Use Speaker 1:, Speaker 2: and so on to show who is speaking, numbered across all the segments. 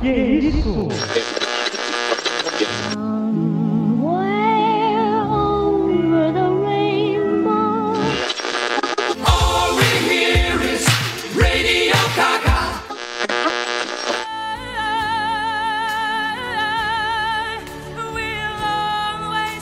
Speaker 1: Que isso?
Speaker 2: Somewhere over the rainbow.
Speaker 3: All we hear is Radio Gaga.
Speaker 4: We'll always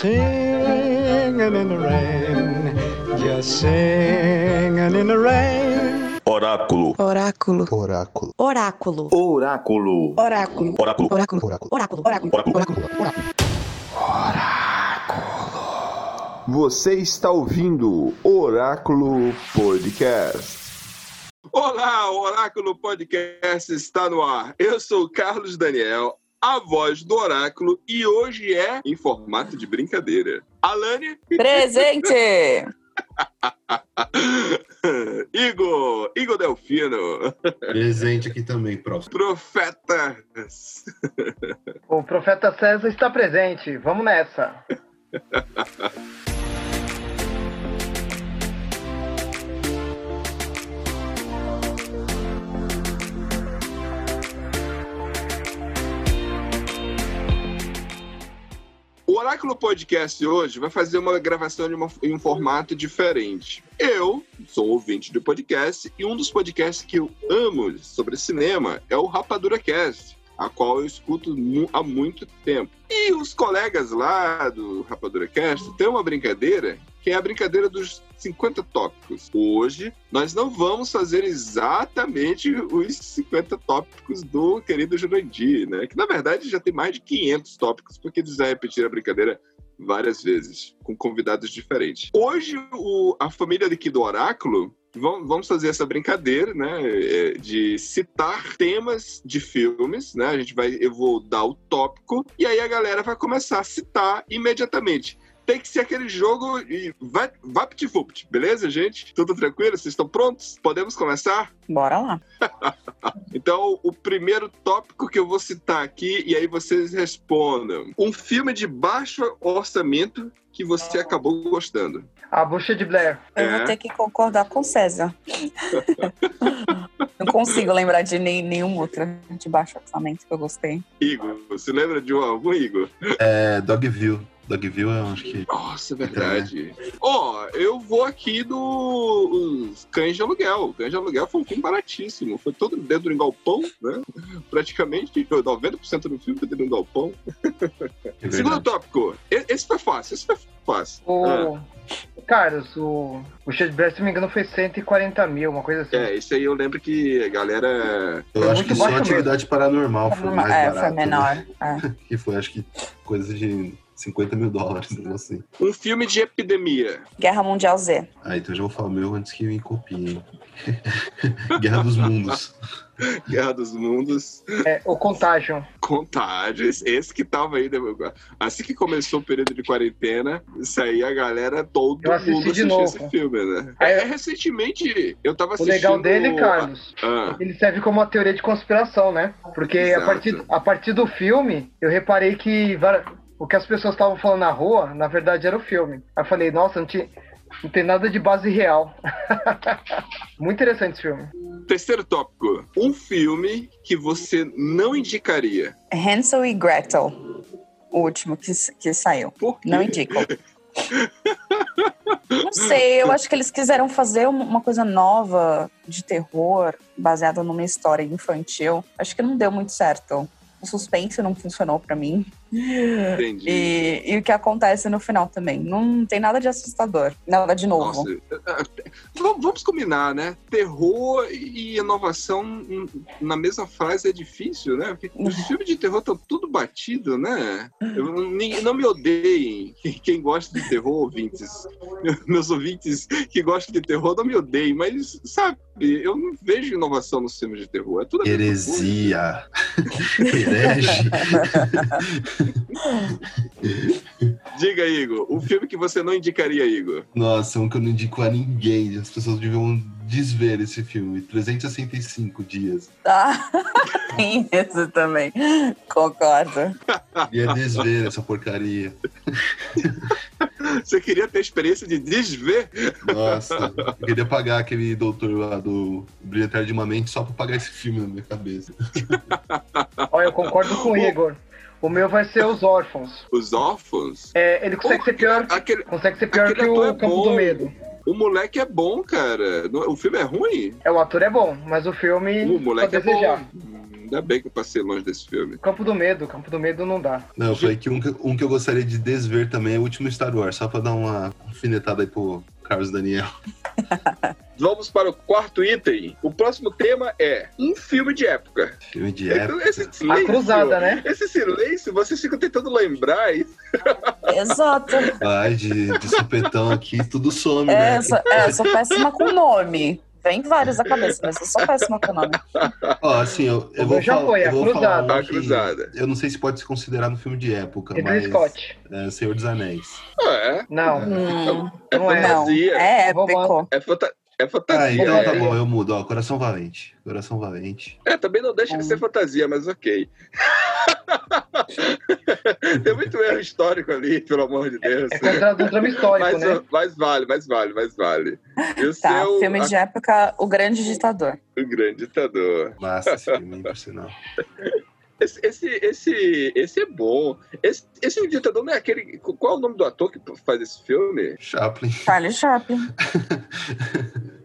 Speaker 5: Singing in the rain, just singing in the rain.
Speaker 6: Oráculo.
Speaker 7: Oráculo.
Speaker 8: Oráculo.
Speaker 7: Oráculo.
Speaker 6: Oráculo.
Speaker 7: Oráculo.
Speaker 6: Oráculo.
Speaker 7: Oráculo.
Speaker 8: Oráculo.
Speaker 7: Oráculo. Oráculo. Oráculo. Oráculo.
Speaker 6: Você está ouvindo Oráculo Podcast. Olá, o Oráculo Podcast está no ar. Eu sou Carlos Daniel, a voz do Oráculo, e hoje é em formato de brincadeira. Alane,
Speaker 9: Presente!
Speaker 6: Igor, Igor Delfino,
Speaker 8: Presente aqui também, próximo.
Speaker 6: Profeta
Speaker 10: O profeta César está presente. Vamos nessa.
Speaker 6: O Oráculo Podcast hoje vai fazer uma gravação de uma- em um formato diferente. Eu sou ouvinte do podcast e um dos podcasts que eu amo sobre cinema é o Rapadura Cast, a qual eu escuto mu- há muito tempo. E os colegas lá do Rapadura Cast têm uma brincadeira que é a brincadeira dos 50 tópicos. Hoje nós não vamos fazer exatamente os 50 tópicos do querido Jurandir, né? Que na verdade já tem mais de 500 tópicos, porque eles já repetiram a brincadeira várias vezes, com convidados diferentes. Hoje o- a família aqui do Oráculo. vam- Vamos fazer essa brincadeira, né, é, de citar temas de filmes, né? A gente vai, eu vou dar o tópico e aí a galera vai começar a citar imediatamente tem que ser aquele jogo e va- vapt-vupt, beleza, gente? Tudo tranquilo? Vocês estão prontos? Podemos começar?
Speaker 9: Bora lá.
Speaker 6: Então, o primeiro tópico que eu vou citar aqui, e aí vocês respondam. Um filme de baixo orçamento que você acabou gostando.
Speaker 10: A bucha de Blair.
Speaker 9: Eu
Speaker 6: É.
Speaker 9: vou ter que concordar com o César. Não consigo lembrar de nem, nenhum outro de baixo orçamento que eu gostei.
Speaker 6: Igor, você lembra de um algum, Igor?
Speaker 8: É, Dogville. Dogville eu acho que.
Speaker 6: Nossa, é verdade. Ó, eu vou aqui do os Cães de Aluguel. Cães de Aluguel foi um filme baratíssimo. Foi todo dentro de um galpão, né? Praticamente, 90% do filme foi dentro de um galpão.
Speaker 8: É
Speaker 6: Segundo
Speaker 8: verdade.
Speaker 6: tópico. E- Esse foi fácil, esse foi fácil. Ah,
Speaker 10: O... Carlos, o bucha de Blair, se não me engano, foi 140 mil, uma coisa assim.
Speaker 6: é, esse aí eu lembro que a galera.
Speaker 8: Eu acho que
Speaker 10: Muito
Speaker 8: só
Speaker 10: baixo mesmo.
Speaker 8: atividade paranormal foi mais
Speaker 9: é,
Speaker 8: barato.
Speaker 9: foi menor.
Speaker 8: né?
Speaker 9: é.
Speaker 8: Que foi, acho que, coisa de 50 mil dólares, né, assim.
Speaker 6: Um filme de epidemia.
Speaker 9: Guerra Mundial Z.
Speaker 8: Ah, então eu já vou falar o meu antes que me copiem. Guerra dos Mundos.
Speaker 6: Guerra dos Mundos.
Speaker 10: É, o Contagion.
Speaker 6: Contágios. Esse que tava aí. né, meu? Assim que começou o período de quarentena, isso aí a galera, todo
Speaker 10: Eu assisti
Speaker 6: mundo
Speaker 10: de
Speaker 6: assistiu
Speaker 10: novo.
Speaker 6: esse filme, né?
Speaker 10: Aí-
Speaker 6: É, recentemente eu tava
Speaker 10: O
Speaker 6: assistindo.
Speaker 10: legal dele, Carlos,
Speaker 6: Ah,
Speaker 10: ele serve como uma teoria de conspiração, né? Porque a
Speaker 6: Exato.
Speaker 10: partir, a partir do filme, eu reparei que var- o que as pessoas estavam falando na rua, na verdade, era o filme. Aí eu falei, nossa, não, tinha- não tem nada de base real. Muito interessante esse filme.
Speaker 6: terceiro tópico. Um filme que você não indicaria.
Speaker 9: Hansel e Gretel. O último que, que saiu.
Speaker 6: Por quê?
Speaker 9: Não indico. Não sei, eu acho que eles quiseram fazer um- uma coisa nova de terror, baseada numa história infantil. Acho que não deu muito certo. O suspense não funcionou pra mim.
Speaker 6: Entendi.
Speaker 9: E, e o que acontece no final também. Não tem nada de assustador. Nada de novo.
Speaker 6: Nossa, eh, vamos vamos combinar, né? Terror e inovação hum, na mesma frase é difícil, né? Porque os filmes de terror estão tudo batido, né? Eu, não- nem- não me odeiem. Quem- Quem gosta de terror, ouvintes. Meus ouvintes que gostam de terror, não me odeiem. Mas, sabe, eu não vejo inovação nos filmes de terror. É tudo a mesma coisa.
Speaker 8: Heresia. Herege.
Speaker 6: Diga, Igor, o filme que você não indicaria, Igor.
Speaker 8: Nossa, um que eu não indico a ninguém. As pessoas deviam desver esse filme. 365 dias.
Speaker 9: Ah, tem isso também. Concordo.
Speaker 8: é Ia desver essa porcaria.
Speaker 6: Você queria ter a experiência de desver?
Speaker 8: Nossa, eu queria pagar aquele doutor lá do Brilhantar de uma Mente só pra pagar esse filme na minha cabeça.
Speaker 10: Olha, eu concordo com o Igor. O meu vai ser Os Órfãos.
Speaker 6: Os órfãos?
Speaker 10: É, ele consegue ser pior,
Speaker 6: Aquele,
Speaker 10: consegue ser pior
Speaker 6: aquele
Speaker 10: que o
Speaker 6: ator é
Speaker 10: Campo
Speaker 6: bom.
Speaker 10: do Medo.
Speaker 6: o moleque é bom, cara. No- O filme é ruim?
Speaker 10: É, o ator é bom, mas o filme
Speaker 6: O
Speaker 10: só
Speaker 6: moleque é bom.
Speaker 10: desejar.
Speaker 6: Hum, Ainda bem que eu passei longe desse filme.
Speaker 10: Campo do Medo, Campo do Medo não dá.
Speaker 8: Não, eu falei que um, que um que eu gostaria de desver também é o último Star Wars, só pra dar uma alfinetada aí pro Carlos Daniel.
Speaker 6: Vamos para o quarto item. O próximo tema é um filme de época.
Speaker 8: Filme de
Speaker 6: Então,
Speaker 8: época.
Speaker 6: esse silêncio,
Speaker 10: A cruzada, né?
Speaker 6: Esse silêncio, vocês ficam tentando lembrar e
Speaker 9: Exato.
Speaker 8: Vai de, de supetão aqui, tudo some,
Speaker 9: É,
Speaker 8: né?
Speaker 9: eu sou, é, eu sou péssima com nome. Vem vários da cabeça, mas eu sou péssima com nome.
Speaker 8: Ó, assim, eu, eu
Speaker 10: O
Speaker 8: vou
Speaker 10: meu já
Speaker 8: falar.
Speaker 10: foi,
Speaker 8: eu
Speaker 10: a
Speaker 8: vou falar
Speaker 10: cruzada.
Speaker 8: um
Speaker 6: A
Speaker 8: que-
Speaker 6: cruzada.
Speaker 8: Eu não sei se pode se considerar no filme de época,
Speaker 10: Ridley
Speaker 8: mas.
Speaker 10: Scott.
Speaker 8: É, Senhor dos Anéis.
Speaker 6: Ah,
Speaker 10: Não,
Speaker 9: Hum,
Speaker 6: é. É
Speaker 10: não é.
Speaker 9: não,
Speaker 6: fantasia. É,
Speaker 9: é
Speaker 10: Vou
Speaker 9: épico.
Speaker 6: fanta- é
Speaker 8: Ah,
Speaker 6: fantasia.
Speaker 8: então tá
Speaker 6: é.
Speaker 8: bom, eu mudo, ó. Coração Valente. Coração Valente.
Speaker 6: É, também não deixa de
Speaker 10: Hum.
Speaker 6: ser fantasia, mas ok. Tem muito erro histórico ali, pelo amor de Deus.
Speaker 10: É considerado um drama histórico,
Speaker 6: mas,
Speaker 10: né?
Speaker 6: mas vale, mas vale, mas vale. E o
Speaker 9: Tá,
Speaker 6: seu
Speaker 9: filme de época, O Grande Ditador.
Speaker 6: o grande ditador.
Speaker 8: Massa esse filme, hein, por sinal.
Speaker 6: Esse, esse, esse, esse é bom. Esse, esse ditador não é aquele. Qual é o nome do ator que faz esse filme?
Speaker 8: Chaplin.
Speaker 9: Charlie Chaplin. tá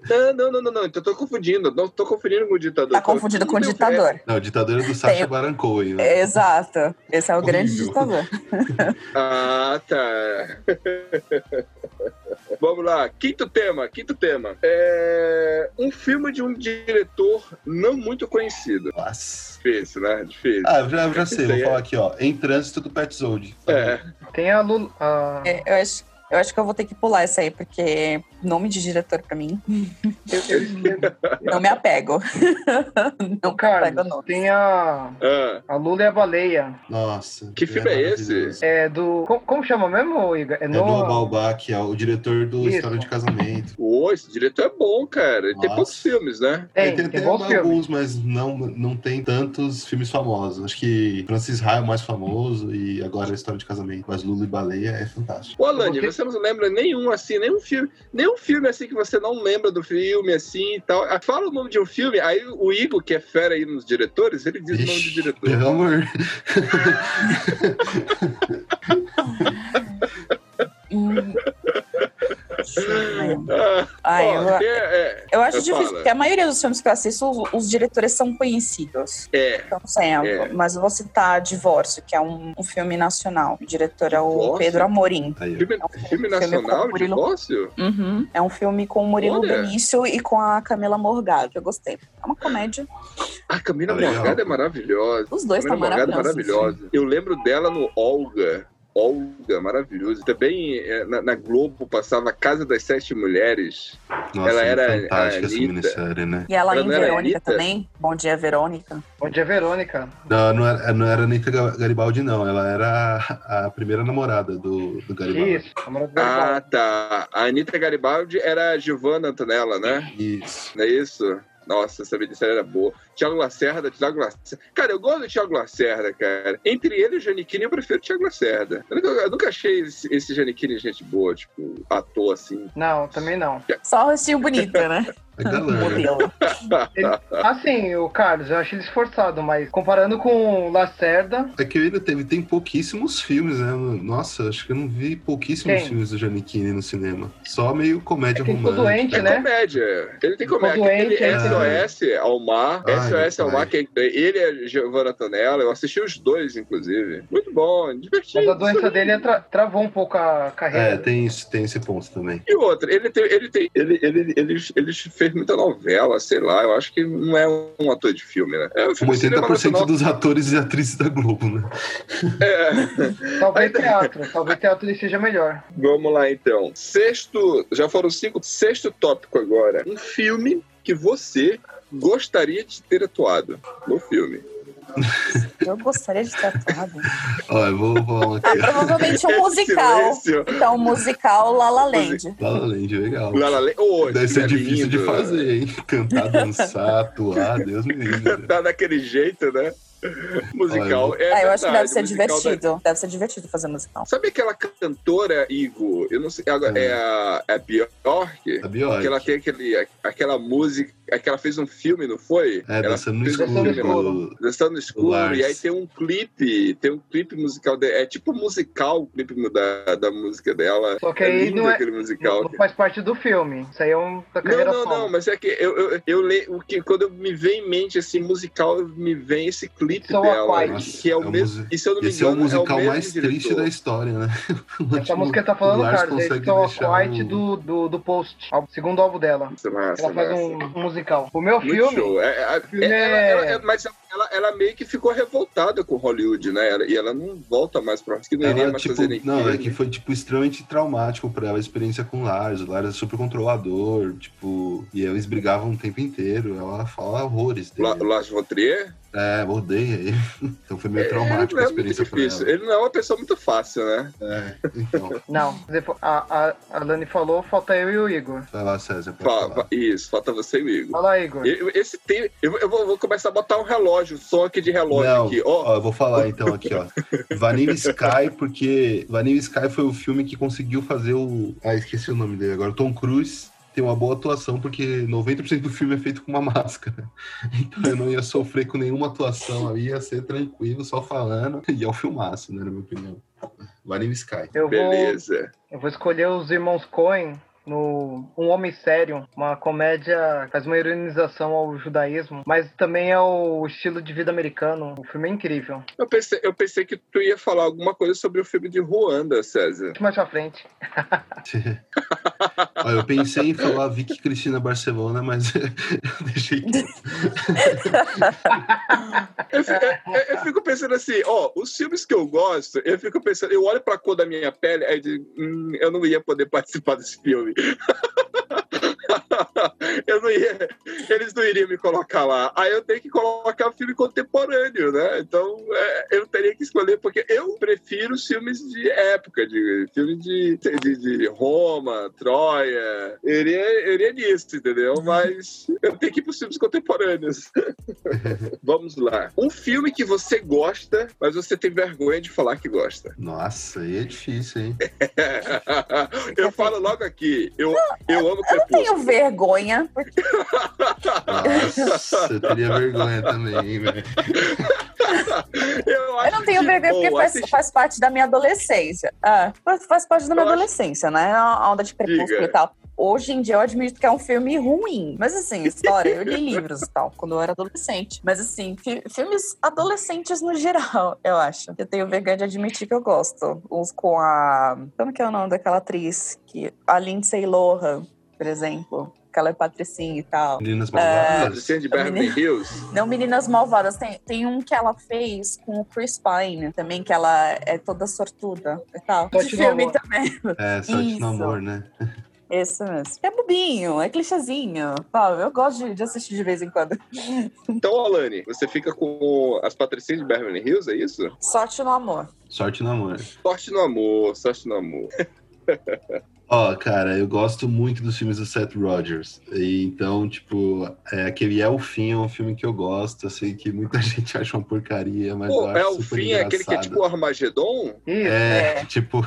Speaker 6: Não, não, não, não, não. Então eu tô confundindo. Não tô confundindo com o ditador.
Speaker 9: Tá confundido com o
Speaker 6: Meu, é-
Speaker 9: ditador.
Speaker 8: Não, ditadura do Sacha
Speaker 9: Tem-
Speaker 8: Baron Cohen, né?
Speaker 9: Exato. Esse é o Grande
Speaker 8: Horrível.
Speaker 9: Ditador.
Speaker 6: Ah, tá. Vamos lá, quinto tema, quinto tema. É um filme de um diretor não muito conhecido.
Speaker 8: Nossa.
Speaker 6: Difícil, né? Difícil.
Speaker 8: Ah, eu já, eu já sei,
Speaker 6: Isso
Speaker 8: vou
Speaker 6: aí
Speaker 8: falar aqui, ó. Em trânsito do Pet Zold.
Speaker 9: Ah.
Speaker 6: É.
Speaker 10: Tem a Lula. a-
Speaker 9: É, Eu acho, eu acho que eu vou ter que pular essa aí, porque nome de diretor pra mim,
Speaker 10: eu- eu-
Speaker 9: não me apego. não me apego,
Speaker 10: Carlos,
Speaker 9: não.
Speaker 10: tem a.
Speaker 6: Ah,
Speaker 10: A Lula e a Baleia.
Speaker 8: Nossa.
Speaker 6: Que filme é esse?
Speaker 8: maravilhoso.
Speaker 10: É do. Como, como chama mesmo, Igor? É
Speaker 8: É Noah
Speaker 10: Noah.
Speaker 8: Baumbach, é o diretor do
Speaker 10: Isso.
Speaker 8: História de Casamento.
Speaker 6: ô, esse diretor é bom, cara. Ele tem
Speaker 8: Nossa.
Speaker 6: poucos filmes, né?
Speaker 10: Tem,
Speaker 8: É,
Speaker 10: tem,
Speaker 8: até
Speaker 10: bons filmes.
Speaker 8: alguns, mas não, não tem tantos filmes famosos. Acho que Francis Ha é o mais famoso e agora a História de Casamento. Mas Lula e Baleia é fantástico.
Speaker 6: Ô, Alane,
Speaker 10: Porque-
Speaker 6: você não lembra nenhum assim, nenhum filme, nenhum filme assim que você não lembra do filme assim e tal. Ah, Fala o nome de um filme, aí o Igor, que é fera aí nos diretores, ele diz o nome do
Speaker 8: Ixi,
Speaker 6: diretor.
Speaker 8: pelo amor.
Speaker 9: Hum. Deixa eu ver.
Speaker 6: Ah,
Speaker 9: Ai,
Speaker 6: ó,
Speaker 9: eu,
Speaker 6: tem- é,
Speaker 9: eu acho difícil,
Speaker 6: fala.
Speaker 9: porque a maioria dos filmes que eu assisto, os, os diretores são conhecidos.
Speaker 6: é,
Speaker 9: Então, assim,
Speaker 6: É.
Speaker 9: Mas eu vou citar Divórcio, que é um, um filme nacional. O diretor é o
Speaker 6: Divórcio?
Speaker 9: Pedro Amorim.
Speaker 8: Aí, ó.
Speaker 6: filme,
Speaker 9: Filme
Speaker 6: filme
Speaker 9: com
Speaker 6: nacional,
Speaker 9: Murilo-
Speaker 6: divórcio?
Speaker 9: Uhum. É um filme com o Murilo
Speaker 6: Olha.
Speaker 9: Benício e com a Camila Morgado. Eu gostei. É uma comédia.
Speaker 6: A Ah, Camila
Speaker 8: Tá legal.
Speaker 6: Morgada é maravilhosa.
Speaker 9: Os dois tá
Speaker 6: Camila
Speaker 9: estão
Speaker 6: Morgada é
Speaker 9: maravilhosos.
Speaker 6: maravilhosa. Eu lembro dela no Olga. Olga, maravilhoso. Também eh, na, na Globo passava Casa das Sete Mulheres.
Speaker 8: Nossa,
Speaker 6: Ela
Speaker 8: é
Speaker 6: era
Speaker 8: fantástica essa
Speaker 6: a Anitta.
Speaker 8: minissérie, né?
Speaker 9: E ela
Speaker 6: Ela
Speaker 9: em
Speaker 6: não era
Speaker 9: Verônica
Speaker 6: Anitta?
Speaker 9: também. Bom dia, Verônica.
Speaker 10: Onde é Verônica.
Speaker 8: Não, não era, não era Anitta Ga- Garibaldi, não. Ela era a primeira namorada do, do Garibaldi.
Speaker 10: Isso, Amor do
Speaker 6: Ah,
Speaker 10: Garibaldi.
Speaker 6: tá. A Anitta Garibaldi era a Giovanna Antonella, né?
Speaker 8: Isso.
Speaker 6: Não é isso? Nossa, essa minissérie era boa. Tiago Lacerda, Tiago Lacerda. Cara, eu gosto do Tiago Lacerda, cara. Entre ele e o Janiquini, eu prefiro o Tiago Lacerda. Eu nunca, eu nunca achei esse, esse Janiquini gente boa, tipo, ator assim.
Speaker 10: Não, também não.
Speaker 9: Só o rostinho bonito, né?
Speaker 10: Ah,
Speaker 8: É galã, né?
Speaker 9: Modelo.
Speaker 10: Assim, o Carlos, eu achei ele esforçado, mas comparando com o Lacerda,
Speaker 8: É que ele teve, tem pouquíssimos filmes, né? Nossa, acho que eu não vi pouquíssimos
Speaker 10: Tem.
Speaker 8: filmes do Giannichini no cinema. Só meio comédia
Speaker 10: É que ficou
Speaker 8: romântica.
Speaker 10: doente,
Speaker 6: É
Speaker 10: né?
Speaker 6: comédia. Ele tem
Speaker 10: Ficou
Speaker 6: comédia.
Speaker 10: doente,
Speaker 6: Aquele
Speaker 10: é.
Speaker 6: SOS ao mar.
Speaker 8: Ai,
Speaker 6: SOS ao
Speaker 8: meu
Speaker 6: mar, que ele é Giovanna Antonella. Eu assisti os dois, inclusive. Muito bom, divertido.
Speaker 10: mas a doença dele é tra- travou um pouco a
Speaker 8: É,
Speaker 10: carreira.
Speaker 8: tem, isso, tem esse ponto também.
Speaker 6: E outra, ele tem. Ele, tem ele, ele, ele, ele fez muita novela, sei lá. Eu acho que não é um ator de filme, né? É um
Speaker 8: Como
Speaker 6: filme de cinema
Speaker 8: 80%
Speaker 6: nacional.
Speaker 8: dos atores e atrizes da Globo, né?
Speaker 6: É.
Speaker 10: Talvez
Speaker 6: Ainda-
Speaker 10: teatro, talvez teatro ele seja melhor.
Speaker 6: Vamos lá, então. Sexto. Já foram cinco. Sexto tópico agora. Um filme que você gostaria de ter atuado no filme.
Speaker 9: Eu gostaria de ter atuado.
Speaker 8: Ó, eu vou falar um
Speaker 9: Ah,
Speaker 8: aqui.
Speaker 9: provavelmente um musical.
Speaker 6: Silêncio.
Speaker 9: Então, o musical La La Land.
Speaker 8: La La Land, legal.
Speaker 6: La La Land. Ô,
Speaker 8: Deve
Speaker 6: esse
Speaker 8: ser
Speaker 6: filme é
Speaker 8: difícil de
Speaker 6: lindo.
Speaker 8: fazer, hein? Cantar, dançar, atuar, Deus me livre.
Speaker 6: Cantar daquele Tá jeito, né? musical. É,
Speaker 9: Ah, eu acho que
Speaker 6: verdade,
Speaker 9: deve ser
Speaker 6: musical da-
Speaker 9: divertido. Deve ser divertido fazer musical.
Speaker 6: Sabe aquela cantora, Igor? Eu não sei, ela é, a, é a Bjork?
Speaker 8: A Bjork.
Speaker 6: Que ela tem aquele, aquela música, que ela fez um filme, não foi?
Speaker 8: É,
Speaker 6: ela
Speaker 8: dançando no
Speaker 6: fez um
Speaker 8: escuro.
Speaker 6: filme, Dançando no escuro,
Speaker 8: Lars.
Speaker 6: e aí tem um clipe, tem um clipe musical, de- é tipo musical o clipe da, da música dela.
Speaker 10: Só que
Speaker 6: é
Speaker 10: aí
Speaker 6: lindo
Speaker 10: não é-
Speaker 6: aquele musical.
Speaker 10: Não faz parte do filme. Isso aí é um
Speaker 6: Não,
Speaker 10: da carreira
Speaker 6: não,
Speaker 10: solo.
Speaker 6: não, mas é que eu, eu, eu leio, o que, quando eu me vem em mente esse musical, me vem esse clipe
Speaker 10: São
Speaker 6: dela,
Speaker 10: Aquais.
Speaker 6: que é o
Speaker 8: Nossa, é um
Speaker 6: mesmo,
Speaker 8: musi-
Speaker 6: e se eu não me
Speaker 8: Esse é o
Speaker 6: engano,
Speaker 8: musical
Speaker 6: mesmo
Speaker 8: mais
Speaker 6: diretor.
Speaker 8: triste da história, né?
Speaker 10: Essa música que tá falando,
Speaker 8: O Lars
Speaker 10: Carlos, é
Speaker 8: consegue
Speaker 10: São
Speaker 8: deixar um-
Speaker 10: White
Speaker 8: o-
Speaker 10: do, do, do Post, ao segundo álbum dela.
Speaker 6: Massa, massa,
Speaker 10: Ela faz
Speaker 6: massa.
Speaker 10: um musical. O meu
Speaker 6: Muito
Speaker 10: filme,
Speaker 6: show. É, é, é,
Speaker 10: filme
Speaker 6: ela-
Speaker 10: é-
Speaker 6: ela- é- mas ela, ela meio que ficou revoltada com Hollywood, né? Ela- e ela não volta mais pra. Que não iria
Speaker 8: Ela,
Speaker 6: mais
Speaker 8: tipo,
Speaker 6: fazer nem
Speaker 8: não, é
Speaker 6: filme.
Speaker 8: que foi, tipo, extremamente traumático pra ela a experiência com o Lars. O Lars é super controlador, tipo, e eles brigavam o tempo inteiro. Ela fala horrores
Speaker 6: O
Speaker 8: dele.
Speaker 6: La- o Lars von Trier?
Speaker 8: É, eu odeio ele. Então foi meio
Speaker 6: Ele não
Speaker 8: traumático a
Speaker 6: é muito
Speaker 8: experiência pra
Speaker 6: difícil.
Speaker 8: ela.
Speaker 6: Ele não é uma pessoa muito fácil, né?
Speaker 8: É, então,
Speaker 10: não. A, a, a Lani falou, falta eu e o Igor.
Speaker 8: vai lá, César, pode
Speaker 6: Fa-
Speaker 8: falar.
Speaker 6: fa- isso, falta você e o Igor.
Speaker 10: Fala, Igor.
Speaker 6: Eu- eu- Esse tem, eu, eu vou, vou começar a botar um relógio, um som aqui de relógio
Speaker 8: Não,
Speaker 6: aqui. Ó,
Speaker 8: ó, eu vou falar então aqui, ó. Vanilla Sky, porque Vanilla Sky foi o filme que conseguiu fazer o. Ah, esqueci o nome dele agora. O Tom Cruise tem uma boa atuação, porque 90% do filme é feito com uma máscara. Então eu não ia sofrer com nenhuma atuação, eu ia ser tranquilo, só falando. E é o filmaço, né, na minha opinião. Vanilla Sky.
Speaker 10: Eu vou,
Speaker 6: beleza.
Speaker 10: eu vou escolher os irmãos Coen no Um Homem Sério, uma comédia que faz uma ironização ao judaísmo, mas também ao estilo de vida americano. O filme é incrível.
Speaker 6: Eu pensei, eu pensei que tu ia falar alguma coisa sobre o filme de Ruanda, César.
Speaker 10: Mais pra frente.
Speaker 8: Ó, eu pensei em falar Vicky Cristina Barcelona, mas eu deixei que.
Speaker 6: Eu, fi- eu- eu- eu fico pensando assim, ó, os filmes que eu gosto, eu fico pensando, eu olho pra cor da minha pele, aí eu digo, hum, eu não ia poder participar desse filme. eu não ia, eles não iriam me colocar lá. Aí eu tenho que colocar um filme contemporâneo, né? Então é, eu teria que escolher, porque eu prefiro os filmes de época, de filmes de, de, de Roma, Troia. Eu iria, eu iria nisso, entendeu? Mas eu tenho que ir pros filmes contemporâneos. Vamos lá. Um filme que você gosta, mas você tem vergonha de falar que gosta.
Speaker 8: Nossa, aí é difícil, hein?
Speaker 6: eu falo logo aqui, eu, eu amo
Speaker 9: Eu não tenho
Speaker 6: Crepúsculo.
Speaker 9: vergonha, porque
Speaker 8: Nossa, eu teria vergonha também, velho.
Speaker 6: Eu,
Speaker 9: eu
Speaker 6: acho
Speaker 9: não tenho
Speaker 6: de
Speaker 9: vergonha porque
Speaker 6: boa
Speaker 9: faz,
Speaker 6: assistir.
Speaker 9: faz parte da minha adolescência. Ah, faz- faz parte da minha
Speaker 6: Eu acho-
Speaker 9: adolescência, né? A onda de crepúsculo
Speaker 6: Diga.
Speaker 9: e tal. Hoje em dia eu admito que é um filme ruim. Mas assim, história, eu li livros e tal, quando eu era adolescente. Mas assim, fi- filmes adolescentes no geral, eu acho. Eu tenho vergonha de admitir que eu gosto. Uns com a. Como que é o nome daquela atriz? Que... A Lindsay Lohan, por exemplo. Que ela é patricinha e tal.
Speaker 8: Meninas
Speaker 10: É.
Speaker 9: É.
Speaker 6: Ah,
Speaker 8: Malvadas.
Speaker 6: Patricinha de Beverly Hills.
Speaker 9: Não, Meninas Malvadas. Tem, tem um que ela fez com o Chris Pine também, que ela é toda sortuda e tal.
Speaker 10: Sorte
Speaker 9: De
Speaker 10: no
Speaker 9: filme
Speaker 10: amor.
Speaker 9: também.
Speaker 8: É, sorte
Speaker 9: Isso.
Speaker 8: no amor, né?
Speaker 9: Esse mesmo. É bobinho, é clichêzinho. Tal. Eu gosto de, de assistir de vez em quando.
Speaker 6: Então, Alane, você fica com as Patricinhas de Beverly Hills, é isso?
Speaker 9: Sorte no amor.
Speaker 8: Sorte no amor.
Speaker 6: Sorte no amor, sorte no amor.
Speaker 8: Ó, cara, eu gosto muito dos filmes do Seth Rogers. E, então, tipo, é, aquele É o Fim é um filme que eu gosto. Eu sei que muita gente acha uma porcaria, mas
Speaker 6: Pô,
Speaker 8: eu acho
Speaker 6: é o
Speaker 8: super
Speaker 6: fim, é
Speaker 8: engraçado.
Speaker 6: aquele que é tipo o Armagedon?
Speaker 10: Isso.
Speaker 8: É,
Speaker 9: É.
Speaker 8: tipo,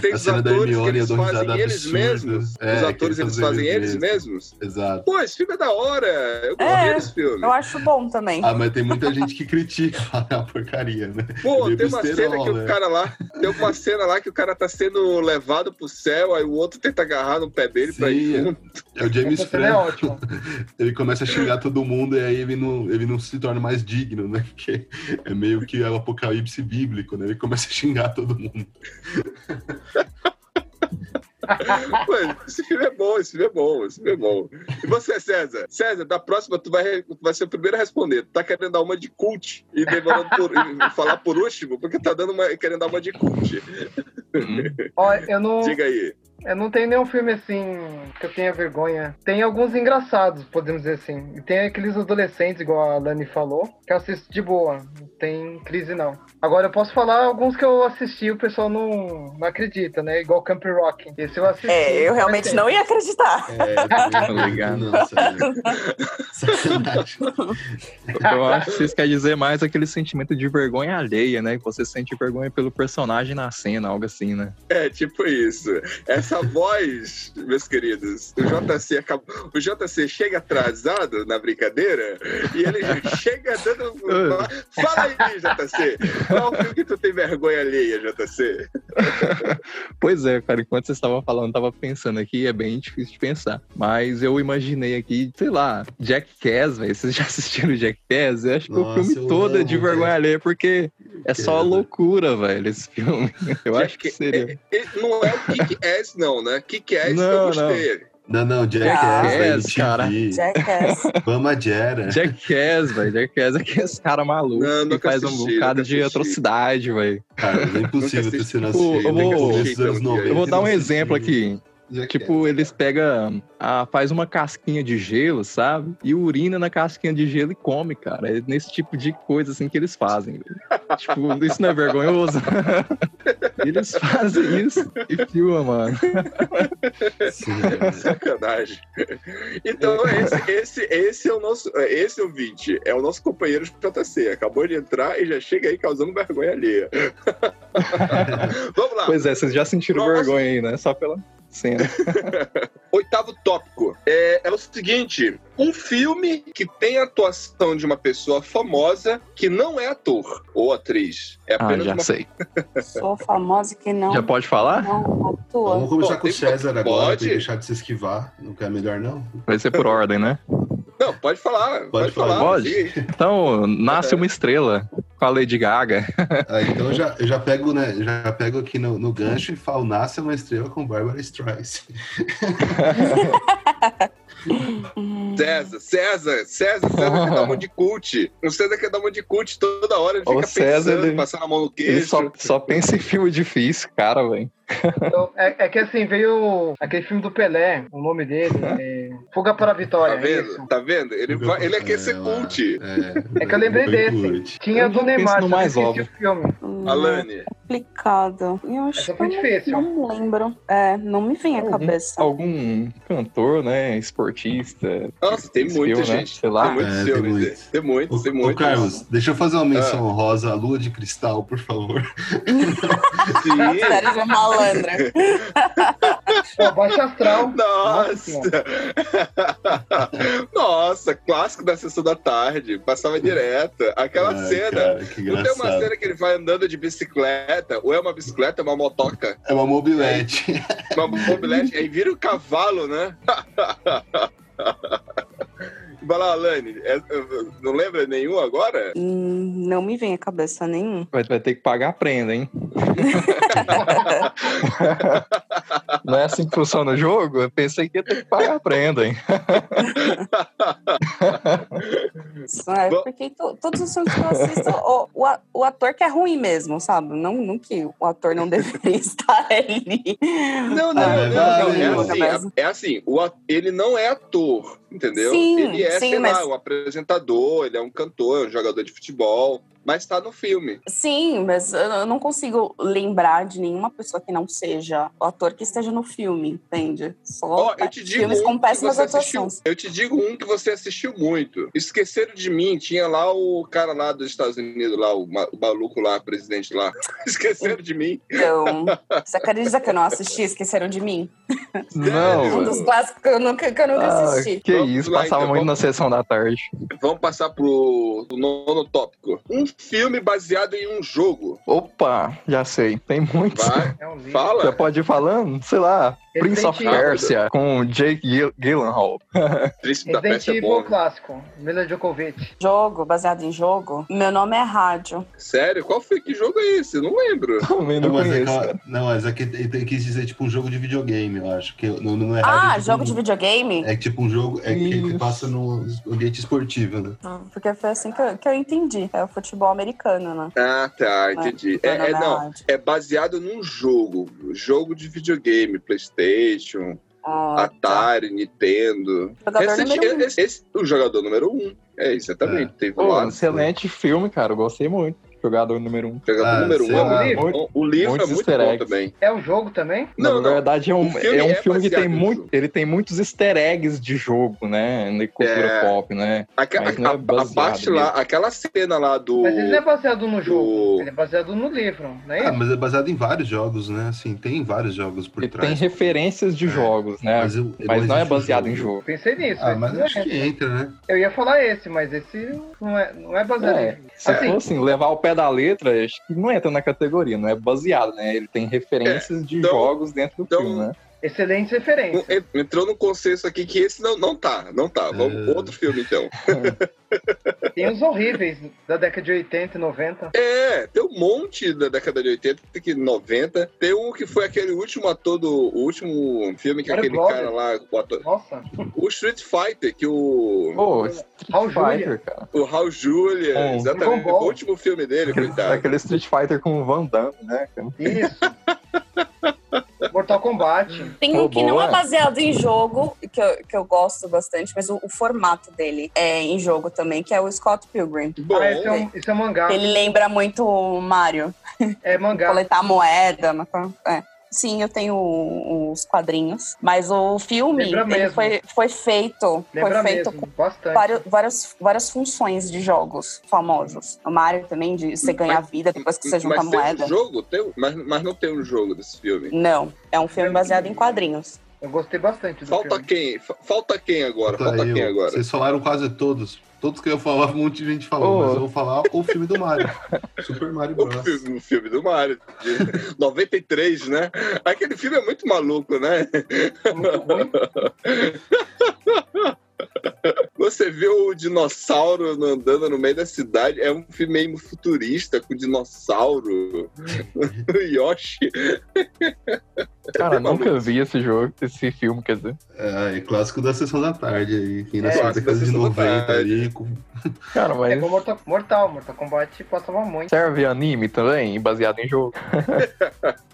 Speaker 6: Tem
Speaker 8: a
Speaker 6: os
Speaker 8: cena da
Speaker 6: atores que
Speaker 8: Hermione, eu
Speaker 6: eles
Speaker 8: dou risada
Speaker 6: fazem eles
Speaker 8: absurda.
Speaker 6: mesmos.
Speaker 8: É,
Speaker 6: os
Speaker 8: que
Speaker 6: atores, eles fazem eles mesmos.
Speaker 8: Exato.
Speaker 6: Pô, esse filme é da hora. Eu gosto
Speaker 9: É,
Speaker 6: desse filme.
Speaker 9: Eu acho bom também.
Speaker 8: Ah, mas tem muita gente que critica é uma porcaria, né?
Speaker 6: Pô,
Speaker 8: Meio
Speaker 6: tem uma
Speaker 8: besterol,
Speaker 6: cena que o
Speaker 8: né?
Speaker 6: cara lá. Tem uma cena lá que o cara tá sendo levado pro céu, aí o outro tenta agarrar no pé dele pra ir
Speaker 8: Sim,
Speaker 6: junto.
Speaker 8: É o James
Speaker 10: Essa cena é
Speaker 8: Franco.
Speaker 10: ótima.
Speaker 8: ele começa a xingar todo mundo e aí ele não, ele não se torna mais digno, né? Porque é meio que é o apocalipse bíblico, né? Ele começa a xingar todo mundo.
Speaker 6: Mano, esse filme é bom, esse filme é bom, esse filme é bom. E você, César? César, da próxima tu vai, tu vai ser o primeiro a responder. Tu tá querendo dar uma de cult e demorando por, e falar por último, porque tá dando uma, querendo dar uma de cult.
Speaker 10: Olha, eu não,
Speaker 6: Diga aí.
Speaker 10: Eu não tenho nenhum filme assim que eu tenha vergonha. Tem alguns engraçados, podemos dizer assim. E tem aqueles adolescentes, igual a Lani falou, que eu assisto de boa. Não tem crise, não. Agora eu posso falar alguns que eu assisti e o pessoal não, não acredita, né? Igual Camp Rock. Esse eu assisti. né?
Speaker 9: É, eu realmente não ia acreditar.
Speaker 8: É, eu também-
Speaker 1: Obrigado.
Speaker 8: Nossa, né? sacanagem.
Speaker 1: Então, Eu acho que isso quer dizer mais aquele sentimento de vergonha alheia, né? Que você sente vergonha pelo personagem na cena, algo assim, né?
Speaker 6: É, tipo isso. Essa voz, meus queridos, o JC acabou. O JC chega atrasado na brincadeira e ele já chega dando. um Fala aí, JC! Qual é o filme que tu tem vergonha alheia, JC?
Speaker 1: Pois é, cara, enquanto vocês estavam falando, eu tava pensando aqui, é bem difícil de pensar. Mas eu imaginei aqui, sei lá, Jack Cass, velho. Vocês já assistiram Jack Cass? Eu acho que
Speaker 8: Nossa,
Speaker 1: o
Speaker 8: eu
Speaker 1: filme todo é
Speaker 8: amo,
Speaker 1: de
Speaker 8: velho.
Speaker 1: vergonha alheia, porque é só
Speaker 8: Credo.
Speaker 1: loucura, velho, esse filme. Eu
Speaker 6: Jack
Speaker 1: acho que seria.
Speaker 6: E- e Não é o Kick-Ass, não, né? Kick-Ass que eu
Speaker 1: Não,
Speaker 6: gostei.
Speaker 8: Não, não, é Jackass,
Speaker 1: Jackass,
Speaker 8: velho,
Speaker 1: Ah, é cara.
Speaker 8: MTV,
Speaker 9: Jackass.
Speaker 8: Bama Jera.
Speaker 1: Jack Cass, velho. Jack Cass é que esse cara maluco
Speaker 6: Não,
Speaker 1: que
Speaker 6: nunca
Speaker 1: faz um
Speaker 6: assisti,
Speaker 1: bocado
Speaker 6: nunca
Speaker 1: de
Speaker 6: assisti.
Speaker 1: atrocidade, velho.
Speaker 8: Cara, é impossível
Speaker 6: Nunca
Speaker 8: ter
Speaker 6: assisti.
Speaker 8: sido
Speaker 1: Tipo,
Speaker 8: assim.
Speaker 1: eu
Speaker 8: né, que
Speaker 1: vou-
Speaker 8: começo dos anos
Speaker 6: eu vou
Speaker 8: 90,
Speaker 1: Eu vou dar um
Speaker 8: não assisti
Speaker 1: exemplo aqui.
Speaker 8: Jackass,
Speaker 1: Tipo, eles
Speaker 8: cara.
Speaker 1: pegam. A, faz uma casquinha de gelo, sabe? E urina na casquinha de gelo e come, cara. É nesse tipo de coisa assim que eles fazem. velho. tipo, isso não é vergonhoso. eles fazem isso e filma, mano.
Speaker 8: Sim, é. cara.
Speaker 6: Sacanagem. Então, esse, esse, esse é o nosso. Esse ouvinte é o nosso companheiro JC. Acabou de entrar e já chega aí causando vergonha alheia. Vamos lá.
Speaker 1: Pois é, vocês já sentiram
Speaker 6: Nossa.
Speaker 1: vergonha aí, né? Só pela cena.
Speaker 6: Oitavo tópico é, é o seguinte: um filme que tem a atuação de uma pessoa famosa que não é ator ou atriz. É
Speaker 1: Ah,
Speaker 6: apenas
Speaker 1: já
Speaker 6: uma.
Speaker 1: sei.
Speaker 9: Sou famosa que não,
Speaker 1: Já pode falar?
Speaker 9: não atua.
Speaker 8: Vamos começar
Speaker 6: Pô,
Speaker 8: com o
Speaker 6: tem-
Speaker 8: César agora,
Speaker 6: pode?
Speaker 8: pra ele deixar de se esquivar. Não quer melhor, não?
Speaker 1: Vai ser por ordem, né?
Speaker 6: Não, pode falar. Pode,
Speaker 8: falar.
Speaker 6: falar.
Speaker 1: Pode?
Speaker 6: sim.
Speaker 1: Então, nasce uma estrela com a Lady Gaga.
Speaker 8: Ah, então eu já, eu já pego, né? Já pego aqui no, no gancho e falo, nasce uma estrela com Barbara Streisand.
Speaker 9: Hum,
Speaker 6: César, César, César, César quer dar mão de cult. O César quer dar mão de cult toda hora. Ele
Speaker 1: Ô,
Speaker 6: fica
Speaker 1: César,
Speaker 6: pensando,
Speaker 1: ele-
Speaker 6: passando a mão no
Speaker 1: Ele
Speaker 6: queixo.
Speaker 1: só, só pensa em filme difícil, cara, velho.
Speaker 10: Então, é, é que assim, veio aquele filme do Pelé, o nome dele. é Fuga para a Vitória.
Speaker 6: Tá
Speaker 10: isso.
Speaker 6: vendo? Tá vendo? Ele, vai, ele é que ser cult.
Speaker 8: É,
Speaker 10: É que eu lembrei
Speaker 8: bem
Speaker 10: desse.
Speaker 8: cult.
Speaker 10: Tinha
Speaker 1: Eu
Speaker 10: do
Speaker 1: penso
Speaker 10: Neymar,
Speaker 1: no
Speaker 10: só que eu
Speaker 1: mais
Speaker 10: esqueci
Speaker 1: óbvio.
Speaker 10: o filme.
Speaker 6: Alane,
Speaker 9: hum, Complicado. Eu acho
Speaker 10: Essa
Speaker 9: que
Speaker 10: foi
Speaker 9: eu não-
Speaker 10: difícil.
Speaker 9: não, me lembro. É, não me vem à
Speaker 1: Algum-
Speaker 9: cabeça.
Speaker 1: Algum cantor, né? Esportista.
Speaker 6: nossa, tem
Speaker 1: Esse
Speaker 6: muita
Speaker 1: filme, né?
Speaker 6: gente.
Speaker 1: Sei lá.
Speaker 6: Tem muitos
Speaker 8: É, tem
Speaker 6: filmes.
Speaker 8: muitos.
Speaker 6: Tem
Speaker 8: Ô,
Speaker 6: muitos, tem
Speaker 8: ô,
Speaker 6: muitos.
Speaker 8: Carlos, deixa eu fazer uma
Speaker 6: Ah.
Speaker 8: menção honrosa à lua de cristal, por favor.
Speaker 6: Sim.
Speaker 9: Sério, é malandra.
Speaker 10: Pô, Baixa Astral.
Speaker 6: Nossa!
Speaker 10: Senhora.
Speaker 6: Nossa, clássico da sessão da tarde. Passava direto. Aquela
Speaker 8: Ai,
Speaker 6: cena.
Speaker 8: cara, que
Speaker 6: Não tem uma
Speaker 8: engraçado.
Speaker 6: cena que ele vai andando de bicicleta, ou é uma bicicleta, é uma motoca,
Speaker 8: É uma mobilete.
Speaker 6: uma mobilete, aí vira o cavalo, né? Vai lá, Alane, é- é- não lembra nenhum agora?
Speaker 9: Hum, não me vem à cabeça nenhum.
Speaker 1: Vai, vai ter que pagar a prenda, hein? Não é assim que funciona o jogo? Eu pensei que ia ter que pagar a prenda, hein?
Speaker 9: Isso é
Speaker 6: Bom-
Speaker 9: porque to- todos os filmes que eu assisto, o, o, a- o ator que é ruim mesmo, sabe? Não, não que o ator não deveria estar ali.
Speaker 6: Não, não,
Speaker 8: Ah,
Speaker 6: não, não,
Speaker 8: vale.
Speaker 6: É assim, é, é assim o a- ele não é ator, entendeu?
Speaker 9: Sim,
Speaker 6: ele é,
Speaker 9: sim,
Speaker 6: sei
Speaker 9: mas-
Speaker 6: lá, um apresentador, ele é um cantor, é um jogador de futebol, mas tá no filme.
Speaker 9: Sim, mas eu- eu não consigo lembrar de nenhuma pessoa que não seja o ator que esteja no filme, entende? Só
Speaker 6: Ó, eu te digo
Speaker 9: filmes
Speaker 6: um
Speaker 9: com
Speaker 6: que
Speaker 9: péssimas
Speaker 6: você assistiu.
Speaker 9: atuações.
Speaker 6: Eu te digo um que você assistiu muito. Esqueceram de mim, tinha lá o cara lá dos Estados Unidos, lá, o, ma- o maluco lá, presidente lá. Esqueceram de mim.
Speaker 9: Então, você acredita que eu não assisti? Esqueceram de mim? Um
Speaker 1: Não,
Speaker 9: dos
Speaker 1: velho.
Speaker 9: clássicos que eu nunca, que eu nunca
Speaker 1: Ah,
Speaker 9: assisti.
Speaker 1: que
Speaker 6: Vamos
Speaker 1: isso,
Speaker 6: lá,
Speaker 1: passava
Speaker 6: então,
Speaker 1: muito na
Speaker 6: vamos-
Speaker 1: sessão da tarde.
Speaker 6: Vamos passar pro nono tópico. Um filme baseado em um jogo.
Speaker 1: Opa, já sei. Tem muitos.
Speaker 6: Vai,
Speaker 10: É um livro.
Speaker 1: Já
Speaker 6: fala.
Speaker 1: pode ir falando? Sei lá, Prince of
Speaker 10: Resident Evil.
Speaker 1: Persia com Jake Gil- Gyllenhaal.
Speaker 6: Príncipe da
Speaker 10: Resident
Speaker 6: Pérsia é
Speaker 10: Evil
Speaker 6: bom.
Speaker 10: clássico. Mila Djokovic.
Speaker 9: Jogo, baseado em jogo. Meu nome é Rádio.
Speaker 6: Sério? Qual foi? Que jogo é esse? Eu Não lembro.
Speaker 1: Também não
Speaker 8: Não, mas, é
Speaker 1: conheço.
Speaker 8: aquela- não, mas é que ele ele quis dizer tipo um jogo de videogame, eu acho. Que não, não é rádio,
Speaker 9: Ah,
Speaker 8: tipo,
Speaker 9: jogo
Speaker 8: um-
Speaker 9: de videogame?
Speaker 8: É tipo um jogo é que ele
Speaker 1: Isso.
Speaker 8: passa no ambiente esportivo, né?
Speaker 9: Porque foi assim que eu, que eu entendi. É o futebol americano, né?
Speaker 6: Ah, tá, entendi.
Speaker 9: Meu
Speaker 6: É,
Speaker 9: nome
Speaker 6: é, não.
Speaker 9: Rádio.
Speaker 6: É baseado num jogo. Jogo de videogame, PlayStation,
Speaker 9: Ah,
Speaker 6: Atari, Nintendo.
Speaker 9: Jogador
Speaker 6: Esse- é,
Speaker 9: número um.
Speaker 6: esse- esse- o jogador número um. É, exatamente. Teve
Speaker 1: Pô,
Speaker 6: lá.
Speaker 1: excelente filme, cara. Eu gostei muito. Jogador número um.
Speaker 6: Jogador
Speaker 8: Ah,
Speaker 6: número um.
Speaker 8: sei
Speaker 6: é
Speaker 8: lá.
Speaker 6: muito bom. O livro
Speaker 1: Muitos
Speaker 6: é muito
Speaker 1: easter
Speaker 6: bom
Speaker 1: eggs.
Speaker 6: também.
Speaker 10: É um jogo também?
Speaker 6: Não,
Speaker 1: Na
Speaker 6: não.
Speaker 1: verdade, é
Speaker 6: O
Speaker 1: um,
Speaker 6: filme
Speaker 1: é um
Speaker 6: é
Speaker 1: filme que
Speaker 6: baseado
Speaker 1: tem
Speaker 6: em
Speaker 1: muito.
Speaker 6: jogo.
Speaker 1: Ele tem muitos easter eggs de jogo, né? Na cultura
Speaker 6: É.
Speaker 1: pop, né?
Speaker 6: Aca-
Speaker 1: Mas não é
Speaker 6: a- a- a,
Speaker 1: baseado
Speaker 6: parte lá, aquela cena lá do.
Speaker 10: Mas ele não é baseado no jogo,
Speaker 6: do-
Speaker 10: ele é baseado no livro, não é
Speaker 8: Ah,
Speaker 10: isso?
Speaker 8: mas é baseado em vários jogos, né? Assim, tem vários jogos por
Speaker 1: Ele tem
Speaker 8: trás.
Speaker 1: referências de
Speaker 8: É.
Speaker 1: jogos, né? Mas,
Speaker 8: eu-
Speaker 1: não é
Speaker 8: existe o
Speaker 1: baseado em jogo.
Speaker 10: Pensei nisso.
Speaker 8: Ah,
Speaker 10: esse
Speaker 8: mas
Speaker 10: não
Speaker 8: acho
Speaker 10: é.
Speaker 8: que entra, né?
Speaker 10: Eu ia falar esse, mas esse não é, não é baseado
Speaker 1: É.
Speaker 10: em jogo.
Speaker 1: Se
Speaker 10: Assim,
Speaker 1: for assim, levar ao pé da letra, acho que não entra na categoria, não é baseado, né? Ele tem referências de
Speaker 6: então-
Speaker 1: jogos dentro do
Speaker 6: então-
Speaker 1: filme, né?
Speaker 10: excelente referência.
Speaker 9: é
Speaker 6: en- Entrou no consenso aqui que esse não, não tá, não tá. Vamos,
Speaker 8: É.
Speaker 6: Outro filme, então.
Speaker 10: Tem uns horríveis da década de 80 e 90.
Speaker 6: É, tem um monte da década de 80, tem que 90. Tem um que foi aquele último ator do. O último filme que
Speaker 10: Mario
Speaker 6: aquele
Speaker 10: Brothers.
Speaker 6: cara lá. O, ator-
Speaker 10: Nossa,
Speaker 6: o Street Fighter, que o.
Speaker 1: Pô,
Speaker 10: Raul
Speaker 1: Street
Speaker 10: Julia.
Speaker 6: é.
Speaker 1: Fighter, cara.
Speaker 6: O Raul Julia,
Speaker 1: É.
Speaker 6: exatamente.
Speaker 10: Dragon Ball.
Speaker 6: O último filme dele,
Speaker 1: Aquele,
Speaker 6: coitado.
Speaker 1: aquele Street Fighter com o Van Damme, né? cara?
Speaker 10: isso. Mortal Kombat.
Speaker 9: Tem
Speaker 1: Pô,
Speaker 9: um que não
Speaker 1: boa.
Speaker 9: é baseado em jogo, que eu, que eu gosto bastante, mas o, o formato dele é em jogo também, que é o Scott Pilgrim.
Speaker 6: Bom,
Speaker 10: ah, esse é, um, esse é um mangá.
Speaker 9: Ele lembra muito o Mario.
Speaker 10: É mangá.
Speaker 9: Coletar moeda. mas- é. Sim, eu tenho o- os quadrinhos. Mas o filme
Speaker 10: Lembra
Speaker 9: ele
Speaker 10: mesmo.
Speaker 9: foi, foi feito.
Speaker 10: Lembra
Speaker 9: foi feito
Speaker 10: mesmo, né? bastante.
Speaker 9: vários, várias, várias funções de jogos famosos. O Mario também, de você ganhar vida depois um que você junta a
Speaker 6: mas tem
Speaker 9: moeda.
Speaker 6: um jogo, tem, um- mas, mas não tem um jogo desse filme.
Speaker 9: Não, é um filme baseado em quadrinhos.
Speaker 10: Eu gostei bastante do
Speaker 6: Falta
Speaker 10: filme.
Speaker 6: quem? Fa- Falta quem agora?
Speaker 8: Tá,
Speaker 6: Falta
Speaker 8: eu-
Speaker 6: quem agora?
Speaker 8: Vocês falaram quase todos. Todos que eu falava, um monte de gente falou.
Speaker 1: Ô.
Speaker 8: Mas eu vou falar o filme do Mario. Super Mario
Speaker 6: O
Speaker 8: Bros.
Speaker 6: Um filme, o filme do Mario, de 93, né? Aquele filme é muito maluco, né?
Speaker 10: Muito ruim.
Speaker 6: Você vê o dinossauro andando no meio da cidade, é um filme meio futurista, com dinossauro, o
Speaker 1: Hum.
Speaker 6: Yoshi.
Speaker 1: Cara,
Speaker 6: bem
Speaker 1: nunca
Speaker 6: maluco.
Speaker 1: vi esse jogo, esse filme, quer dizer.
Speaker 8: É, é clássico da sessão da tarde aí. Quem
Speaker 6: É,
Speaker 8: nasceu na
Speaker 6: clássico da
Speaker 8: década de
Speaker 6: sessão da
Speaker 8: 90
Speaker 6: tarde.
Speaker 8: ali. com-
Speaker 1: Cara,
Speaker 10: É
Speaker 1: mas
Speaker 10: igual Mortal, Mortal, Mortal Kombat passava muito.
Speaker 1: serve anime também, baseado em jogo.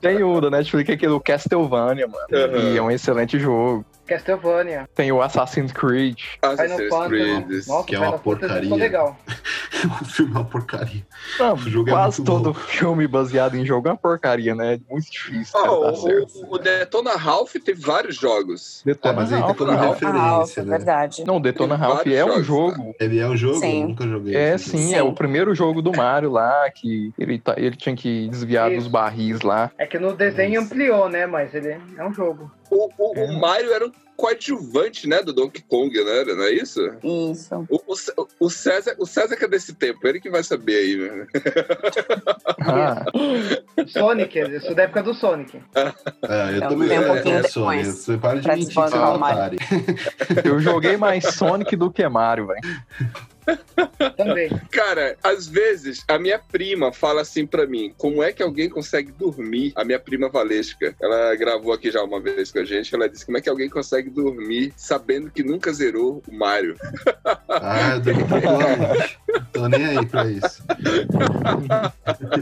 Speaker 1: Tem o da Netflix, aquele do Castlevania, mano.
Speaker 6: Aham.
Speaker 1: E é um excelente jogo.
Speaker 10: Castlevania,
Speaker 1: Tem o Assassin's Creed.
Speaker 10: Final
Speaker 6: Assassin's Creed.
Speaker 10: Fantasy. né? Nossa,
Speaker 8: que é uma
Speaker 10: Final Fantasy ficou
Speaker 8: porcaria.
Speaker 10: legal.
Speaker 8: o filme é uma porcaria.
Speaker 1: Não,
Speaker 8: O jogo é
Speaker 1: quase
Speaker 8: muito
Speaker 1: todo filme baseado em jogo é uma porcaria, né? É muito difícil.
Speaker 6: Ah,
Speaker 1: cara,
Speaker 6: o,
Speaker 1: dar certo.
Speaker 6: o- o Detona Ralph teve vários jogos.
Speaker 8: É,
Speaker 1: Detona
Speaker 8: mas ele tem
Speaker 1: Ralph,
Speaker 8: como
Speaker 1: não.
Speaker 9: Ah,
Speaker 8: referência,
Speaker 9: é
Speaker 8: né?
Speaker 9: verdade.
Speaker 1: Não, Detona
Speaker 6: Tem
Speaker 1: Ralph
Speaker 6: vários
Speaker 1: é um
Speaker 6: jogos,
Speaker 1: jogo.
Speaker 8: Ele é um jogo?
Speaker 9: Sim.
Speaker 8: Eu nunca joguei.
Speaker 1: É
Speaker 8: esse
Speaker 1: sim,
Speaker 8: jogo.
Speaker 1: é
Speaker 9: Sim.
Speaker 1: o primeiro jogo do Mario lá, que ele, tá, ele tinha que desviar
Speaker 10: Isso.
Speaker 1: dos barris lá.
Speaker 10: É que no desenho ampliou, né? Mas ele é um jogo.
Speaker 6: O, o-
Speaker 1: É.
Speaker 6: o Mario era um coadjuvante, né, do Donkey Kong, né? Não é isso?
Speaker 9: Isso.
Speaker 6: O, o Cé- o César, o César que é desse tempo, ele que vai saber aí, né?
Speaker 1: Ah,
Speaker 10: Sonic, eu sou da época do Sonic.
Speaker 8: Ah, eu
Speaker 9: Então,
Speaker 8: também
Speaker 9: tem um
Speaker 8: eu
Speaker 9: pouquinho
Speaker 8: era Sony.
Speaker 9: depois
Speaker 8: Você para de
Speaker 9: pra
Speaker 8: mentir,
Speaker 9: desbancar
Speaker 8: fala
Speaker 9: o Mario.
Speaker 8: Atari.
Speaker 1: eu joguei mais Sonic do que Mario, velho.
Speaker 10: Também.
Speaker 6: Cara, às vezes a minha prima fala assim pra mim: como é que alguém consegue dormir? A minha prima Valesca, ela gravou aqui já uma vez com a gente. Ela disse: como é que alguém consegue dormir sabendo que nunca zerou o Mario?
Speaker 8: Ah, eu dormi totalmente. Tô nem aí pra isso.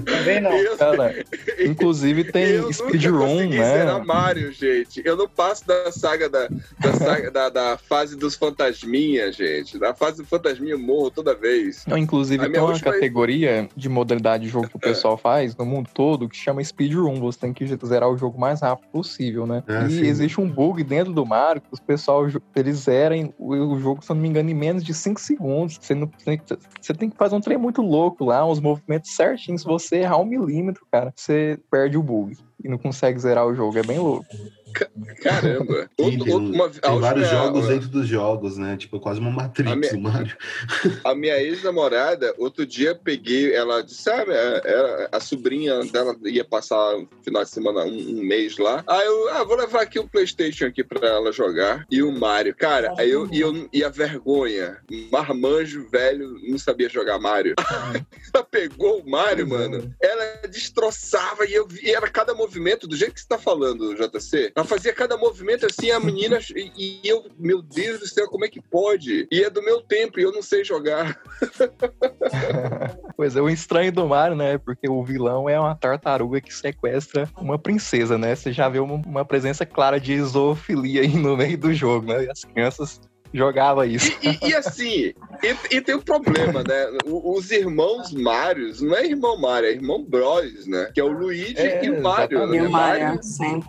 Speaker 10: Também não.
Speaker 6: Eu,
Speaker 1: Cara, inclusive
Speaker 6: eu
Speaker 1: tem
Speaker 6: nunca
Speaker 1: speedrun,
Speaker 6: consegui
Speaker 1: né?
Speaker 6: zerar Mario, gente. Eu não passo da saga da, da, saga- da- da fase dos fantasminha, gente. Da fase do fantasminha eu morro toda vez.
Speaker 1: Não,
Speaker 6: A
Speaker 1: inclusive, tem
Speaker 6: minha
Speaker 1: uma
Speaker 6: última-
Speaker 1: categoria de modalidade de jogo que o pessoal faz no mundo todo que chama speedrun. Você tem que zerar o jogo o mais rápido possível, né?
Speaker 8: Ah,
Speaker 1: e
Speaker 8: sim.
Speaker 1: existe um bug dentro do Mario que os pessoal jo- eles zerem o, o jogo, se eu não me engano, em menos de 5 segundos. Você, não, tem que- você tem que fazer um trem muito louco lá, uns movimentos certinhos. Se você errar um milímetro, cara, você perde o bug. E não consegue zerar o jogo, é bem louco.
Speaker 6: Caramba.
Speaker 8: Sim, tem,
Speaker 6: uma- a
Speaker 8: tem vários
Speaker 6: última-
Speaker 8: jogos dentro dos jogos, né? Tipo, é quase uma
Speaker 6: A
Speaker 8: Matrix,
Speaker 6: minha-
Speaker 8: o Mario.
Speaker 6: A minha ex-namorada, outro dia peguei, ela disse, sabe, a, a sobrinha dela ia passar um final de semana, um, um mês lá. Aí eu, ah, vou levar aqui o Playstation aqui pra ela jogar. E o Mario. Cara, aí eu, e, eu, e a vergonha. Marmanjo velho não sabia jogar Mario. ela pegou o Mario, mano. Ela destroçava e eu vi, era cada movimento, do jeito que você tá falando, JC, ela fazia cada movimento assim, a menina. E, e eu, meu Deus do céu, como é que pode? E é do meu tempo e eu não sei jogar.
Speaker 1: Pois é, o estranho do Mario, né? Porque o vilão é uma tartaruga que sequestra uma princesa, né? Você já vê uma, uma presença clara de zoofilia aí no meio do jogo, né? E as crianças jogavam isso.
Speaker 6: E, e assim, e, e tem um problema, né? O- os irmãos Marios, não é irmão Mario, é irmão Bros, né? Que é o Luigi
Speaker 1: É,
Speaker 6: e o Mario.
Speaker 1: exatamente.
Speaker 6: Né?
Speaker 1: E o Mario.
Speaker 11: Sim.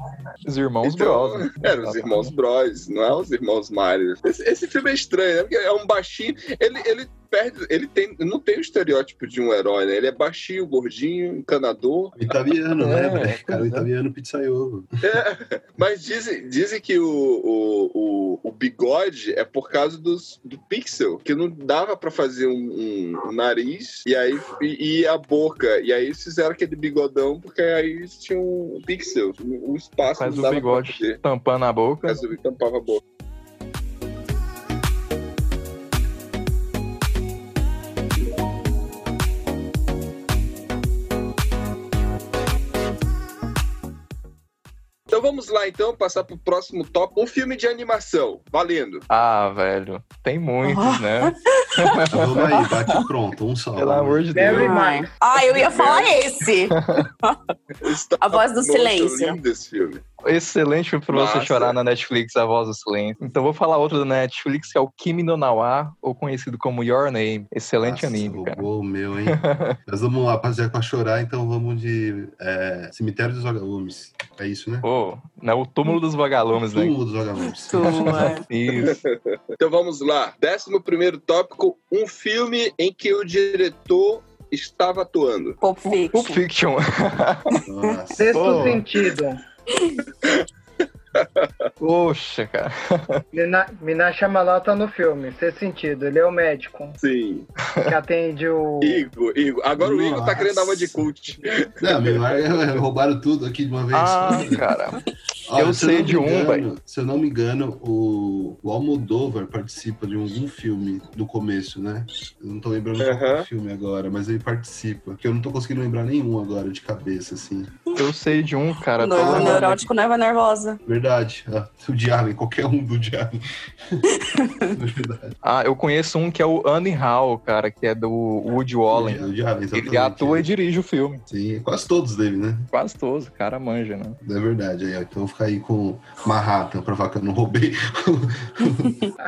Speaker 1: Os irmãos
Speaker 6: Então,
Speaker 1: Bros. né?
Speaker 6: Era os irmãos Bros, não é os irmãos Mario. Esse, esse filme é estranho, né? Porque é um baixinho. Ele, ele perde. Ele tem, não tem o estereótipo de um herói, né? Ele é baixinho, gordinho, encanador.
Speaker 8: Italiano,
Speaker 1: É,
Speaker 8: né, velho? Cara,
Speaker 1: pois é.
Speaker 8: italiano pizzaioso.
Speaker 6: É, mas dizem, dizem que o, o, o, o bigode é por causa dos, do pixel, que não dava pra fazer um, um nariz e, aí, e, e a boca. E aí eles fizeram aquele bigodão, porque aí tinha um pixel, um um espaço
Speaker 1: Faz
Speaker 6: não
Speaker 1: o
Speaker 6: dava pra
Speaker 1: bigode
Speaker 6: fazer.
Speaker 1: tampando a boca.
Speaker 6: Mas ele tampava a boca. Então vamos lá, então, passar pro próximo top. Um filme de animação, valendo.
Speaker 1: Ah, velho, tem muitos, né?
Speaker 8: Vamos aí, bate pronto, um só.
Speaker 1: Pelo amor de Deus.
Speaker 10: Mary
Speaker 11: Ai.
Speaker 10: Max.
Speaker 11: Ah, eu ia falar esse.
Speaker 6: Está-
Speaker 11: A Voz do
Speaker 6: Nossa,
Speaker 11: Silêncio.
Speaker 6: eu lindo esse filme.
Speaker 1: Excelente filme pra você
Speaker 6: Massa.
Speaker 1: chorar na Netflix, A Voz do Silêncio. Então vou falar outro da Netflix, que é o Kimi no Nawa, ou conhecido como Your Name. Excelente
Speaker 8: Nossa,
Speaker 1: anime, cara.
Speaker 8: roubou o meu, hein? Mas vamos lá, rapaziada, pra chorar, então vamos de é, Cemitério dos Vagalumes. É isso, né?
Speaker 1: Pô, né, o túmulo dos vagalumes, né?
Speaker 8: Túmulo dos Vagalumes.
Speaker 11: Tua.
Speaker 1: Isso.
Speaker 6: Então vamos lá. Décimo primeiro tópico, um filme em que o diretor estava atuando.
Speaker 11: Pulp
Speaker 1: Pulp
Speaker 11: Fiction.
Speaker 1: Fiction.
Speaker 8: Nossa.
Speaker 10: Sexto
Speaker 1: Pô.
Speaker 10: sentido.
Speaker 1: Poxa, cara.
Speaker 10: Mina- Mina Chamalá tá no filme, sexto sentido. Ele é o médico
Speaker 6: Sim.
Speaker 10: que atende o.
Speaker 6: Igor, Igor. Agora o Igor tá
Speaker 8: Nossa.
Speaker 6: querendo dar uma de cult.
Speaker 8: Não, meu, roubaram tudo aqui de uma vez.
Speaker 1: Ah, cara.
Speaker 8: Olha,
Speaker 1: eu
Speaker 8: se não
Speaker 1: sei
Speaker 8: me
Speaker 1: de um,
Speaker 8: engano-
Speaker 1: velho.
Speaker 8: Se eu não me engano, o, o Almodóvar participa de algum filme do começo, né? Eu não tô lembrando qual
Speaker 6: Aham.
Speaker 8: filme agora, mas ele participa. Que eu não tô conseguindo lembrar nenhum agora de cabeça, assim.
Speaker 1: Eu sei de um, cara. tô
Speaker 11: Noivo
Speaker 8: Não,
Speaker 1: lembrando.
Speaker 11: neurótico, noiva nervosa.
Speaker 8: Verdade. Ah, o Diário, qualquer um do Diário. Verdade.
Speaker 1: Ah, eu conheço um que é o Annie Hall, cara, que é do Woody Allen.
Speaker 8: O Diário, exatamente.
Speaker 1: Ele atua e dirige o filme.
Speaker 8: Sim, é quase todos dele, né?
Speaker 1: Quase todos, o cara manja, né?
Speaker 8: É verdade. Aí, ó, então eu vou ficar aí com Manhattan pra falar que eu não roubei.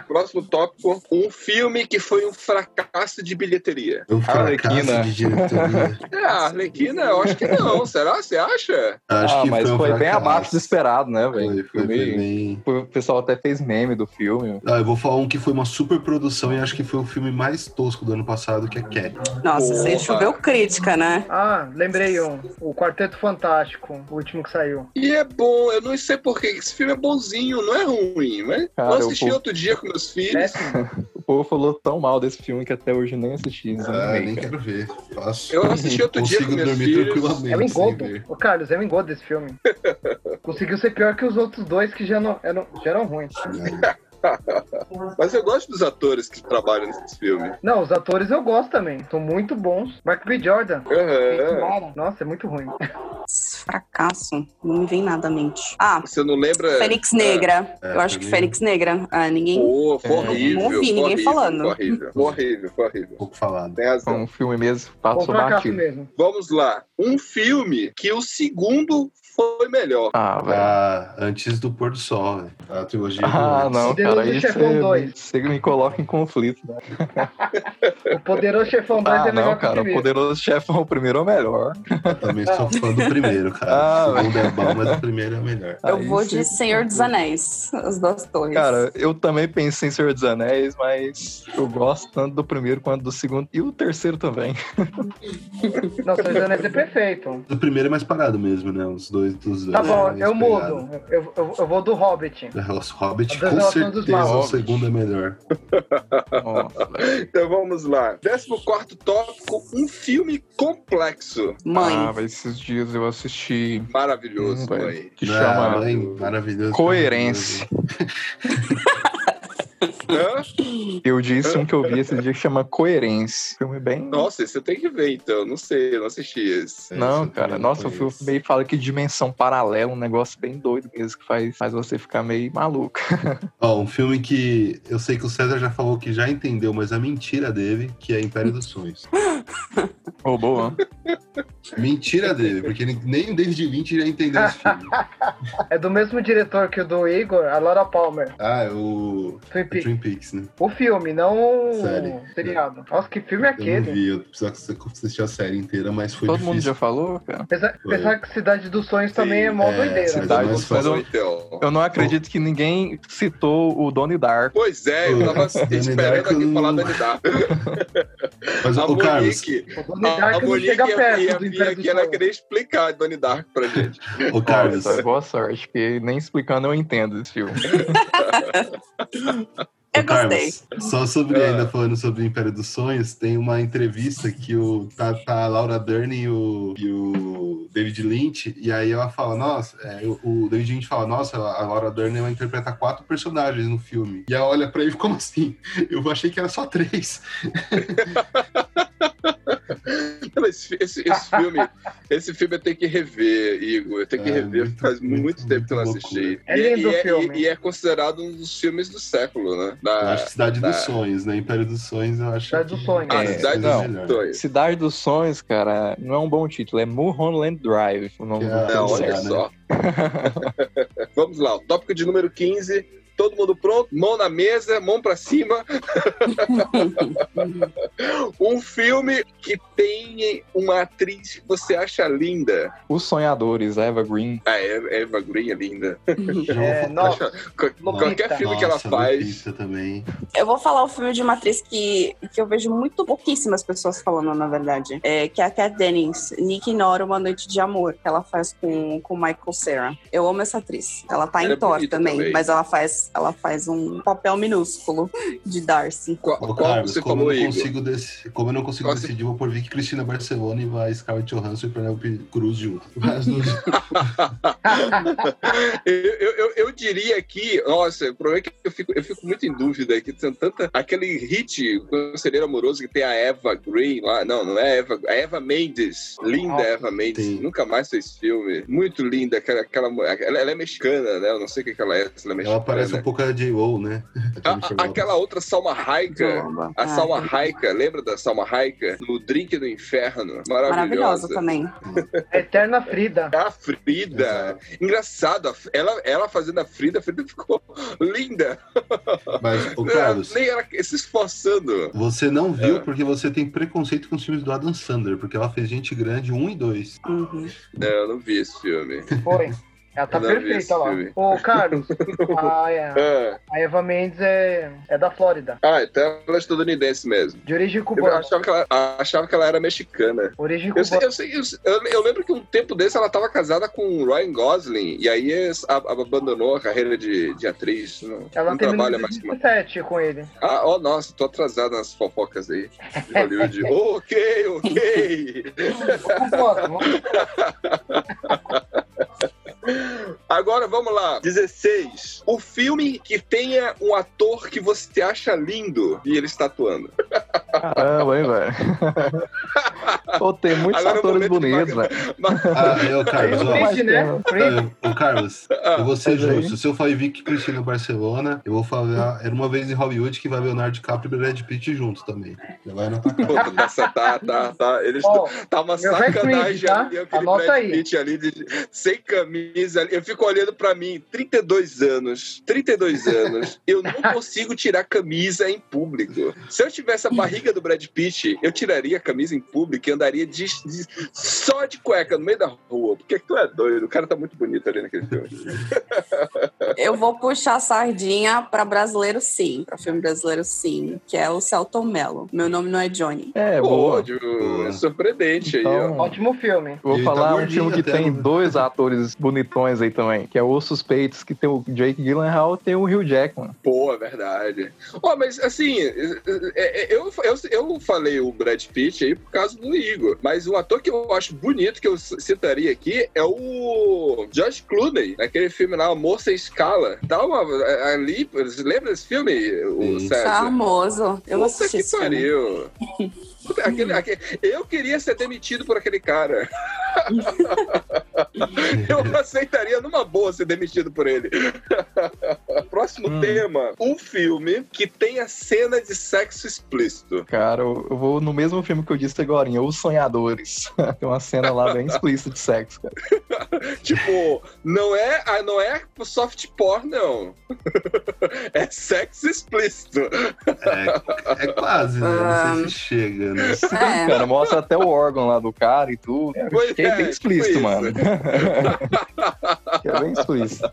Speaker 6: Próximo tópico: um filme que foi um fracasso de bilheteria.
Speaker 8: É um fracasso
Speaker 1: Arlequina.
Speaker 8: de né? diretoria.
Speaker 6: É, a Arlequina, eu acho que não. Será? Você acha?
Speaker 8: Acho
Speaker 1: ah,
Speaker 8: que
Speaker 1: mas
Speaker 8: foi, um
Speaker 1: foi, bem
Speaker 8: fracasso.
Speaker 1: abaixo do esperado, né,
Speaker 8: Foi,
Speaker 1: velho?
Speaker 8: foi, foi
Speaker 1: Filme-
Speaker 8: bem...
Speaker 1: O pessoal até fez meme do filme.
Speaker 8: Ah, eu vou falar um que foi uma super produção e acho que foi o filme mais tosco do ano passado, que é Cat.
Speaker 11: Nossa, você
Speaker 6: Porra.
Speaker 11: choveu crítica, né?
Speaker 10: Ah, lembrei um. O Quarteto Fantástico, o último que saiu.
Speaker 6: E é bom, eu não sei porquê. Esse filme é bonzinho, não é ruim, né?
Speaker 1: Cara,
Speaker 6: eu assisti
Speaker 1: eu-
Speaker 6: outro dia com meus filhos.
Speaker 10: Péssimo.
Speaker 1: O povo falou tão mal desse filme que até hoje nem assisti.
Speaker 8: Ah,
Speaker 1: desanimei,
Speaker 8: nem
Speaker 1: cara.
Speaker 8: quero ver. Faço.
Speaker 6: Eu assisti outro dia
Speaker 8: Consigo
Speaker 6: com meus
Speaker 8: dormir
Speaker 6: filhos.
Speaker 8: tranquilamente.
Speaker 10: É um
Speaker 8: sem
Speaker 10: engodo.
Speaker 8: ver.
Speaker 10: Ô, Carlos, é um engodo desse filme. Conseguiu ser pior que os outros dois que já, não, eram, já eram ruins.
Speaker 6: Mas eu gosto dos atores que trabalham nesse filme.
Speaker 10: Não, os atores eu gosto também. São muito bons. Mark B. Jordan.
Speaker 6: Aham.
Speaker 10: Nossa, é muito ruim.
Speaker 11: Esse Fracasso. Não me vem nada à mente. Ah,
Speaker 6: Você não lembra?
Speaker 11: Fênix Negra.
Speaker 8: É,
Speaker 11: Eu acho que
Speaker 8: também.
Speaker 11: Fênix Negra. Ah, ninguém.
Speaker 6: Pô, foi
Speaker 1: É.
Speaker 6: horrível.
Speaker 11: Não ouvi
Speaker 6: foi
Speaker 11: ninguém
Speaker 6: horrível,
Speaker 11: falando.
Speaker 6: Foi horrível, foi horrível, foi horrível.
Speaker 8: Pouco falado.
Speaker 6: Tem razão.
Speaker 1: Foi um filme mesmo,
Speaker 10: Foi um
Speaker 1: passou
Speaker 10: fracasso
Speaker 1: batido.
Speaker 10: mesmo.
Speaker 6: Vamos lá. Um filme que o segundo foi melhor.
Speaker 1: Ah, velho.
Speaker 8: Ah, antes do pôr do sol, velho. A trilogia
Speaker 1: Ah,
Speaker 8: do...
Speaker 1: não, cara,
Speaker 10: Poderoso
Speaker 1: aí
Speaker 10: Chefão
Speaker 1: você,
Speaker 10: dois.
Speaker 1: você me coloca em conflito. né?
Speaker 10: O Poderoso Chefão 2
Speaker 1: Ah,
Speaker 10: é melhor
Speaker 1: não,
Speaker 10: que o
Speaker 1: cara, o
Speaker 10: primeiro.
Speaker 1: Poderoso Chefão, o primeiro é o melhor.
Speaker 8: Eu também sou fã do primeiro, cara.
Speaker 1: Ah,
Speaker 8: o segundo é bom, mas o primeiro é o melhor.
Speaker 11: Eu
Speaker 1: Aí
Speaker 11: vou
Speaker 1: você-
Speaker 11: de Senhor dos Anéis. As duas torres.
Speaker 1: Cara, eu também pensei em Senhor dos Anéis, mas eu gosto tanto do primeiro quanto do segundo e o terceiro também.
Speaker 10: Não, Senhor dos Anéis é perfeito.
Speaker 8: O primeiro é mais parado mesmo, né? Os dois dos dois.
Speaker 10: Tá bom,
Speaker 8: é mais
Speaker 10: eu
Speaker 8: pegado.
Speaker 10: mudo. Eu, eu, eu vou do Hobbit.
Speaker 8: Nossa, o Hobbit,
Speaker 10: A
Speaker 8: com
Speaker 10: revelação dos
Speaker 8: certeza, o
Speaker 10: magos.
Speaker 8: segundo é melhor.
Speaker 1: Nossa, velho.
Speaker 6: Então vamos lá. Décimo quarto tópico, um filme complexo.
Speaker 11: Mãe.
Speaker 1: Ah, mas esses dias eu assisti
Speaker 6: Maravilhoso,
Speaker 1: um,
Speaker 8: Hum,
Speaker 1: velho,
Speaker 6: mãe.
Speaker 1: que
Speaker 8: Ah,
Speaker 1: chama
Speaker 8: mãe, maravilhoso.
Speaker 1: Coerência. Eu disse um que eu vi esse dia que chama Coerência. Filme bem.
Speaker 6: Nossa, esse eu tenho que ver, então. Não sei, eu não assisti esse. é
Speaker 1: Não, cara. Nossa, o filme meio fala que dimensão paralela, um negócio bem doido mesmo, que faz, faz você ficar meio maluco.
Speaker 8: Ó, um filme que eu sei que o César já falou que já entendeu, mas a mentira dele, que é Império dos Sonhos.
Speaker 1: Ô, boa.
Speaker 8: Mentira dele, porque ele- nem o David Lynch já entendeu esse filme.
Speaker 10: É do mesmo diretor que o do Igor, a Laura Palmer.
Speaker 8: Ah, é o
Speaker 10: Twin Peaks.
Speaker 8: Dream Peaks, né?
Speaker 10: O filme, não o
Speaker 8: Série.
Speaker 10: seriado. Nossa, que filme é
Speaker 8: Eu não
Speaker 10: aquele?
Speaker 8: vi, eu precisava assistir a série inteira, mas foi
Speaker 1: Todo
Speaker 8: difícil.
Speaker 1: mundo já falou, cara?
Speaker 10: Apesar,
Speaker 8: Foi.
Speaker 10: apesar que Cidade dos Sonhos também é mó
Speaker 8: é,
Speaker 10: doideira.
Speaker 8: Cidade-
Speaker 1: Cidade dos
Speaker 8: Mas
Speaker 1: Sonhos, eu-
Speaker 6: Então.
Speaker 1: Eu não acredito que ninguém citou o Donnie Darko.
Speaker 6: Pois é, eu tava esperando
Speaker 8: Darko
Speaker 6: aqui
Speaker 8: não-
Speaker 6: falar da Nidar.
Speaker 8: Mas,
Speaker 6: A
Speaker 8: ô, Carlos,
Speaker 6: Monique,
Speaker 10: O Donnie
Speaker 6: a, a
Speaker 10: Darko não
Speaker 6: Monique
Speaker 10: chega
Speaker 6: ia,
Speaker 10: perto
Speaker 6: ia
Speaker 10: do
Speaker 6: vir
Speaker 10: Império dos
Speaker 6: aqui, ela
Speaker 10: Sonhos.
Speaker 6: queria explicar Donnie Darko pra gente.
Speaker 8: ô, Carlos,
Speaker 1: Nossa, boa sorte, que nem explicando eu entendo esse filme.
Speaker 11: Eu gostei.
Speaker 8: Ô, Carlos, só sobre
Speaker 6: Ah.
Speaker 8: ainda falando sobre o Império dos Sonhos, tem uma entrevista que o tá, tá a Laura Dern e o, e o David Lynch, e aí ela fala, nossa, é, o- o David Lynch fala, nossa, a Laura Dern ela interpreta quatro personagens no filme. E ela olha pra ele como assim? Eu achei que era só três.
Speaker 6: Não, Esse, fi- esse- esse filme, esse filme eu tenho que rever, Igor. Eu tenho que
Speaker 8: É,
Speaker 6: rever,
Speaker 8: muito-
Speaker 6: faz muito,
Speaker 8: muito-
Speaker 6: tempo que eu não
Speaker 8: muito
Speaker 6: assisti.
Speaker 10: É
Speaker 6: E-
Speaker 10: lindo
Speaker 6: e,
Speaker 10: o filme.
Speaker 6: E, e é considerado um dos filmes do século, né? Da,
Speaker 8: eu acho que Cidade
Speaker 6: da-
Speaker 8: dos Sonhos, né? Império dos Sonhos, eu acho
Speaker 10: Cidade dos
Speaker 8: que-
Speaker 10: Sonhos.
Speaker 6: Ah,
Speaker 1: É,
Speaker 6: Cidade
Speaker 8: não.
Speaker 6: dos Sonhos.
Speaker 1: Cidade dos Sonhos, cara, não é um bom título, é Mulholland Drive o nome
Speaker 8: É,
Speaker 1: do
Speaker 6: Não,
Speaker 1: filme.
Speaker 6: olha
Speaker 8: né?
Speaker 6: só. Vamos lá, o tópico de número 15. Todo mundo pronto? Mão na mesa, mão pra cima. um filme que tem uma atriz que você acha linda.
Speaker 1: Os Sonhadores, Eva Green.
Speaker 6: A Eva, Eva Green é linda.
Speaker 10: É, nossa,
Speaker 6: Acha- co-
Speaker 10: Lupita.
Speaker 6: qualquer filme que ela
Speaker 8: Nossa,
Speaker 6: faz.
Speaker 8: Lupita também.
Speaker 11: Eu vou falar o filme de uma atriz que, que eu vejo muito pouquíssimas pessoas falando, na verdade. É, que é a Kat Dennings, Nick Nora, Uma Noite de Amor, que ela faz com o Michael Cera. Eu amo essa atriz. Ela tá
Speaker 6: Ela é
Speaker 11: em Thor
Speaker 6: bonita
Speaker 11: também,
Speaker 6: também.
Speaker 11: mas ela faz, ela faz um papel minúsculo de Darcy.
Speaker 6: Qual,
Speaker 8: Ô,
Speaker 6: qual
Speaker 8: Carlos,
Speaker 6: você
Speaker 8: como,
Speaker 6: falou,
Speaker 8: eu não
Speaker 6: Igor?
Speaker 8: consigo dec- como eu não consigo
Speaker 6: Qual você-
Speaker 8: decidir, vou por Vicky Cristina Barcelona e vai Scarlett Johansson e Penelope Cruz junto. Mas não-
Speaker 6: eu, eu, eu- eu diria que, nossa, o problema é que eu fico, eu fico muito em dúvida que tem tanta. Aquele hit conselheiro amoroso que tem a Eva Green lá. Não, não é a Eva. A Eva Mendes. Linda
Speaker 10: Nossa,
Speaker 6: Eva Mendes.
Speaker 8: Ah, sim.
Speaker 6: Nunca mais fez filme. Muito linda. Aquela, aquela, mu- ela, ela é mexicana, né? Eu não sei o que que ela é. Se ela é mexicana.
Speaker 8: Ela parece um pouco a J.O., né?
Speaker 6: A- a- aquela outra Salma Hayek.
Speaker 11: Zoba.
Speaker 6: A
Speaker 11: Ah,
Speaker 6: Salma Hayek, lembra da Salma Hayek? No Drink do Inferno.
Speaker 11: Maravilhosa também.
Speaker 10: a Eterna Frida.
Speaker 6: A Frida.
Speaker 8: Exato.
Speaker 6: Engraçado, a F- ela, ela fazendo a Frida, a Frida ficou linda.
Speaker 8: Mas, ô Carlos,
Speaker 6: É, Nem ela se esforçando.
Speaker 8: você não viu
Speaker 6: É.
Speaker 8: porque você tem preconceito com os filmes do Adam Sandler, porque ela fez Gente Grande 1 e 2.
Speaker 11: Uhum.
Speaker 6: Não, É, eu não vi esse filme.
Speaker 10: Foi. Ela tá
Speaker 6: Eu não vi esse
Speaker 10: perfeita lá.
Speaker 6: filme.
Speaker 10: Ô, Carlos, a, é-
Speaker 6: Ah,
Speaker 10: a Eva Mendes é, é da Flórida,
Speaker 6: ah, então ela é estadunidense mesmo.
Speaker 10: de origem
Speaker 6: Eu
Speaker 10: cubana.
Speaker 6: achava que ela, achava que ela era mexicana.
Speaker 10: Origem
Speaker 6: Eu, sei,
Speaker 10: cubana.
Speaker 6: eu, sei, eu, sei- eu- eu lembro que um tempo desse ela estava casada com o Ryan Gosling e aí es- a- a- abandonou a carreira de, de atriz. Não,
Speaker 10: Ela
Speaker 6: não
Speaker 10: terminou
Speaker 6: trabalha
Speaker 10: em
Speaker 6: mais com
Speaker 10: 2017 com ele.
Speaker 6: Ah, ó, nossa, tô atrasado nas fofocas aí. de Hollywood. ok, ok.
Speaker 10: Vamos pro próximo.
Speaker 6: Agora vamos lá. 16. O filme que tenha um ator que você acha lindo e ele está atuando.
Speaker 1: Caramba, hein, velho? Pô, tem muitos
Speaker 6: Agora é o
Speaker 1: atores
Speaker 6: momento de
Speaker 1: bonitos,
Speaker 6: vaga.
Speaker 1: velho.
Speaker 6: Mas,
Speaker 8: Ah, eu, Carlos,
Speaker 10: Tem o
Speaker 8: ó.
Speaker 1: Mas-
Speaker 10: Creed, né? Creed.
Speaker 8: Ô, Carlos,
Speaker 6: Ah.
Speaker 8: eu vou ser
Speaker 1: Mas aí-
Speaker 8: justo. Se eu falar Vicky Cristina Barcelona, eu vou falar. Era uma vez em Hollywood que vai Leonardo DiCaprio e Brad Pitt juntos também. Já vai na tua cara.
Speaker 6: Puta, nossa, tá, tá, tá. Eles
Speaker 10: Ó,
Speaker 6: tá uma
Speaker 10: meu Zack
Speaker 6: sacanagem
Speaker 10: Creed, tá?
Speaker 6: ali, aquele
Speaker 10: Anota
Speaker 6: Brad
Speaker 10: aí.
Speaker 6: Pitt ali de- sem camisa. ali. Eu fico olhando pra mim, 32 anos, 32 anos. eu não consigo tirar camisa em público. Se eu tivesse a barriga do Brad Pitt, eu tiraria a camisa em público e andaria de- de- só de cueca no meio da rua. Porque tu é doido, o cara tá muito bonito ali naquele filme.
Speaker 11: Eu vou puxar a sardinha pra brasileiro, sim. Pra filme brasileiro, sim. Que é o Celton Mello. Meu nome não é Johnny.
Speaker 1: É,
Speaker 6: Pô,
Speaker 1: boa.
Speaker 6: de-
Speaker 8: Boa.
Speaker 6: Surpreendente aí, ó.
Speaker 1: Então,
Speaker 10: Ótimo filme.
Speaker 1: vou
Speaker 8: Ele tá
Speaker 1: falar um
Speaker 8: gordinho
Speaker 1: filme que
Speaker 8: até,
Speaker 1: tem
Speaker 8: né?
Speaker 1: dois atores bonitões aí também, que é Os Suspeitos, que tem o Jake Gyllenhaal e tem o Hugh Jackman.
Speaker 6: Pô, é verdade. Ó, mas assim, é- é- eu, eu, eu falei o Brad Pitt aí por causa do Igor, mas um ator que eu acho bonito que eu c- citaria aqui é o George Clooney, naquele filme lá, Amor Sem Escala. Dá uma é, ali, lembra desse filme, o César?
Speaker 11: Famoso. Tá, Eu não
Speaker 6: Puta
Speaker 11: assisti
Speaker 6: que
Speaker 11: esse filme.
Speaker 6: pariu. Puta, aquele- aquele- eu queria ser demitido por aquele cara. eu aceitaria numa boa ser demitido por ele. Próximo tema: um filme que tenha cena de sexo explícito.
Speaker 1: Cara, eu, eu vou no mesmo filme que eu disse agora, em Os Sonhadores. Tem uma cena lá bem explícita de sexo, cara.
Speaker 6: Tipo, não é, ah, não é soft porn, não. É sexo explícito.
Speaker 8: É, quase, né? Não sei se chega, né?
Speaker 10: É.
Speaker 1: Cara, mostra até o órgão lá do cara e tudo.
Speaker 6: Pois
Speaker 1: Fiquei
Speaker 6: é,
Speaker 1: bem
Speaker 6: tipo
Speaker 1: explícito,
Speaker 6: isso.
Speaker 1: mano. é bem explícito.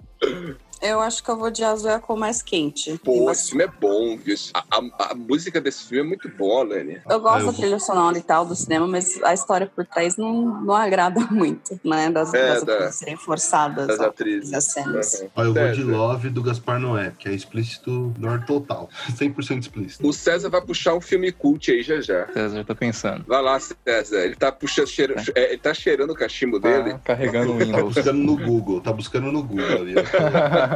Speaker 11: Eu acho que eu vou de azul é a cor mais quente.
Speaker 6: Pô, esse filme é bom, viu? A, a- a música desse filme é muito boa, Lani.
Speaker 11: Eu gosto
Speaker 6: É, eu
Speaker 11: da
Speaker 6: vou-
Speaker 11: trilha sonora e tal do cinema, mas a história por trás não, não agrada muito, né? Das,
Speaker 6: É,
Speaker 11: das
Speaker 6: da-
Speaker 11: coisas serem forçadas.
Speaker 6: das
Speaker 11: ó,
Speaker 6: atrizes.
Speaker 11: Das cenas.
Speaker 8: Ó, eu vou de Love do Gaspar Noé, que é explícito no ar total. 100% explícito.
Speaker 6: O César vai puxar um filme cult aí já já.
Speaker 1: César, eu tô pensando.
Speaker 6: Vai lá, César. Ele tá puxando, cheira- é, ele tá cheirando o
Speaker 1: Ah.
Speaker 6: cachimbo dele.
Speaker 1: Carregando o
Speaker 8: Tá
Speaker 1: Windows.
Speaker 8: buscando no Google, tá buscando no Google ali.
Speaker 1: Tá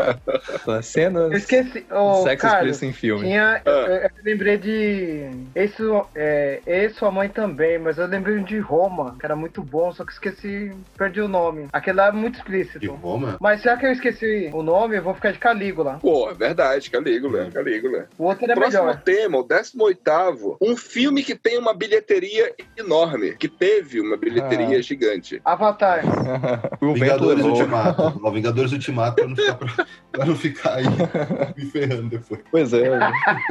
Speaker 1: Cenas
Speaker 10: Eu esqueci. Ô,
Speaker 1: de sexo
Speaker 10: Carlos,
Speaker 1: explícito em filme.
Speaker 10: Tinha, eu,
Speaker 6: Ah.
Speaker 10: eu lembrei de. Esse, é, esse sua mãe também, mas eu lembrei de Roma, que era muito bom, só que esqueci, perdi o nome. Aquele lá é muito explícito. De
Speaker 8: Roma?
Speaker 10: Mas já que eu esqueci o nome, eu vou ficar de Calígula.
Speaker 6: Pô, é verdade, Calígula, Calígula.
Speaker 10: O outro era
Speaker 6: Próximo
Speaker 10: melhor.
Speaker 6: tema, o 18 um filme que tem uma bilheteria enorme, que teve uma bilheteria
Speaker 10: Ah.
Speaker 6: gigante.
Speaker 10: Avatar.
Speaker 1: O
Speaker 10: é
Speaker 8: Vingadores
Speaker 1: vento levou.
Speaker 8: Ultimato. Ó, Vingadores Ultimato pra não ficar, pra, pra não ficar aí me ferrando depois.
Speaker 1: Pois é.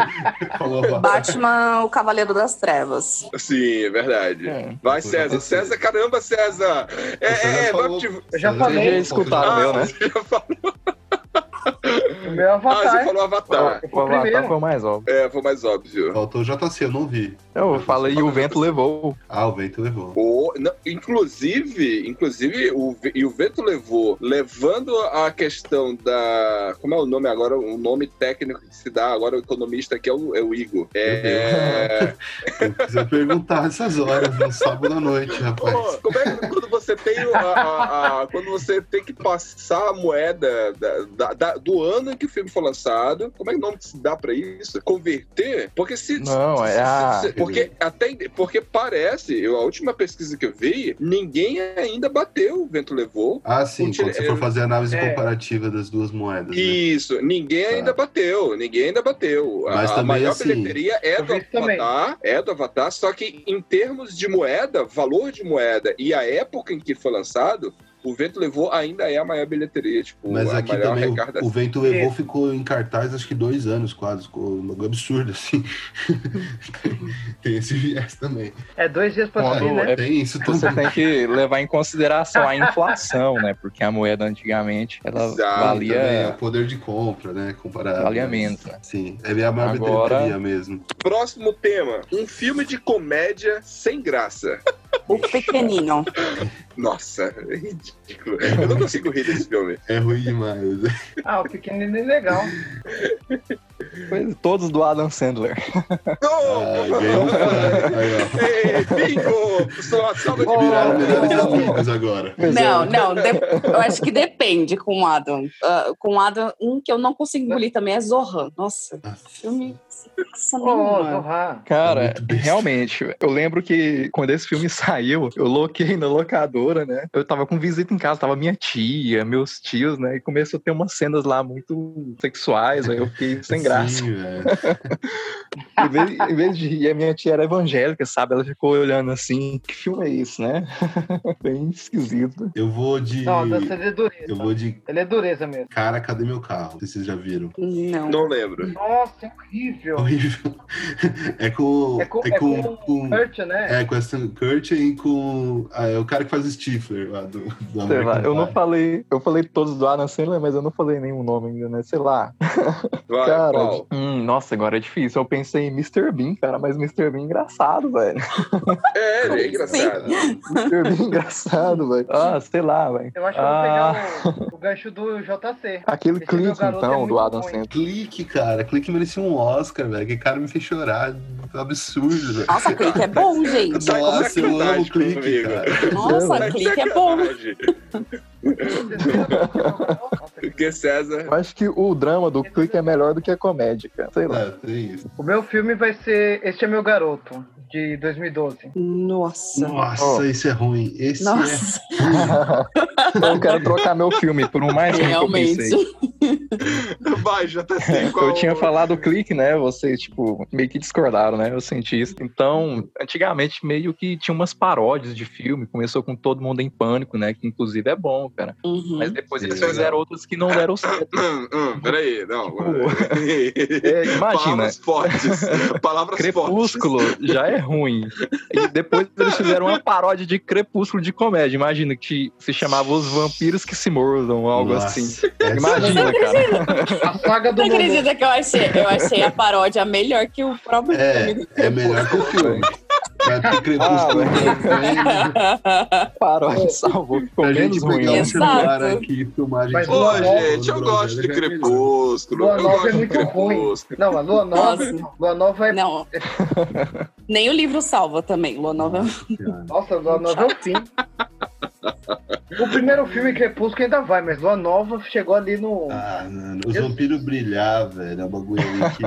Speaker 8: Falou, Avatar.
Speaker 11: Batman, o Cavaleiro das Trevas.
Speaker 6: Sim, é verdade. Vai,
Speaker 10: é,
Speaker 6: César. César, caramba, César. É, é, é, vamos te...
Speaker 10: Eu já falei. Vocês já escutaram o meu, né?
Speaker 6: você já falou.
Speaker 10: O meu Avatar.
Speaker 6: Ah, você falou Avatar.
Speaker 1: O Avatar Tá, foi o mais óbvio.
Speaker 6: É, foi mais óbvio.
Speaker 8: Faltou o JC, eu não vi.
Speaker 1: Eu falei e o vento levou.
Speaker 8: Ah, o vento levou.
Speaker 6: O- não, inclusive, inclusive o, ve- e o vento levou, levando a questão da. Como é o nome agora? O nome técnico que se dá agora, o economista aqui é o, é o Igor. É,
Speaker 8: Eu quis perguntar essas horas, no sábado à noite, rapaz.
Speaker 6: como é que quando você tem o- a- a- a- quando você tem que passar a moeda da- da- da- do ano em que o filme foi lançado, como é que o nome que se dá pra isso? Converter? Porque se
Speaker 1: Não, é a.
Speaker 6: Porque até porque parece, eu, a última pesquisa que eu vi, ninguém ainda bateu o vento levou.
Speaker 8: Ah, sim,
Speaker 6: Utili-
Speaker 8: quando você for fazer a análise
Speaker 6: É.
Speaker 8: comparativa das duas moedas. né?
Speaker 6: Isso, ninguém ainda bateu, ninguém ainda bateu. A-
Speaker 8: Mas
Speaker 6: a,
Speaker 8: também,
Speaker 6: maior
Speaker 8: assim,
Speaker 6: bilheteria é
Speaker 10: eu
Speaker 6: do
Speaker 10: vi isso também.
Speaker 6: Avatar, é do Avatar, só que em termos de moeda, valor de moeda e a época em que foi lançado, o vento levou ainda é a maior bilheteria, tipo,
Speaker 8: Mas
Speaker 6: a
Speaker 8: aqui
Speaker 6: maior é.
Speaker 8: também
Speaker 6: arrecadação.
Speaker 8: o, o Vento Levou ficou em cartaz acho que dois anos quase, ficou um bagulho absurdo assim. tem esse viés também.
Speaker 10: É dois dias pra
Speaker 1: Quando
Speaker 10: sair, né?
Speaker 1: é-
Speaker 8: Tem isso
Speaker 1: Você
Speaker 8: também.
Speaker 1: tem que levar em consideração a inflação, né? Porque a moeda antigamente ela
Speaker 8: Exato, também, é o
Speaker 1: valia.
Speaker 8: poder de compra, né? Comparado.
Speaker 1: Valia
Speaker 8: mas-
Speaker 1: menos, né?
Speaker 8: Sim, é a maior
Speaker 1: Agora-
Speaker 8: bilheteria mesmo.
Speaker 6: Próximo tema: um filme de comédia sem graça.
Speaker 11: O Pequenino.
Speaker 6: Nossa, é ridículo. Eu não consigo rir desse filme.
Speaker 8: É ruim demais.
Speaker 10: Ah, o pequenino é legal.
Speaker 1: Pois, Todos do Adam Sandler.
Speaker 8: Ah. um
Speaker 6: Ei, bingo! Só salva de
Speaker 8: Viraram
Speaker 6: virada.
Speaker 8: melhores amigos agora.
Speaker 6: é.
Speaker 11: Não, não. de- eu acho que depende com o Adam. Ah, com o Adam, um que eu não consigo
Speaker 6: Né?
Speaker 11: engolir também é Zohan. Nossa, filme. sem graça
Speaker 10: Ô,
Speaker 11: nenhuma.
Speaker 10: Zohan.
Speaker 1: Cara, realmente, eu lembro que quando esse filme saiu, eu loquei na locadora, né? Eu tava com visita em casa, tava minha tia, meus tios, né? E começou a ter umas cenas lá muito sexuais, aí eu fiquei sem graça.
Speaker 8: Sim, velho.
Speaker 1: Em vez, em vez de rir, a minha tia era evangélica, sabe? Ela ficou olhando assim, que filme é esse, né? Bem esquisito.
Speaker 8: Eu vou de.
Speaker 10: Não, Adam Sandler é dureza.
Speaker 8: Eu vou de.
Speaker 10: Ele é dureza mesmo.
Speaker 8: Cara, cadê meu carro? Não sei se vocês já viram.
Speaker 11: Não.
Speaker 6: Não lembro.
Speaker 10: Nossa, é horrível.
Speaker 8: Horrível. É com.
Speaker 10: É com,
Speaker 8: É com. com-
Speaker 10: Kurt, né?
Speaker 8: É, com a Stan Kurt e com ah, é o cara que faz o Stifler lá do, do
Speaker 1: Sei lá,
Speaker 8: American
Speaker 1: eu não
Speaker 8: Pie.
Speaker 1: falei, eu falei todos do Adam Sandler, mas eu não falei nenhum nome ainda, né? Sei lá.
Speaker 6: Vai,
Speaker 1: Cara,
Speaker 6: qual?
Speaker 1: hum, Hum, nossa, agora é difícil. Eu pensei em Mr. Bean, cara, mas Mr. Bean é engraçado, velho.
Speaker 6: É, ele é
Speaker 1: assim?
Speaker 6: engraçado.
Speaker 1: Mr. Bean é engraçado, velho. Ah, sei lá, velho.
Speaker 10: Eu acho que eu vou
Speaker 1: ah,
Speaker 10: pegar o, o gancho do JC.
Speaker 1: Aquele
Speaker 10: Esse meu
Speaker 1: clique,
Speaker 10: garoto é
Speaker 1: então,
Speaker 10: muito
Speaker 1: do Adam
Speaker 10: ruim.
Speaker 1: Sandler.
Speaker 8: Clique, cara. Clique merecia um Oscar, velho. Que cara me fez chorar. É um Absurdo, velho.
Speaker 11: Nossa, clique é bom, gente.
Speaker 6: Tá de
Speaker 8: Nossa, eu amo
Speaker 6: sacanagem
Speaker 8: clique,
Speaker 6: comigo.
Speaker 8: cara.
Speaker 11: Nossa, clique é bom.
Speaker 6: Porque César.
Speaker 1: Eu acho que o drama do clique é melhor do que a comédia, cara. Sei lá.
Speaker 8: É, tem isso.
Speaker 10: O meu filme vai ser Este é Meu Garoto, de 2012.
Speaker 11: Nossa.
Speaker 8: Nossa,
Speaker 1: Ó.
Speaker 8: esse é ruim. Esse é
Speaker 11: Nossa,
Speaker 1: Então eu quero trocar meu filme por um mais ruim que eu pensei.
Speaker 11: realmente.
Speaker 6: Vai, já tá sem qual.
Speaker 1: Eu tinha falado o clique, né? Vocês, tipo, meio que discordaram, né? Eu senti isso. Então, antigamente, meio que tinha umas paródias de filme. Começou com Todo Mundo em Pânico, né? Que inclusive é bom, cara.
Speaker 11: Uhum.
Speaker 1: Mas depois
Speaker 8: Sim,
Speaker 1: eles
Speaker 8: legal.
Speaker 1: fizeram outras que não deram certo.
Speaker 6: Hum, hum, peraí, não.
Speaker 1: É, imagina,
Speaker 6: Palavras fortes. Palavras
Speaker 1: Crepúsculo já é ruim. E depois eles fizeram uma paródia de Crepúsculo de comédia. Imagina que se chamava Os Vampiros que se Mordam, algo
Speaker 8: Nossa,
Speaker 1: assim.
Speaker 8: essa-
Speaker 1: Imagina, cara.
Speaker 10: A saga do
Speaker 11: Você
Speaker 10: Momô.
Speaker 11: acredita que eu achei, eu achei a paródia melhor que o próprio filme?
Speaker 8: É, é melhor que o filme. Vai ter crepúsculo
Speaker 1: Ah,
Speaker 8: também. né?
Speaker 1: Paródia salvou, ficou
Speaker 8: Pra
Speaker 1: menos
Speaker 8: gente pegar
Speaker 1: ruim. né?
Speaker 8: um
Speaker 11: Exato.
Speaker 8: celular aqui e filmar a gente.
Speaker 10: Mas,
Speaker 6: fortes. Ô,
Speaker 10: Lua
Speaker 6: gente, eu gosto
Speaker 8: né,
Speaker 6: de
Speaker 8: é
Speaker 6: Crepúsculo.
Speaker 10: Lua
Speaker 6: Eu
Speaker 10: Nova
Speaker 6: gosto
Speaker 10: é
Speaker 6: de
Speaker 10: muito ruim.
Speaker 6: Crepúsculo.
Speaker 10: Não, a Lua Nova.
Speaker 11: Nossa.
Speaker 10: Lua Nova é.
Speaker 11: Não. Nem o livro salva também. Lua Nova
Speaker 10: Nossa, Lua Nova é o fim. O primeiro filme Crepúsculo ainda vai, mas Lua Nova chegou ali no.
Speaker 8: Ah, mano, os vampiros brilhar, velho. É uma bagulho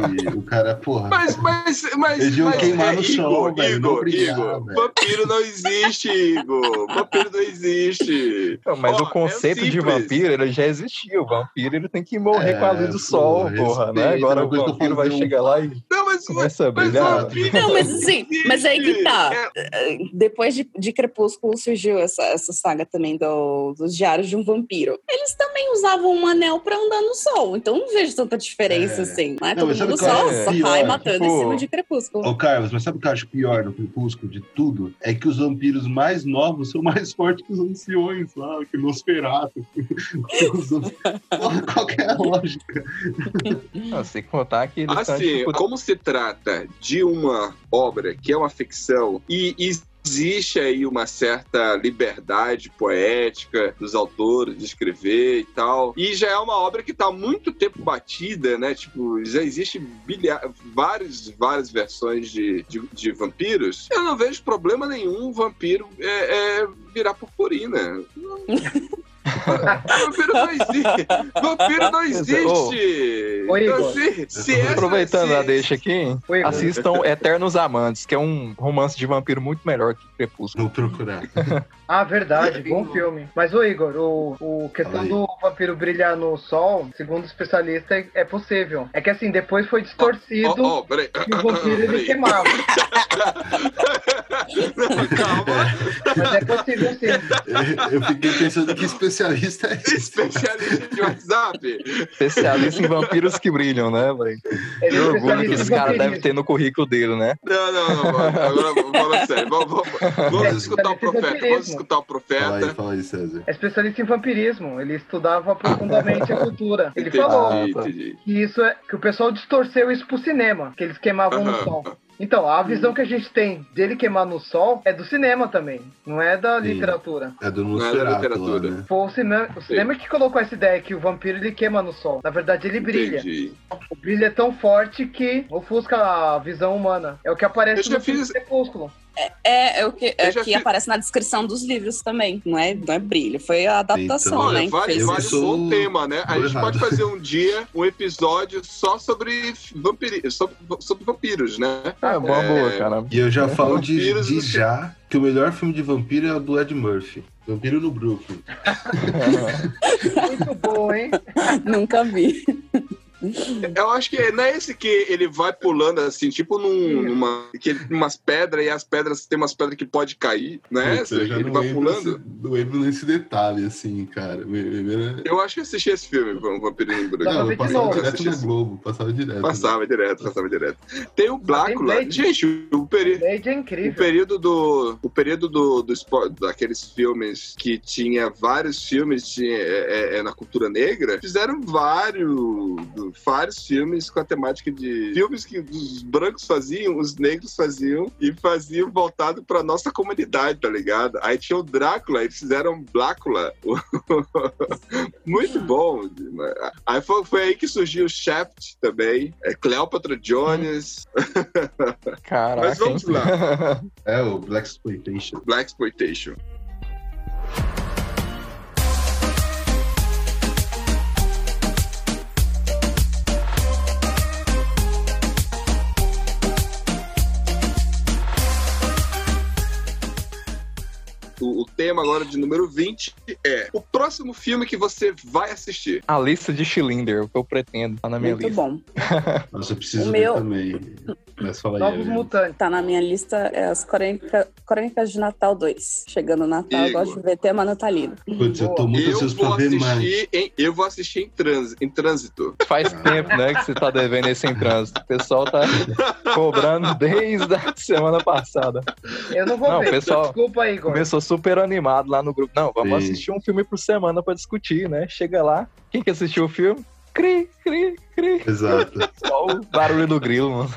Speaker 8: ali que o cara, porra.
Speaker 6: Mas, mas, mas.
Speaker 8: Eles iam
Speaker 6: mas
Speaker 8: queimar
Speaker 6: é,
Speaker 8: no
Speaker 6: Igor,
Speaker 8: chão, velho, não
Speaker 6: Igor,
Speaker 8: brilhar,
Speaker 6: Igor.
Speaker 8: velho.
Speaker 6: Vampiro não existe, Igor. Vampiro não existe.
Speaker 1: Não, Mas
Speaker 6: Ó,
Speaker 1: o conceito
Speaker 6: é
Speaker 1: de
Speaker 6: simples.
Speaker 1: vampiro ele já existia. O vampiro ele tem que morrer com a luz
Speaker 8: É,
Speaker 1: do sol,
Speaker 8: pô,
Speaker 1: porra, né?
Speaker 8: respeita,
Speaker 1: Agora
Speaker 8: uma
Speaker 1: o
Speaker 8: coisa que eu
Speaker 1: vampiro vai
Speaker 8: falei, um-
Speaker 1: chegar lá e
Speaker 6: Não, mas.
Speaker 1: começa a
Speaker 6: Mas
Speaker 1: brilhar.
Speaker 6: vampiro
Speaker 11: Não, mas assim,
Speaker 6: existe.
Speaker 11: mas aí que tá.
Speaker 6: É,
Speaker 11: depois de, de Crepúsculo surgiu essa, essa saga também do- dos Diários de um Vampiro. Eles também usavam um anel pra andar no sol, então não vejo tanta diferença
Speaker 8: É.
Speaker 11: assim. Né?
Speaker 8: Não,
Speaker 11: Todo
Speaker 8: mas sabe
Speaker 11: mundo só,
Speaker 8: qual
Speaker 1: é
Speaker 11: só
Speaker 8: pior?
Speaker 11: sai matando
Speaker 1: Tipo-
Speaker 11: em cima de Crepúsculo.
Speaker 8: Ô, Carlos, mas sabe o que eu acho pior no Crepúsculo de tudo? É que os vampiros mais novos são mais fortes que os anciões lá, que o Nosferatu. Os vamp- Porra, Qual que é a lógica?
Speaker 1: Não, sem contar que eles estão
Speaker 6: Assim,
Speaker 1: tipo,
Speaker 6: como se trata de uma obra que é uma ficção e existe aí uma certa liberdade poética dos autores de escrever e tal, e já é uma obra que está há muito tempo batida, né? Tipo, já existe bilha- várias, várias versões de, de, de vampiros. Eu não vejo problema nenhum o vampiro é, é virar purpurina. Não- vampiro não existe. Vampiro não existe.
Speaker 10: Ô, Igor.
Speaker 6: Então, se- se essa-
Speaker 1: aproveitando
Speaker 6: se-
Speaker 1: a deixa aqui,
Speaker 10: Ô, Igor,
Speaker 6: assim,
Speaker 1: assistam Eternos Amantes, que é um romance de vampiro muito melhor que Crepúsculo.
Speaker 8: Vou procurar.
Speaker 10: Ah, verdade, bom filme. Mas, ô Igor, o, o questão
Speaker 8: Fala aí.
Speaker 10: do vampiro brilhar no sol, segundo o especialista, é- é possível. É que assim, depois foi
Speaker 6: Ó,
Speaker 10: distorcido
Speaker 6: ó, peraí.
Speaker 10: e o vampiro ele
Speaker 6: Peraí.
Speaker 10: queimava.
Speaker 6: Calma.
Speaker 10: Mas é possível sim.
Speaker 8: Eu fiquei pensando que especialista é esse.
Speaker 6: Especialista de WhatsApp.
Speaker 1: Especialista em vampiros que brilham, né, velho?
Speaker 10: Ele
Speaker 1: Que
Speaker 10: é
Speaker 1: orgulho que
Speaker 10: especialista
Speaker 1: esse
Speaker 10: em
Speaker 6: um
Speaker 1: cara deve
Speaker 10: vampirismo.
Speaker 1: ter no currículo dele, né?
Speaker 6: Não, não, não. Agora, falando sério. Vamos, vamos- vamos escutar o profeta. Vamos escutar o
Speaker 8: Fala aí,
Speaker 6: profeta.
Speaker 8: fala aí, César.
Speaker 10: É especialista em vampirismo. Ele estudava profundamente a cultura. Ele
Speaker 6: Entendi,
Speaker 10: falou
Speaker 1: tá.
Speaker 6: entendi.
Speaker 10: que isso é que o pessoal distorceu isso pro cinema, que eles queimavam no sol.
Speaker 6: Aham.
Speaker 10: Então, a visão que a gente tem dele queimar no sol é do cinema também, não é da
Speaker 8: Sim.
Speaker 10: literatura.
Speaker 8: É do
Speaker 6: Não é da
Speaker 8: Nosferatu lá,
Speaker 6: literatura.
Speaker 8: né?
Speaker 10: Foi o cinema, o cinema que colocou essa ideia que o vampiro ele queima no sol. Na verdade, ele brilha.
Speaker 6: Entendi.
Speaker 10: O brilho é tão forte que ofusca a visão humana. É o que
Speaker 6: Eu
Speaker 10: aparece
Speaker 6: já
Speaker 10: no filme
Speaker 6: fiz-
Speaker 10: Crepúsculo.
Speaker 11: É, é o que, é
Speaker 6: Eu já
Speaker 11: que
Speaker 6: fiz-
Speaker 11: aparece na descrição dos livros também, não é, não é brilho. Foi a adaptação,
Speaker 8: Então,
Speaker 11: né?
Speaker 6: Olha,
Speaker 11: que
Speaker 6: vale,
Speaker 11: fez.
Speaker 8: Eu
Speaker 6: vale
Speaker 8: sou
Speaker 6: um bom tema, né? A
Speaker 8: tô
Speaker 6: gente pode
Speaker 8: errado.
Speaker 6: fazer um dia um episódio só sobre, vampiri... sobre, sobre vampiros, né?
Speaker 1: É uma boa, cara.
Speaker 8: E eu já falo de,
Speaker 6: É Vampiros
Speaker 8: de
Speaker 6: no-
Speaker 8: já que o melhor filme de vampiro é o do Ed Murphy. Vampiro no Brooklyn.
Speaker 10: Muito bom, hein?
Speaker 11: Nunca vi.
Speaker 6: Eu acho que não é esse que ele vai pulando assim, tipo num, numa, que ele- umas pedras e as pedras tem umas pedras que pode cair, né?
Speaker 8: Putz,
Speaker 6: essa?
Speaker 8: eu já
Speaker 6: Ele
Speaker 8: não
Speaker 6: vai
Speaker 8: lembro assim.
Speaker 6: pulando.
Speaker 8: esse- não lembro nesse detalhe, assim, cara. Primeiro-
Speaker 6: Eu acho que assisti esse filme, o Vampiro em Bruno.
Speaker 10: Dá pra ver
Speaker 8: Não, eu
Speaker 10: de
Speaker 8: passava
Speaker 10: novo.
Speaker 8: direto né? no Globo, passava direto.
Speaker 6: Passava direto, passava direto. Tem o
Speaker 10: Tem
Speaker 6: Blácula.
Speaker 10: Blade.
Speaker 6: Gente, o, peri...
Speaker 10: Blade é
Speaker 6: o
Speaker 10: incrível.
Speaker 6: período do. O período do, do espo- daqueles filmes que tinha vários filmes tinha- é- é- é na cultura negra, fizeram vários feito vários filmes com a temática de filmes que os brancos faziam, os negros faziam e faziam voltado pra nossa comunidade, tá ligado? Aí tinha o Drácula, eles fizeram Blácula. Muito bom. Aí foi, foi aí que surgiu o Shaft também, é, Cleopatra Jones.
Speaker 1: Caraca.
Speaker 6: Mas vamos
Speaker 1: hein?
Speaker 6: lá.
Speaker 8: É o Black Exploitation.
Speaker 6: Black Exploitation. O, o tema agora de número 20 é o próximo filme que você vai assistir.
Speaker 1: A lista de Schindler, o que eu pretendo, tá na minha
Speaker 9: Muito
Speaker 1: lista.
Speaker 9: bom.
Speaker 8: Nossa, eu preciso
Speaker 9: O
Speaker 8: ver
Speaker 9: meu-
Speaker 8: também. Mas fala aí. né?
Speaker 10: Novos
Speaker 8: Ariana.
Speaker 10: Mutantes.
Speaker 9: Tá na minha lista é as Crônica- Crônicas de Natal 2. Chegando o Natal, eu
Speaker 6: Igor.
Speaker 9: gosto de ver tema natalino.
Speaker 8: Putz, eu tô muito
Speaker 6: eu
Speaker 8: ansioso
Speaker 6: vou
Speaker 8: pra ver mais.
Speaker 6: assistir em, eu vou assistir em, transi, em trânsito.
Speaker 1: Faz tempo, né, que você tá devendo esse em trânsito. O pessoal tá cobrando desde a semana passada.
Speaker 10: Eu não vou
Speaker 1: Não,
Speaker 10: ver.
Speaker 1: pessoal,
Speaker 10: Desculpa aí, Igor.
Speaker 1: Começou super animado lá no grupo. Não, vamos
Speaker 8: Sim.
Speaker 1: assistir um filme por semana pra discutir, né? Chega lá, quem que assistiu o filme? Cri, cri, cri.
Speaker 8: Exato.
Speaker 1: Só o barulho do grilo, mano.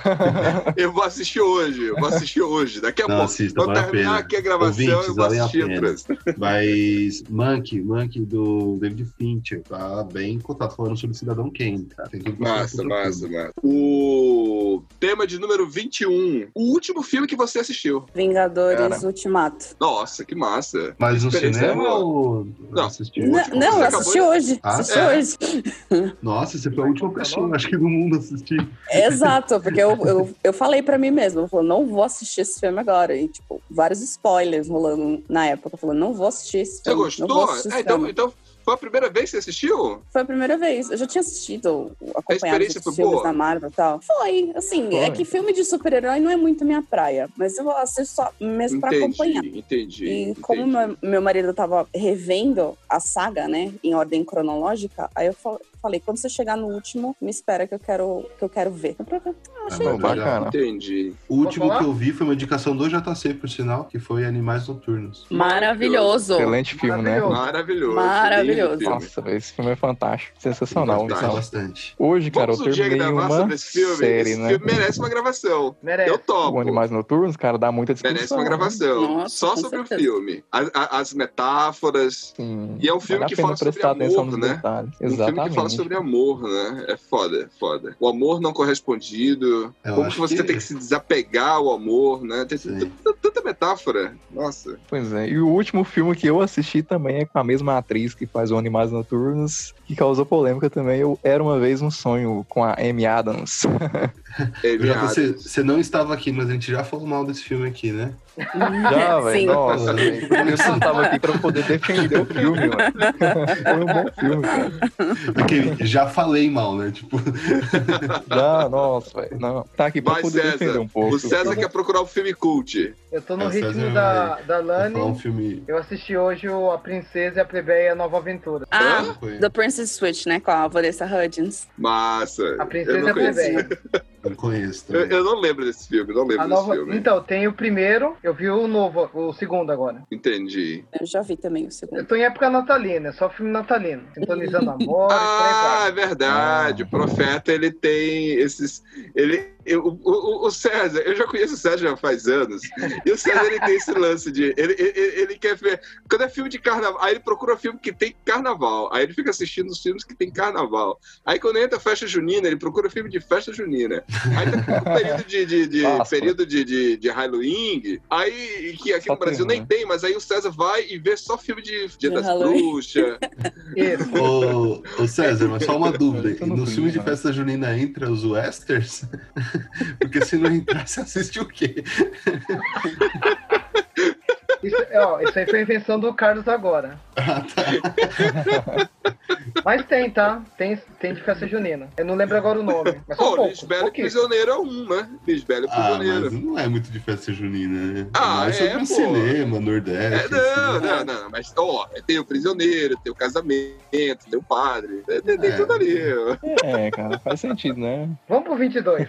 Speaker 6: Eu vou assistir hoje, eu vou assistir hoje. Daqui a
Speaker 8: Não,
Speaker 6: pouco.
Speaker 8: assista,
Speaker 6: Quando
Speaker 8: vale a
Speaker 6: terminar
Speaker 8: pena.
Speaker 6: aqui a gravação,
Speaker 8: Ouvintes,
Speaker 6: eu vou
Speaker 8: vale a
Speaker 6: assistir em
Speaker 8: pena.
Speaker 6: trânsito.
Speaker 8: Mas Monkey, Monkey do David Fincher, tá bem em contato falando sobre Cidadão Kane, cara. Tem tudo pra ser
Speaker 6: Massa,
Speaker 8: um puta
Speaker 6: massa,
Speaker 8: filme.
Speaker 6: massa. O tema de número 21. O último filme que você assistiu.
Speaker 9: Vingadores
Speaker 1: Cara.
Speaker 9: Ultimato.
Speaker 6: Nossa, que massa.
Speaker 8: Mas no
Speaker 6: Experiência é
Speaker 8: cinema
Speaker 6: boa.
Speaker 8: ou
Speaker 6: Não.
Speaker 8: assistiu?
Speaker 9: Não,
Speaker 6: último,
Speaker 9: não
Speaker 6: você
Speaker 9: eu assisti
Speaker 6: acabou
Speaker 9: hoje.
Speaker 8: Ah,
Speaker 9: assisti
Speaker 6: é.
Speaker 9: hoje.
Speaker 8: Nossa, você foi a última pessoa, acho que do mundo a assistir.
Speaker 9: Exato, porque eu, eu, eu falei pra mim mesma, eu falei, não vou assistir esse filme agora. E, tipo, vários spoilers rolando na época. Eu falei, não vou assistir esse
Speaker 6: Você
Speaker 9: filme. Não vou
Speaker 6: gostou?
Speaker 9: assistir esse
Speaker 6: Ah, então,
Speaker 9: filme.
Speaker 6: então foi a primeira vez que você assistiu?
Speaker 9: Foi a primeira vez. Eu já tinha assistido, acompanhado os
Speaker 6: experiência foi
Speaker 9: filmes
Speaker 6: boa?
Speaker 9: da Marvel e tal. Foi, assim,
Speaker 1: Foi.
Speaker 9: é que filme de super-herói não é muito minha praia. Mas eu assisto só mesmo pra acompanhar.
Speaker 6: entendi, entendi.
Speaker 9: E
Speaker 6: entendi.
Speaker 9: como meu, meu marido tava revendo a saga, né, em ordem cronológica, aí eu fa- falei, quando você chegar no último, me espera que eu quero, que eu quero ver. Eu falei, ah, achei
Speaker 1: Pô, bacana.
Speaker 6: Entendi.
Speaker 8: O último
Speaker 10: falar?
Speaker 8: que eu vi foi uma indicação do JC, por sinal, que foi Animais Noturnos.
Speaker 9: Hum, maravilhoso.
Speaker 1: Excelente filme, né?
Speaker 6: Maravilhoso.
Speaker 10: Maravilhoso.
Speaker 9: Maravilhoso.
Speaker 6: lindo filme.
Speaker 1: Nossa, velho, esse filme é fantástico. Sensacional.
Speaker 8: Gostar
Speaker 1: Então,
Speaker 8: bastante.
Speaker 1: Hoje, cara,
Speaker 6: Vamos um
Speaker 1: eu
Speaker 6: dia
Speaker 1: terminei
Speaker 6: gravar sobre
Speaker 1: uma
Speaker 6: esse filme?
Speaker 1: série,
Speaker 6: esse
Speaker 1: né? Um
Speaker 6: filme é merece uma gravação.
Speaker 10: Merece.
Speaker 6: Eu
Speaker 1: O
Speaker 6: topo.
Speaker 1: Animais Noturnos, cara, dá muita discussão.
Speaker 6: Merece uma
Speaker 1: né?
Speaker 6: gravação.
Speaker 9: É. Nossa,
Speaker 6: Só
Speaker 9: com
Speaker 6: sobre o
Speaker 9: certeza.
Speaker 6: filme. A- a- as metáforas.
Speaker 1: Sim.
Speaker 6: E é um filme
Speaker 1: vale a
Speaker 6: que
Speaker 1: pena
Speaker 6: fala sobre
Speaker 1: prestar atenção
Speaker 6: amor,
Speaker 1: nos
Speaker 6: né?
Speaker 1: detalhes.
Speaker 6: Um filme que fala
Speaker 1: Exatamente.
Speaker 6: sobre amor, né? É foda, é foda. O amor não correspondido.
Speaker 8: Eu
Speaker 6: como
Speaker 8: acho
Speaker 6: que você
Speaker 8: que-
Speaker 6: tem que se desapegar ao amor, né? Tem
Speaker 8: Sim.
Speaker 6: t- t- tanta metáfora. Nossa.
Speaker 1: Pois é. E o último filme que eu assisti também é com a mesma atriz que faz o Animais Noturnos, que causou polêmica também. Eu Era Uma Vez um Sonho com a Amy Adams.
Speaker 6: É
Speaker 8: Eu já- Você,
Speaker 6: meados.
Speaker 8: você não estava aqui, mas a gente já falou mal desse filme aqui, né?
Speaker 1: Já, velho.
Speaker 9: Sim.
Speaker 1: Nossa, velho. Eu só tava aqui pra poder defender o filme, mano. Foi um bom filme, cara.
Speaker 8: Porque já falei mal, né? Tipo,
Speaker 1: Já, nossa, velho. Não. Tá aqui pra
Speaker 6: Vai,
Speaker 1: poder defender
Speaker 6: César.
Speaker 1: um pouco.
Speaker 6: O César quer procurar o filme cult.
Speaker 10: Eu tô no
Speaker 8: Essa é
Speaker 10: ritmo
Speaker 8: a
Speaker 10: da,
Speaker 8: minha-
Speaker 10: da
Speaker 8: vou falar um
Speaker 10: Lani.
Speaker 8: filme.
Speaker 10: Eu assisti hoje o A Princesa e a Plebeia Nova Aventura.
Speaker 9: Ah,
Speaker 8: Hã? Foi-
Speaker 9: The Princess Switch, né? Com a Vanessa Hudgens.
Speaker 6: Massa.
Speaker 10: A
Speaker 6: eu,
Speaker 10: Princesa e
Speaker 6: não
Speaker 10: a
Speaker 6: conheço.
Speaker 10: Plebeia.
Speaker 8: Eu conheço
Speaker 6: Eu,
Speaker 8: também.
Speaker 6: eu não lembro desse filme, não lembro
Speaker 10: A
Speaker 6: desse
Speaker 10: nova...
Speaker 6: filme.
Speaker 10: Então, tem o primeiro, eu vi o novo, o segundo agora.
Speaker 6: Entendi.
Speaker 9: Eu já vi também o segundo.
Speaker 10: Eu tô em época natalina, é só filme natalino. Sintonizando amor, e
Speaker 6: Ah, é
Speaker 10: por aí vai.
Speaker 6: verdade. O profeta ele tem esses. Ele, eu- o, o- o César, eu já conheço o César já faz anos. E o César ele tem esse lance de. Ele, ele, ele quer ver. Quando é filme de carnaval, aí ele procura filme que tem carnaval. Aí ele fica assistindo os filmes que tem carnaval. Aí quando entra festa junina, ele procura filme de festa junina. Aí tá com o período de, de, de-
Speaker 1: Nossa.
Speaker 6: período de, de, de Halloween. Aí que aqui
Speaker 1: Só
Speaker 6: no Brasil
Speaker 1: tem,
Speaker 6: nem
Speaker 1: né?
Speaker 6: tem, mas aí o César vai e vê só filme de
Speaker 9: De
Speaker 6: Dia das
Speaker 9: Halloween.
Speaker 6: Bruxas.
Speaker 10: Isso.
Speaker 8: Ô, ô, César, mas só uma dúvida.
Speaker 1: Eu não
Speaker 8: No
Speaker 1: fui,
Speaker 8: filme de
Speaker 6: né?
Speaker 1: cara.
Speaker 8: festa junina entra os westerns? Porque se não entrar, você assiste o quê?
Speaker 10: Isso, é, ó, isso aí foi a invenção do Carlos agora.
Speaker 8: Ah, tá.
Speaker 10: Mas tem, tá? Tem, tem de festa junina. Eu não lembro agora o nome. Mas são
Speaker 6: Pô,
Speaker 10: poucos,
Speaker 6: Lisbela e
Speaker 10: pouquíssimos.
Speaker 6: Prisioneiro é um, né? Lisbela e
Speaker 8: Ah,
Speaker 6: Prisioneiro.
Speaker 8: mas não é muito de festa junina, né?
Speaker 6: Ah,
Speaker 8: mais sobre
Speaker 6: é,
Speaker 8: o
Speaker 6: pô.
Speaker 8: cinema,
Speaker 6: É,
Speaker 8: Nordeste.
Speaker 6: não,
Speaker 8: assim.
Speaker 6: não, não, mas ó, tem o prisioneiro, tem o casamento, tem o padre, tem, tem- tem
Speaker 8: É.
Speaker 6: tudo ali.
Speaker 1: É, cara, faz sentido, né?
Speaker 10: Vamos pro 22.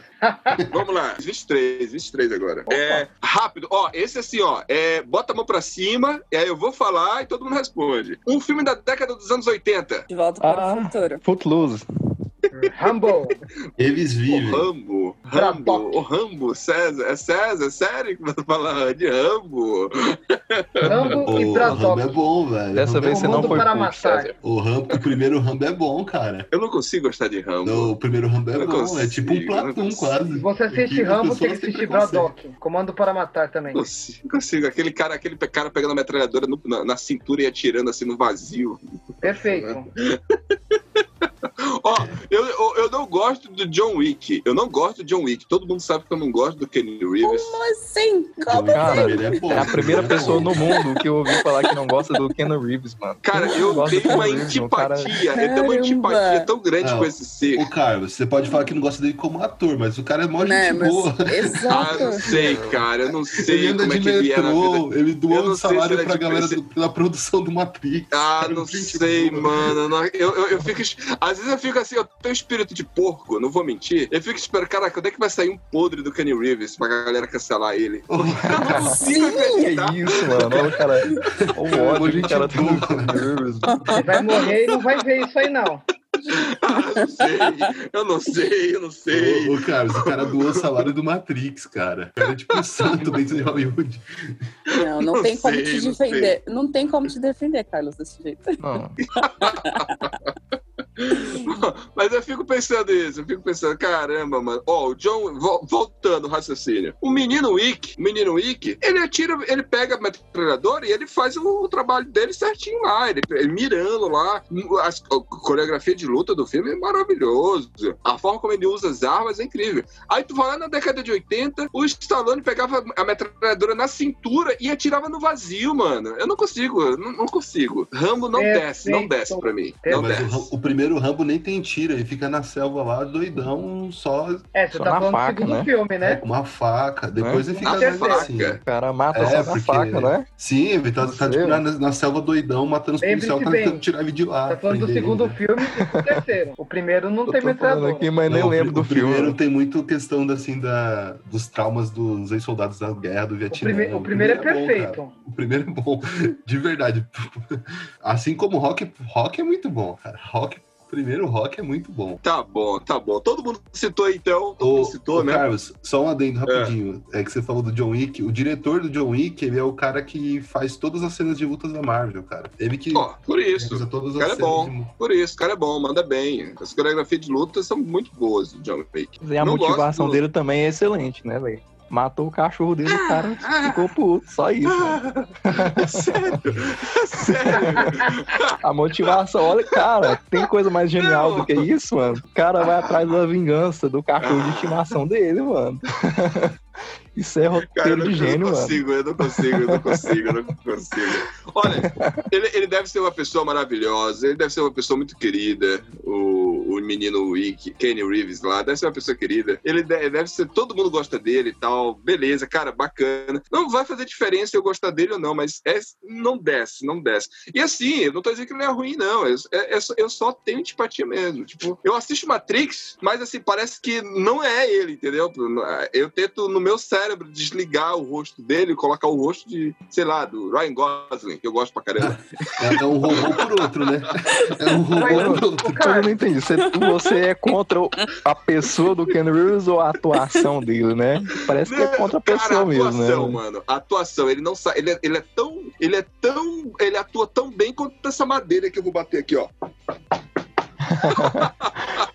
Speaker 6: Vamos lá, 23, 23 agora. É, rápido, ó, esse assim, ó, é, bota a mão pra cima, e aí eu vou falar e todo mundo responde. Um filme da década dos anos 80.
Speaker 9: De volta para
Speaker 1: Ah.
Speaker 9: o futuro.
Speaker 1: Footloose.
Speaker 10: Rambo.
Speaker 8: assim. Eles vivem.
Speaker 6: O Rambo. Rambo. O Rambo, César. É César, sério que você fala de Rambo?
Speaker 10: Rambo e
Speaker 8: O
Speaker 10: Braddock.
Speaker 8: Rambo é bom, velho.
Speaker 1: Dessa
Speaker 8: Rambo
Speaker 1: vez
Speaker 8: é
Speaker 1: você
Speaker 8: bom.
Speaker 1: não
Speaker 10: mundo
Speaker 1: foi
Speaker 10: para
Speaker 1: pulso,
Speaker 10: matar.
Speaker 1: César.
Speaker 8: O Rambo, o primeiro Rambo é bom, cara.
Speaker 6: Eu não consigo gostar de Rambo.
Speaker 8: Não, O primeiro Rambo é
Speaker 6: Eu não
Speaker 8: bom, é
Speaker 6: consigo,
Speaker 8: tipo um
Speaker 6: eu não
Speaker 8: Platum
Speaker 6: consigo.
Speaker 10: Se
Speaker 8: quase.
Speaker 10: você assiste
Speaker 8: Incrível,
Speaker 10: Rambo,
Speaker 8: pessoas
Speaker 10: tem que
Speaker 8: sem
Speaker 10: assistir
Speaker 8: preconceito.
Speaker 10: Braddock. Comando para matar também.
Speaker 6: Consigo, não consigo. Aquele cara, aquele cara pegando a metralhadora no- na, na cintura e atirando assim no vazio.
Speaker 10: Perfeito.
Speaker 6: Ó, eu, eu, eu não gosto do John Wick. Eu não gosto do John Wick. Todo mundo sabe que eu não gosto do Kenny Reeves.
Speaker 11: Como assim? Como?
Speaker 1: Cara,
Speaker 8: Ele é bom.
Speaker 1: é a primeira
Speaker 8: Ele é
Speaker 1: pessoa
Speaker 8: bom.
Speaker 1: no mundo que eu ouvi falar que não gosta do Keanu Reeves, mano.
Speaker 6: Cara,
Speaker 1: Quem
Speaker 6: eu
Speaker 1: gosta do
Speaker 6: tenho uma
Speaker 1: Keanu Reeves, mano? O cara-
Speaker 6: antipatia. Eu tenho uma
Speaker 11: Caramba.
Speaker 6: antipatia tão grande
Speaker 8: é um Não.
Speaker 6: com esse ser.
Speaker 8: Ô, Carlos, você pode falar que não gosta dele como ator, mas o cara é mó
Speaker 11: Né,
Speaker 8: gente
Speaker 11: mas...
Speaker 8: boa.
Speaker 6: Ah, eu não
Speaker 11: Exato.
Speaker 6: sei, cara. Eu não sei
Speaker 8: Ele anda
Speaker 6: como é
Speaker 8: de
Speaker 6: que ele é na vida.
Speaker 8: metrô, ele
Speaker 6: Eu
Speaker 8: doou
Speaker 6: não
Speaker 8: o
Speaker 6: sei se ele
Speaker 8: salário
Speaker 6: é
Speaker 8: pra
Speaker 6: de
Speaker 8: galera
Speaker 6: PC.
Speaker 8: do, pela produção do Matrix.
Speaker 6: Ah,
Speaker 8: Cara,
Speaker 6: não
Speaker 8: gente
Speaker 6: sei,
Speaker 8: boa.
Speaker 6: mano. eu não- Eu, eu, eu fico. es- Às vezes eu fico assim, eu tenho espírito de porco, não vou mentir. Eu fico esperando, caraca, quando é que vai sair um podre do Kenny Reeves pra galera cancelar ele?
Speaker 8: Ô,
Speaker 6: Eu não consigo
Speaker 1: Que
Speaker 6: acreditar.
Speaker 1: isso, mano? Olha o cara. Olha o ódio que o cara tem
Speaker 8: Gente
Speaker 1: no
Speaker 8: boa.
Speaker 1: Keanu Reeves,
Speaker 10: Ele vai morrer e não vai ver isso aí, não.
Speaker 6: Ah, não sei, eu não sei, eu não sei.
Speaker 8: Ô, ô, Carlos, o cara doou o salário do Matrix, cara. O cara é tipo um santo dentro de Hollywood.
Speaker 11: Não, não,
Speaker 6: Não
Speaker 11: tem como
Speaker 6: sei,
Speaker 11: te
Speaker 6: não
Speaker 11: defender. Não, tem como te defender, Carlos, desse jeito.
Speaker 1: Não.
Speaker 6: Mas eu fico pensando isso, eu fico pensando, caramba, mano. Ó, o John, vo- voltando o raciocínio. O menino Wick, o menino Wick, ele atira, ele pega a metralhadora e ele faz o, o trabalho dele certinho lá. Ele, ele mirando lá. As- a coreografia de luta do filme é maravilhoso. A forma como ele usa as armas é incrível. Aí tu vai lá na década de 80, o Stallone pegava a metralhadora na cintura e atirava no vazio, mano. Eu não consigo, eu não, não consigo. Rambo não
Speaker 10: Perfeito.
Speaker 6: desce, não desce pra mim.
Speaker 10: Não,
Speaker 6: Não
Speaker 8: É, mas o,
Speaker 6: desce.
Speaker 8: Ram- o primeiro Rambo nem tem tira, ele fica na selva lá, doidão, só
Speaker 10: É, você
Speaker 1: Só
Speaker 10: tá
Speaker 1: na
Speaker 10: falando
Speaker 1: faca,
Speaker 10: do segundo
Speaker 1: né?
Speaker 10: filme,
Speaker 8: né,
Speaker 10: né?
Speaker 8: com uma faca. Depois ele
Speaker 6: Na
Speaker 8: fica mais
Speaker 6: faca.
Speaker 8: assim.
Speaker 1: O cara mata
Speaker 8: É,
Speaker 1: só na
Speaker 8: porque-
Speaker 1: faca, né?
Speaker 8: Sim, ele tá, tá tipo, na, na selva doidão, matando os
Speaker 10: Lembre-se
Speaker 8: policiais, tá
Speaker 10: bem.
Speaker 8: tentando tirar ele de lá.
Speaker 10: Tá falando do
Speaker 8: prender ele,
Speaker 10: segundo
Speaker 8: né?
Speaker 10: filme e do terceiro. O primeiro não
Speaker 1: Eu
Speaker 10: tem
Speaker 1: tô falando
Speaker 10: metralhadora.
Speaker 1: aqui, mas nem
Speaker 8: Não, o
Speaker 1: lembro
Speaker 8: pri-
Speaker 1: do
Speaker 8: o primeiro
Speaker 1: filme.
Speaker 8: tem muito questão assim da, dos traumas dos ex-soldados da guerra do
Speaker 10: O,
Speaker 8: Vietnã.
Speaker 10: prime- o primeiro é
Speaker 8: né? bom, cara.
Speaker 10: perfeito.
Speaker 8: o primeiro é bom, de verdade. Assim como rock, rock é muito bom, cara. Rock, o primeiro rock é muito bom.
Speaker 6: Tá bom, tá bom. Todo mundo citou então. Todo
Speaker 8: Ô,
Speaker 6: mundo citou,
Speaker 8: ô,
Speaker 6: né?
Speaker 8: Carlos, só um adendo rapidinho. É. que você falou do John Wick. O diretor do John Wick, ele é o cara que faz todas as cenas de lutas da Marvel, cara. Ele que
Speaker 6: Ó, por isso.
Speaker 8: realiza todas
Speaker 6: o
Speaker 8: as
Speaker 6: cara é
Speaker 8: cenas
Speaker 6: bom.
Speaker 8: de-
Speaker 6: Por isso, o cara é bom, manda bem. As coreografias de luta são muito boas do John Wick.
Speaker 1: E a
Speaker 6: Não gosto
Speaker 1: motivação
Speaker 6: do-
Speaker 1: dele também é excelente, né, velho? Matou o cachorro dele, o cara
Speaker 6: ah.
Speaker 1: ficou puto. Só isso. né?
Speaker 6: É sério? É sério?
Speaker 1: A motivação, olha, cara, tem coisa mais genial
Speaker 6: Não.
Speaker 1: do que isso, mano. O cara vai atrás da vingança do cachorro de estimação dele, mano. Isso é
Speaker 6: Cara, eu
Speaker 1: roteiro
Speaker 6: não,
Speaker 1: de
Speaker 6: eu
Speaker 1: gênio,
Speaker 6: não
Speaker 1: mano.
Speaker 6: consigo, eu não consigo, eu não consigo, eu não consigo. Olha, ele, ele deve ser uma pessoa maravilhosa, ele deve ser uma pessoa muito querida, o, o menino Wick, Kenny Reeves lá, deve ser uma pessoa querida. Ele de- deve, ser, todo mundo gosta dele e tal, beleza, cara, bacana. Não vai fazer diferença eu gostar dele ou não, mas é- não desce, não desce. E assim, eu não tô dizendo que ele é ruim, não. Eu, é- é só- eu só tenho antipatia mesmo. Tipo, eu assisto Matrix, mas assim, parece que não é ele, entendeu? Eu tento, no meu cérebro, desligar o rosto dele e colocar o rosto de, sei lá, do Ryan Gosling, que eu gosto pra caramba.
Speaker 8: É, é um robô por outro, né? É um robô por outro.
Speaker 1: Mas eu não entendi. Você, você é contra o- a pessoa do Ken Reeves ou a atuação dele, né? Parece que é contra a pessoa mesmo, né?
Speaker 6: atuação, mano. A atuação, ele não sai. Ele, é- ele é tão. Ele é tão. Ele atua tão bem quanto essa madeira que eu vou bater aqui, ó.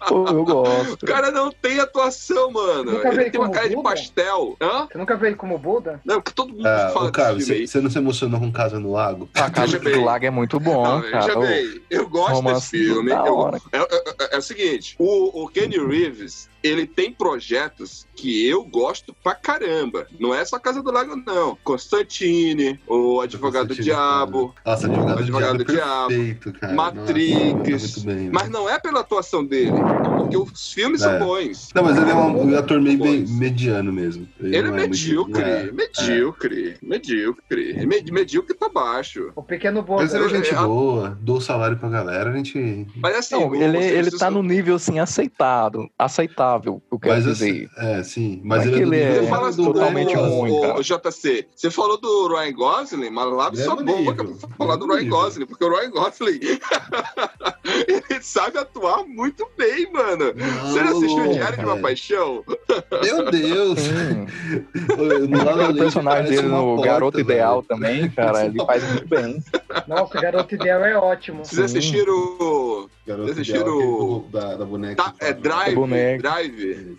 Speaker 1: Pô, eu
Speaker 6: O
Speaker 1: gosto.
Speaker 6: cara não tem atuação, mano.
Speaker 10: Nunca vi
Speaker 6: Ele
Speaker 10: ele
Speaker 6: tem uma
Speaker 10: como
Speaker 6: cara de
Speaker 10: Buda?
Speaker 6: pastel. Hã?
Speaker 10: Você nunca vê ele como Buda?
Speaker 6: Não, que todo mundo
Speaker 8: Ah,
Speaker 6: fala
Speaker 8: ô, Carlos,
Speaker 6: desse filme
Speaker 8: você,
Speaker 6: aí.
Speaker 8: você não se emocionou com Casa no Lago?
Speaker 1: A casa
Speaker 6: veja bem.
Speaker 1: do lago é muito bom,
Speaker 6: Não,
Speaker 1: cara.
Speaker 6: veja bem, eu gosto desse
Speaker 1: romance
Speaker 6: filme.
Speaker 1: da
Speaker 6: eu-
Speaker 1: hora.
Speaker 6: é, é- é- é o seguinte, o, o Kenny Reeves, ele tem projetos que eu gosto pra caramba. Não é só Casa do Lago, não. Constantine, o Advogado do Diabo.
Speaker 8: Nossa, advogado,
Speaker 6: Advogado
Speaker 8: do
Speaker 6: do
Speaker 8: Diabo.
Speaker 6: Diabo.
Speaker 8: é Perfeito, cara.
Speaker 6: Matrix.
Speaker 8: Nossa, tá muito bem,
Speaker 6: Mas
Speaker 8: velho.
Speaker 6: não é pela atuação dele, é porque os filmes
Speaker 8: É.
Speaker 6: são bons.
Speaker 8: Não, mas ele é um, um ator meio bem-
Speaker 6: Pois.
Speaker 8: mediano mesmo.
Speaker 6: Ele é
Speaker 8: não muito-
Speaker 6: medíocre,
Speaker 8: é.
Speaker 6: medíocre, medíocre, é medi- medíocre tá baixo.
Speaker 10: O pequeno Buda.
Speaker 8: Mas ele é gente
Speaker 6: É, a-
Speaker 8: boa, dou o salário pra galera, a gente.
Speaker 6: Mas assim,
Speaker 1: Não,
Speaker 6: o-
Speaker 1: ele,
Speaker 6: vocês-
Speaker 1: ele tá no nível assim aceitado, aceitável, eu quero
Speaker 8: Mas assim,
Speaker 1: dizer.
Speaker 8: é, sim. Mas
Speaker 1: Mas
Speaker 8: ele,
Speaker 1: que ele
Speaker 8: nível
Speaker 1: é
Speaker 6: Você
Speaker 8: do-
Speaker 6: fala
Speaker 8: do
Speaker 1: totalmente
Speaker 8: Ryan
Speaker 6: do,
Speaker 1: ruim,
Speaker 6: o,
Speaker 1: cara.
Speaker 6: o JC, você falou do Ryan Gosling, mas lá
Speaker 8: Mesmo
Speaker 6: só bomba
Speaker 8: nível,
Speaker 6: pra falar do
Speaker 8: mesmo
Speaker 6: Ryan
Speaker 8: nível.
Speaker 6: Gosling, porque o Ryan Gosling Ele sabe atuar muito bem, mano. Você não assistiu o Diário de uma
Speaker 8: cara.
Speaker 6: Paixão?
Speaker 8: é. Meu Deus! No Lala
Speaker 1: o
Speaker 8: Land
Speaker 1: personagem
Speaker 8: parece
Speaker 1: dele
Speaker 8: uma
Speaker 1: no
Speaker 8: porta,
Speaker 1: Garoto
Speaker 8: velho.
Speaker 1: Ideal também, cara, ele faz muito bem.
Speaker 10: Nossa, garoto ideal é ótimo.
Speaker 6: Vocês assistiram o.
Speaker 8: Garoto é
Speaker 6: Vocês assistiram o.
Speaker 8: Da, da boneca.
Speaker 6: Tá, é Drive?
Speaker 1: Boneco.
Speaker 6: Drive?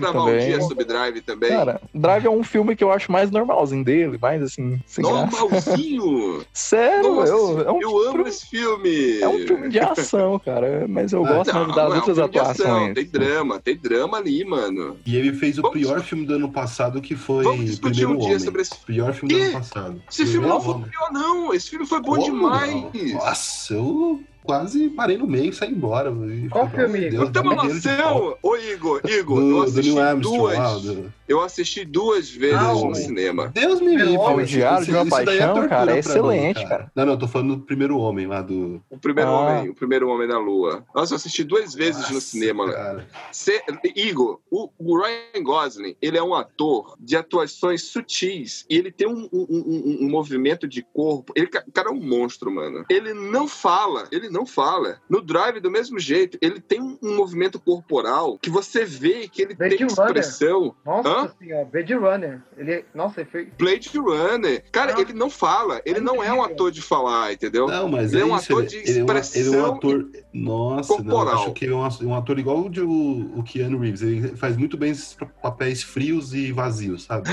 Speaker 6: Vamos gravar um
Speaker 1: também.
Speaker 6: dia sobre Drive também?
Speaker 1: Cara, Drive é um filme que eu acho mais normalzinho dele, mais assim, sem graça.
Speaker 6: Normalzinho?
Speaker 1: Sério,
Speaker 6: Nossa,
Speaker 1: eu, é um
Speaker 6: eu amo esse filme.
Speaker 1: É um filme de ação, cara, mas eu
Speaker 8: Ah,
Speaker 1: gosto
Speaker 6: Não,
Speaker 1: mais
Speaker 6: não
Speaker 1: das
Speaker 6: é um
Speaker 1: outras
Speaker 6: filme de ação,
Speaker 1: atuações.
Speaker 6: Tem drama, tem drama ali, mano.
Speaker 8: E ele fez o pior filme do ano passado, que foi
Speaker 6: Vamos discutir
Speaker 8: Primeiro
Speaker 6: um dia
Speaker 8: Homem.
Speaker 6: sobre esse-
Speaker 8: Pior filme
Speaker 6: Quê?
Speaker 8: do ano passado.
Speaker 6: Esse filme
Speaker 8: Primeiro
Speaker 6: não foi
Speaker 8: Homem.
Speaker 6: pior, não. Esse filme foi bom
Speaker 8: Como
Speaker 6: demais.
Speaker 8: não? Nossa, eu quase parei no meio e saí embora.
Speaker 10: Qual filme, Igor?
Speaker 6: Eu tenho
Speaker 8: um
Speaker 6: uma noção. Ô, Igor, Igor, eu
Speaker 8: Do, do
Speaker 6: assisti
Speaker 8: Neil Armstrong. lá,
Speaker 6: duas.
Speaker 8: do-
Speaker 6: Eu assisti duas vezes
Speaker 8: Ah,
Speaker 6: no
Speaker 8: o-
Speaker 6: cinema.
Speaker 8: Deus me livre.
Speaker 1: O
Speaker 8: Isso-
Speaker 1: Diário de uma
Speaker 8: isso daí é
Speaker 1: Paixão,
Speaker 8: tortura
Speaker 1: cara, é
Speaker 8: pra mim,
Speaker 1: excelente, cara.
Speaker 8: Não, não, eu tô falando do primeiro homem lá do.
Speaker 6: O primeiro
Speaker 1: Ah.
Speaker 6: homem, o primeiro homem da lua. Nossa, eu assisti duas vezes no cinema. né?
Speaker 8: Cara.
Speaker 6: Cê- Igor, o, o Ryan Gosling, ele é um ator de atuações sutis. E ele tem um, um- um- um- um movimento de corpo. Ele, ca- o cara é um monstro, mano. Ele não fala, ele não fala. No Drive, do mesmo jeito, ele tem um, um movimento corporal que você vê que ele
Speaker 10: Blade
Speaker 6: tem
Speaker 10: Runner.
Speaker 6: expressão.
Speaker 10: Nossa
Speaker 6: Hã?
Speaker 10: senhora, Blade Runner. Ele, nossa, ele foi.
Speaker 6: Blade Runner. Cara,
Speaker 10: Ah.
Speaker 6: ele não fala. Ele não é um ator de falar, entendeu?
Speaker 8: Não, mas
Speaker 6: ele é
Speaker 8: é
Speaker 6: um
Speaker 8: isso,
Speaker 6: ator
Speaker 8: ele-
Speaker 6: de
Speaker 8: ele é um- Ele é um
Speaker 6: expressão.
Speaker 8: ator. Nossa, não, eu
Speaker 6: corporal.
Speaker 8: acho que ele é um, um ator igual o, de, o, o Keanu Reeves. Ele faz muito bem esses papéis frios e vazios, sabe?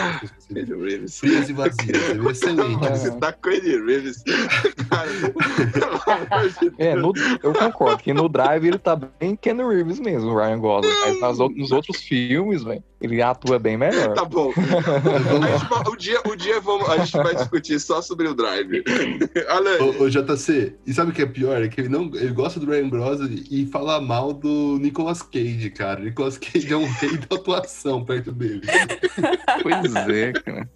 Speaker 6: Keanu Reeves.
Speaker 8: frios e vazios. Ele é excelente.
Speaker 6: Cara,
Speaker 8: assim.
Speaker 6: Você tá com ele, Reeves. Cara, pelo amor de
Speaker 1: É, no- eu concordo que no Drive ele tá bem Ken Reeves mesmo, o Ryan Gosling. Mas nas ou- nos outros filmes, velho, ele atua bem melhor.
Speaker 6: Tá bom. A gente vai- o dia, o dia vamos, a gente vai discutir só sobre o drive. Alan,
Speaker 8: Ô, ô, JC, e sabe o que é pior? É que ele, não, ele gosta do Ryan Gosling e fala mal do Nicolas Cage, cara. Nicolas Cage é um rei da atuação perto dele.
Speaker 1: Pois é, cara.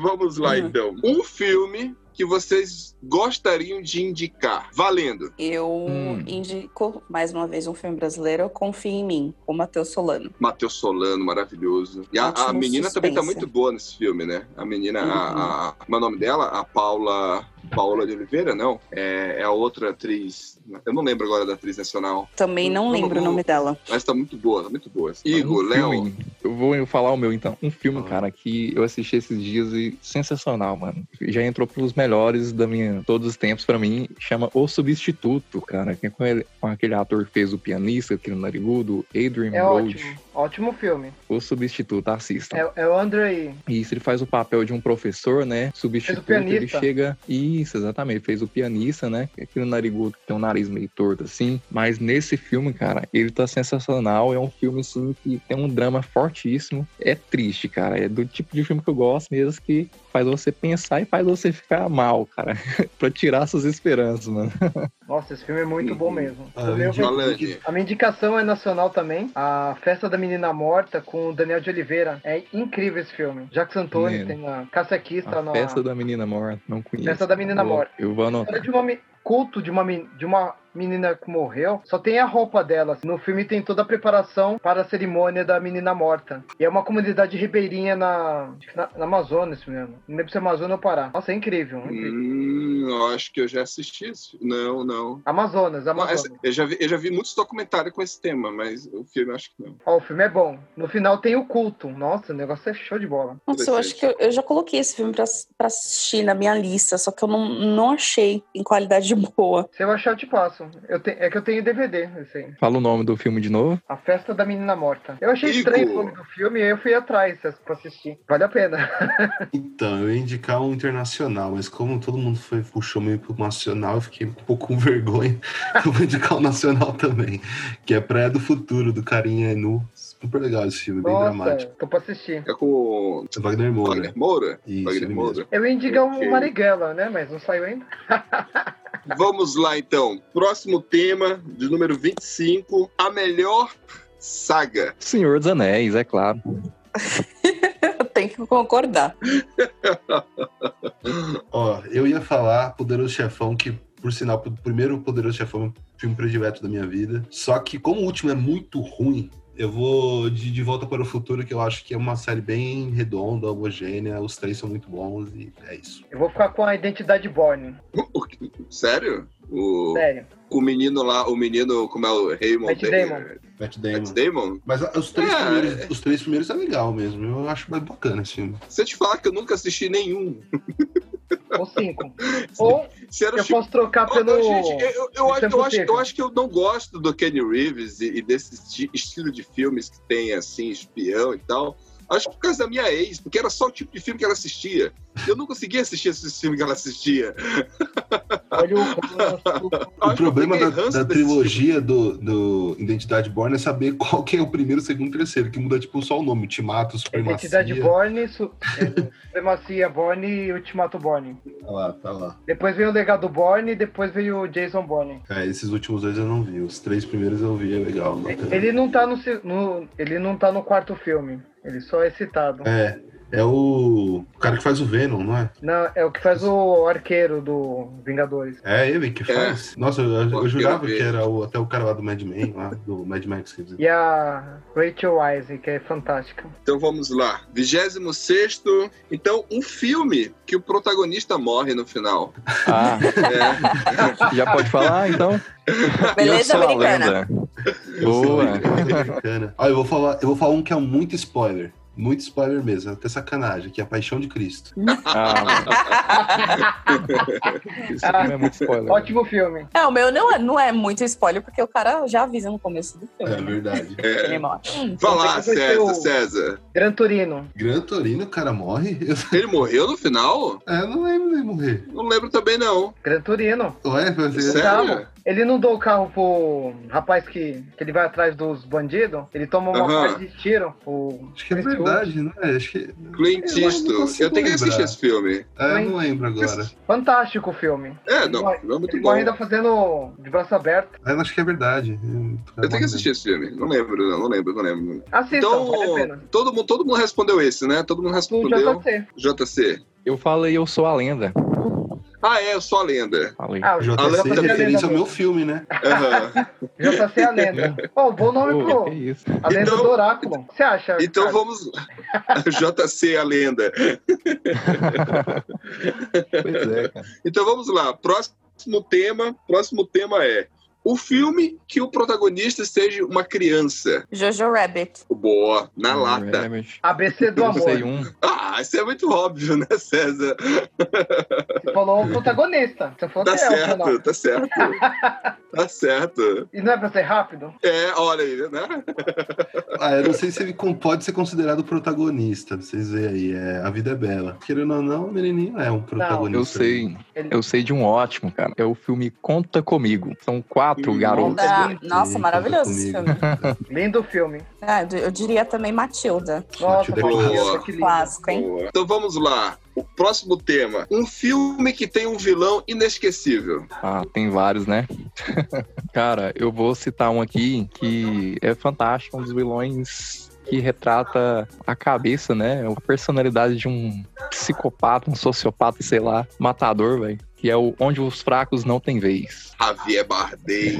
Speaker 6: vamos lá então. Um filme que vocês gostariam de indicar, valendo.
Speaker 11: Eu indico, mais uma vez, um filme brasileiro, Confia em Mim, com Matheus Solano.
Speaker 6: Matheus Solano, maravilhoso. E a, a
Speaker 11: Ótimo
Speaker 6: menina também
Speaker 11: suspense.
Speaker 6: tá
Speaker 11: Uhum.
Speaker 6: muito boa nesse filme, né? A menina, a, a- como é o nome dela? A Paula, Paula de Oliveira, não? É, é a outra atriz, eu não lembro agora da atriz nacional,
Speaker 11: Também não
Speaker 6: Vamos-
Speaker 11: lembro o nome dela.
Speaker 6: mas tá muito boa, tá muito boa.
Speaker 1: Um
Speaker 6: Igor, Léo,
Speaker 8: né?
Speaker 6: Ah.
Speaker 1: filme- Eu vou falar o meu então. Um filme, cara, que eu assisti esses dias e sensacional, mano. Já entrou pros melhores da minha todos os tempos pra mim. Chama O Substituto, cara. Que é com, ele- com aquele ator que fez o pianista, aquele narigudo, Adrian
Speaker 10: É
Speaker 1: Brody.
Speaker 10: ótimo. Ótimo filme.
Speaker 1: O Substituto, assistam.
Speaker 10: É, é o Andrei.
Speaker 1: Isso, ele faz o papel de um professor, né? Substituto, ele
Speaker 10: É pianista.
Speaker 1: chega. Isso, exatamente. Fez o pianista, né? Aquele narigudo que tem um nariz meio torto, assim. Mas nesse filme, cara, ele tá sensacional. É um filme, assim, que tem um drama fortíssimo. É triste, cara. É do tipo de filme que eu gosto mesmo, que faz você pensar e faz você ficar mal, cara. pra tirar suas esperanças, mano.
Speaker 10: Nossa, esse filme é muito
Speaker 1: Uhum.
Speaker 10: bom mesmo.
Speaker 8: Ah,
Speaker 10: O meu-
Speaker 8: eu
Speaker 6: Alan,
Speaker 10: A minha indicação é nacional também. A Festa da Menina Morta com o Daniel de Oliveira. É incrível esse filme. Jack Antônio
Speaker 1: Menino.
Speaker 10: tem na Cássia Kiss tá
Speaker 1: A
Speaker 10: na
Speaker 1: festa da menina morta, não conheço.
Speaker 10: Festa da Menina
Speaker 1: Vou-
Speaker 10: Morta.
Speaker 1: Eu vou anotar.
Speaker 10: Era de uma me- culto de uma, men- de uma menina que morreu. Só tem a roupa dela. assim. No filme tem toda a preparação para a cerimônia da menina morta. E é uma comunidade ribeirinha na, na, na Amazônia, isso mesmo. Não lembro se é Amazônia ou Pará. Nossa, é incrível. é incrível.
Speaker 6: hum, eu acho que eu já assisti isso. Não, não.
Speaker 10: Amazonas,
Speaker 8: Tá
Speaker 6: Não, essa-
Speaker 10: Amazonas.
Speaker 6: eu, já vi, eu já vi muitos documentários com esse tema, mas o filme eu acho que não.
Speaker 10: Ó, o filme é bom. No final tem o culto. Nossa, o negócio é show de bola.
Speaker 11: Nossa, eu acho que eu, eu já coloquei esse filme pra, pra assistir na minha lista, só que eu não, não achei em qualidade boa.
Speaker 10: Se eu achar, eu te passo. Eu te- É que eu tenho DVD, assim.
Speaker 1: Fala o nome do filme de novo.
Speaker 10: A Festa da Menina Morta. Eu achei
Speaker 6: Igor.
Speaker 10: estranho o nome do filme e eu fui atrás assim, pra assistir. Vale a pena.
Speaker 8: Então, eu ia indicar um internacional, mas como todo mundo foi, puxou meio pro nacional, eu fiquei um pouco com vergonha. eu vou indicar o nacional também, que é Praia do Futuro, do Carinha Enu. Super legal esse filme, bem
Speaker 10: Nossa,
Speaker 8: dramático.
Speaker 10: tô pra assistir.
Speaker 6: É com o
Speaker 8: É Wagner Moura.
Speaker 6: Wagner Moura?
Speaker 8: Isso,
Speaker 6: Wagner
Speaker 8: ele
Speaker 6: Moura.
Speaker 10: Eu ia indicar um
Speaker 6: Ok.
Speaker 10: Marighella, né? Mas não saiu ainda.
Speaker 6: Vamos lá, então. Próximo tema, de número 25, a melhor saga.
Speaker 1: Senhor dos Anéis, é claro.
Speaker 11: Eu tenho que concordar.
Speaker 8: Ó, eu ia falar Poderoso Chefão, que por sinal, o primeiro Poderoso Chefão é um filme predileto da minha vida. Só que como o último é muito ruim, eu vou de De Volta para o Futuro, que eu acho que é uma série bem redonda, homogênea. Os três são muito bons e é isso.
Speaker 10: Eu vou ficar com a identidade Borne.
Speaker 6: O quê? Sério? O,
Speaker 10: Sério.
Speaker 6: com o menino lá, o menino, como é o Raymond?
Speaker 10: Matt Damon.
Speaker 8: Matt Damon.
Speaker 6: Matt Damon?
Speaker 8: Mas ah, os três,
Speaker 6: É.
Speaker 8: primeiros, os três primeiros é legal mesmo. Eu acho mais bacana assim. esse filme.
Speaker 6: Se eu te falar que eu nunca assisti nenhum.
Speaker 10: Ou cinco. Ou
Speaker 6: Se era o
Speaker 10: eu
Speaker 6: Chico-
Speaker 10: posso trocar
Speaker 6: Ô,
Speaker 10: pelo.
Speaker 6: ô, gente, eu, eu acho,
Speaker 10: Tempo
Speaker 6: eu, acho,
Speaker 10: Seco.
Speaker 6: eu acho que eu não gosto do Kenny Reeves e, e desse esti- estilo de filmes que tem, assim, espião e tal. Acho que por causa da minha ex, porque era só o tipo de filme que ela assistia. Eu não conseguia assistir esse filme que ela assistia.
Speaker 10: Olha o ranço.
Speaker 6: Eu acho
Speaker 8: o
Speaker 6: que eu
Speaker 8: problema
Speaker 6: peguei
Speaker 8: da,
Speaker 6: ranço
Speaker 8: da
Speaker 6: desse
Speaker 8: trilogia do, do Identidade Born é saber qual que é o primeiro, segundo e terceiro, que muda tipo só o nome, Timato, Supremacia.
Speaker 10: Identidade Borne, su... Supremacia Borne e Ultimato Borne.
Speaker 8: Tá lá, tá lá.
Speaker 10: Depois veio o Legado Borne e depois veio o Jason Borne.
Speaker 8: É, esses últimos dois eu não vi. Os três primeiros eu vi, é legal. bacana.
Speaker 10: Ele não tá no, se- no- ele não tá no quarto filme. Ele só é citado.
Speaker 8: É, é o... o cara que faz o Venom, não é?
Speaker 10: Não, é o que faz o arqueiro do Vingadores.
Speaker 8: É ele que faz? Nossa, eu, eu
Speaker 6: Pô,
Speaker 8: jurava
Speaker 6: quero ver.
Speaker 8: que era o- até o cara lá do Mad Men, lá, do Mad Max, quer dizer.
Speaker 10: E a Rachel Wise, que é fantástica.
Speaker 6: Então vamos lá. 26 Então, um filme que o protagonista morre no final.
Speaker 1: Ah,
Speaker 6: É,
Speaker 1: já pode falar, então? eu
Speaker 11: Beleza,
Speaker 1: sou a
Speaker 11: americana?
Speaker 1: lenda.
Speaker 8: Eu é sou
Speaker 1: Boa.
Speaker 8: americana. Ó, eu vou falar, eu vou falar um que é muito spoiler. Muito spoiler mesmo, até sacanagem, que é a Paixão de Cristo.
Speaker 1: Ah, mano. Isso aqui não é muito spoiler.
Speaker 10: Ótimo filme.
Speaker 11: É, o meu não é, não é muito spoiler, porque o cara já avisa no começo do filme. né?
Speaker 8: É verdade.
Speaker 11: que
Speaker 6: é.
Speaker 11: Ele morre.
Speaker 6: Vai lá,
Speaker 10: Então, vai ser
Speaker 6: César,
Speaker 10: o-
Speaker 6: César.
Speaker 10: Gran Turino.
Speaker 8: Gran Torino, o cara morre? Eu,
Speaker 6: Ele morreu no final?
Speaker 8: é, eu não lembro dele morrer.
Speaker 6: Não lembro também, não.
Speaker 10: Gran Turino.
Speaker 8: Ué, é, você...
Speaker 6: Sério?
Speaker 10: Carro. Ele não dou o carro pro rapaz que, que ele vai atrás dos bandidos. Ele toma uma
Speaker 6: Aham.
Speaker 10: parte de tiro. O
Speaker 8: Acho que é
Speaker 10: Chris Wood.
Speaker 8: verdade, né? Acho que.
Speaker 6: Clint
Speaker 8: Eu acho que eu não
Speaker 6: Eastwood.
Speaker 8: consigo
Speaker 6: Eu tenho que assistir
Speaker 8: lembrar.
Speaker 6: esse filme.
Speaker 8: É, eu não lembro agora.
Speaker 10: Fantástico o filme.
Speaker 6: É,
Speaker 10: Ele
Speaker 6: não,
Speaker 10: morre-
Speaker 6: não é muito
Speaker 10: Ele
Speaker 6: bom.
Speaker 10: morre ainda fazendo de braço aberto.
Speaker 8: Eu acho que é verdade.
Speaker 6: Eu tenho que assistir esse filme. Não lembro, não, não lembro, não lembro.
Speaker 10: Assistam,
Speaker 6: Então,
Speaker 10: vale a pena.
Speaker 6: todo mundo, todo mundo respondeu esse, né? Todo mundo
Speaker 10: O
Speaker 6: respondeu
Speaker 10: JC.
Speaker 6: JC.
Speaker 1: Eu falei, eu sou a lenda.
Speaker 6: Ah, é, eu sou a lenda.
Speaker 1: Falei.
Speaker 10: Ah, o
Speaker 8: O
Speaker 10: JC
Speaker 8: JC
Speaker 6: Alerta
Speaker 8: é
Speaker 10: é a lenda.
Speaker 8: referência ao meu filme, né?
Speaker 6: Aham.
Speaker 10: JC é a lenda. Ó, bom nome
Speaker 1: Pô, que
Speaker 10: pro.
Speaker 1: isso.
Speaker 10: A lenda
Speaker 6: Então-
Speaker 10: do Oráculo. O que Você acha?
Speaker 6: Então
Speaker 10: cara?
Speaker 6: vamos. JC, a lenda.
Speaker 1: Pois é, cara.
Speaker 6: Então vamos lá. Próximo tema. Próximo tema é o filme que o protagonista seja uma criança.
Speaker 11: Jojo Rabbit.
Speaker 6: Boa,
Speaker 1: Hum,
Speaker 6: na lata.
Speaker 1: Realmente.
Speaker 10: ABC do
Speaker 1: É, Eu sei
Speaker 10: amor.
Speaker 1: um.
Speaker 6: Ah, isso é muito óbvio, né, César?
Speaker 8: um-
Speaker 10: Você falou o protagonista. Você falou
Speaker 6: Tá
Speaker 10: que é o seu
Speaker 6: certo,
Speaker 10: nome.
Speaker 6: tá certo. Tá certo.
Speaker 10: E não é pra ser rápido?
Speaker 6: É, olha aí, né?
Speaker 8: Ah, eu não sei se ele com- pode ser considerado protagonista. Vocês veem aí, é A Vida é Bela. Querendo ou não, o menininho é um protagonista.
Speaker 1: Eu sei,
Speaker 10: Ele-
Speaker 1: eu sei de um ótimo, cara. É o filme Conta Comigo. São quatro
Speaker 6: Nossa.
Speaker 1: garotos.
Speaker 11: Da-
Speaker 1: velho.
Speaker 11: Nossa,
Speaker 8: Sim,
Speaker 11: maravilhoso
Speaker 8: conta
Speaker 11: esse
Speaker 8: comigo.
Speaker 11: filme.
Speaker 10: Lindo filme.
Speaker 11: Ah, eu diria também Matilda.
Speaker 10: Nossa,
Speaker 8: Matilda
Speaker 10: Matilda,
Speaker 6: Boa.
Speaker 10: que lindo.
Speaker 11: Clássico, hein?
Speaker 6: Boa. Então vamos lá. O próximo tema. Um filme que tem um vilão inesquecível.
Speaker 1: Ah, tem vários, né? cara, eu vou citar um aqui que é fantástico, um dos vilões que retrata a cabeça, né? A personalidade de um psicopata, um sociopata, sei lá, matador, velho. Que é o Onde os Fracos Não Têm Vez.
Speaker 6: Javier Bardem.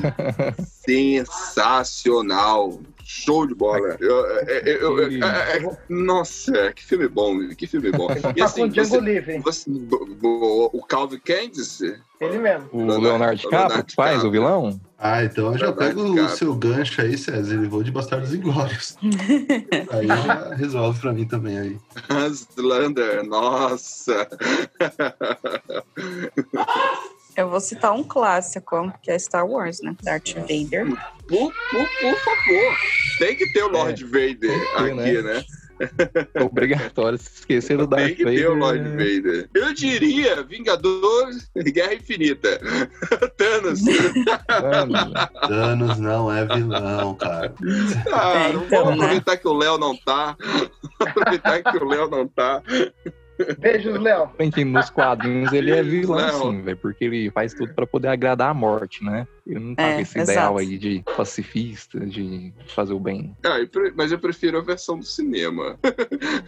Speaker 6: Sensacional. Show de bola. Eu- eu- eu- eu- é- é- nossa, que filme bom, que filme bom. E
Speaker 10: Tá com
Speaker 6: assim,
Speaker 10: o Django
Speaker 6: você,
Speaker 10: Livre.
Speaker 6: você- bo- bo- o Calvin Candice
Speaker 10: Ele mesmo.
Speaker 1: O
Speaker 6: Leonardo-
Speaker 1: Leonardo DiCaprio
Speaker 6: Leonardo
Speaker 1: que faz,
Speaker 6: DiCaprio.
Speaker 1: o vilão?
Speaker 8: Ah, então eu já
Speaker 6: Verdade,
Speaker 8: pego
Speaker 6: cara.
Speaker 8: o seu gancho aí, César. Ele voa de Bastardos Inglórios. aí já resolve pra mim também aí.
Speaker 6: Hans Lander, nossa.
Speaker 11: Eu vou citar um clássico, que é Star Wars, né? Darth Vader.
Speaker 6: Por, por, por favor, tem que ter o Lord Vader
Speaker 1: tem,
Speaker 6: aqui, né?
Speaker 1: Obrigatório, se esquecer do Darth
Speaker 6: Tem que ter
Speaker 1: Vader.
Speaker 6: o Lord Vader. Eu diria Vingadores Guerra Infinita. Thanos.
Speaker 1: Mano,
Speaker 8: Thanos não é vilão, cara.
Speaker 6: Ah,
Speaker 11: É,
Speaker 6: não
Speaker 11: então,
Speaker 6: vamos
Speaker 11: né?
Speaker 6: aproveitar que o Léo não tá. aproveitar que o Léo não tá.
Speaker 10: Beijos, Léo.
Speaker 1: Bem que nos quadrinhos ele é vilão,
Speaker 6: Não.
Speaker 1: sim, velho. Porque ele faz tudo pra poder agradar a morte, né? Ele não tá
Speaker 11: É,
Speaker 1: com esse
Speaker 11: exato.
Speaker 1: ideal aí de pacifista, de fazer o bem.
Speaker 6: Ah, eu pre- mas eu prefiro a versão do cinema.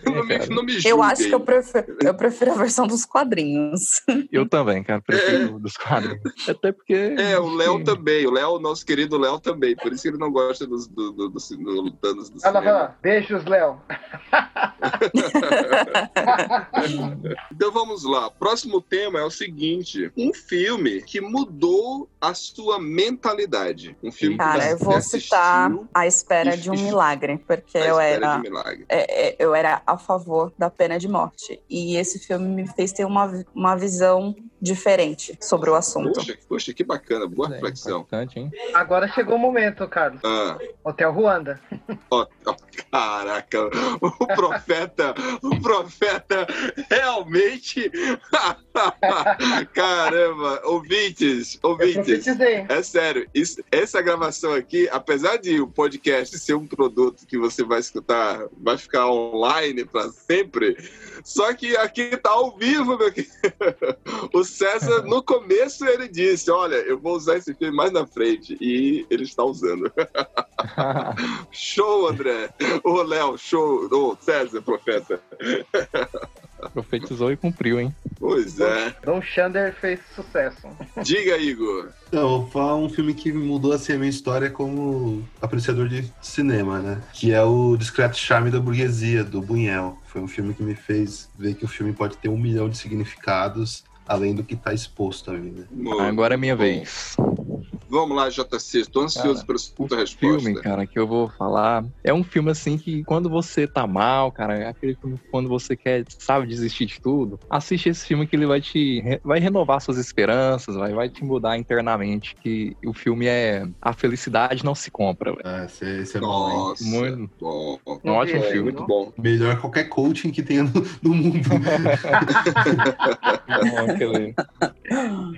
Speaker 6: não, me,
Speaker 1: cara.
Speaker 6: não me julguem.
Speaker 11: Eu acho que eu prefiro, eu prefiro a versão dos quadrinhos.
Speaker 1: Eu também, cara, prefiro dos quadrinhos. Até porque.
Speaker 6: É, o Léo
Speaker 1: Sim.
Speaker 6: também. O Léo, nosso querido Léo também. Por isso que ele não gosta dos, do, do, do, do, do Thanos do
Speaker 10: Ela
Speaker 6: cinema.
Speaker 10: fala, beijos, Léo.
Speaker 6: então vamos lá. Próximo tema é o seguinte: um filme que mudou a sua mentalidade. Um filme
Speaker 9: Cara,
Speaker 6: que
Speaker 9: eu vou
Speaker 6: assistiu
Speaker 9: citar A Espera de um Milagre, porque
Speaker 6: à
Speaker 9: eu
Speaker 6: espera
Speaker 9: era.
Speaker 6: de um milagre.
Speaker 9: é, é, eu era a favor da pena de morte. E esse filme me fez ter uma, vi- uma visão diferente sobre o assunto.
Speaker 6: Poxa, poxa, que bacana, boa
Speaker 1: né,
Speaker 6: reflexão.
Speaker 10: Agora chegou o momento, Carlos.
Speaker 6: Ah,
Speaker 10: Hotel Ruanda.
Speaker 6: ó, ó, caraca, o profeta, o profeta realmente. Caramba, ouvintes, ouvintes.
Speaker 10: profetizei.
Speaker 6: É sério, isso- essa gravação aqui, apesar de o podcast ser um produto que você vai escutar, vai ficar online para sempre, só que aqui tá ao vivo, meu querido. O César, no começo, ele disse: Olha, eu vou usar esse filme mais na frente. E ele está usando. show, André. Ô, Léo, show. Ô, César, profeta.
Speaker 1: Profetizou e cumpriu, hein?
Speaker 6: Pois é.
Speaker 10: Don Shander fez sucesso.
Speaker 6: Diga, Igor.
Speaker 8: Então, eu vou falar um filme que mudou assim, a minha história como apreciador de cinema, né? Que é o Discreto Charme da Burguesia, do Buñuel. Foi um filme que me fez ver que o filme pode ter um milhão de significados, além do que está exposto né? à vida.
Speaker 1: Agora é minha vez.
Speaker 6: Vamos lá, JC. Estou ansioso
Speaker 1: Cara,
Speaker 6: pela sua resposta.
Speaker 1: filme, cara, que eu vou falar. É um filme assim que quando você tá mal, cara, é aquele filme que quando você quer, sabe, desistir de tudo, assiste esse filme que ele vai te re- vai renovar suas esperanças, vai, vai te mudar internamente. Que o filme é A Felicidade Não Se Compra, velho.
Speaker 8: Ah, esse, é
Speaker 6: bom, hein? Nossa,
Speaker 1: Muito
Speaker 6: bom.
Speaker 1: Um ótimo
Speaker 6: É,
Speaker 1: filme.
Speaker 6: muito bom.
Speaker 8: Melhor qualquer coaching que tenha no, no mundo.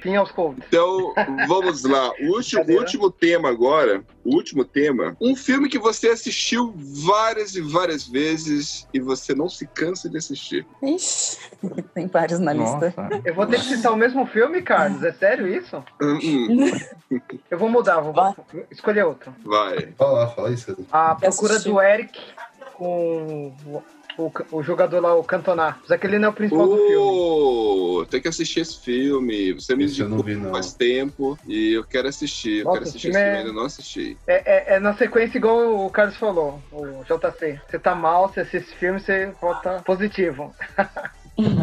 Speaker 10: Fim aos contos.
Speaker 6: Então, vamos lá. O último, o último tema agora. O último tema. Um filme que você assistiu várias e várias vezes e você não se cansa de assistir.
Speaker 9: Ixi, tem vários na lista.
Speaker 10: Eu vou ter que citar o mesmo filme, Carlos? É sério isso?
Speaker 6: Hum,
Speaker 10: Eu vou mudar, vou, vou escolher outro.
Speaker 6: Vai.
Speaker 8: Fala lá, fala isso.
Speaker 10: A procura do Eric com o, o, o jogador lá, o Cantona. Mas aquele não é o principal do filme.
Speaker 1: Uh.
Speaker 6: Pô, tem que assistir esse filme. Você me indicou faz tempo e eu quero assistir. Eu
Speaker 10: Nossa,
Speaker 6: quero assistir
Speaker 10: esse
Speaker 6: esse
Speaker 10: filme
Speaker 6: filme,
Speaker 10: é-
Speaker 6: ainda não assisti.
Speaker 10: É, é- é na sequência igual o Carlos falou, o JC. Você tá mal, você assiste esse filme, você volta positivo. É
Speaker 8: Uhum.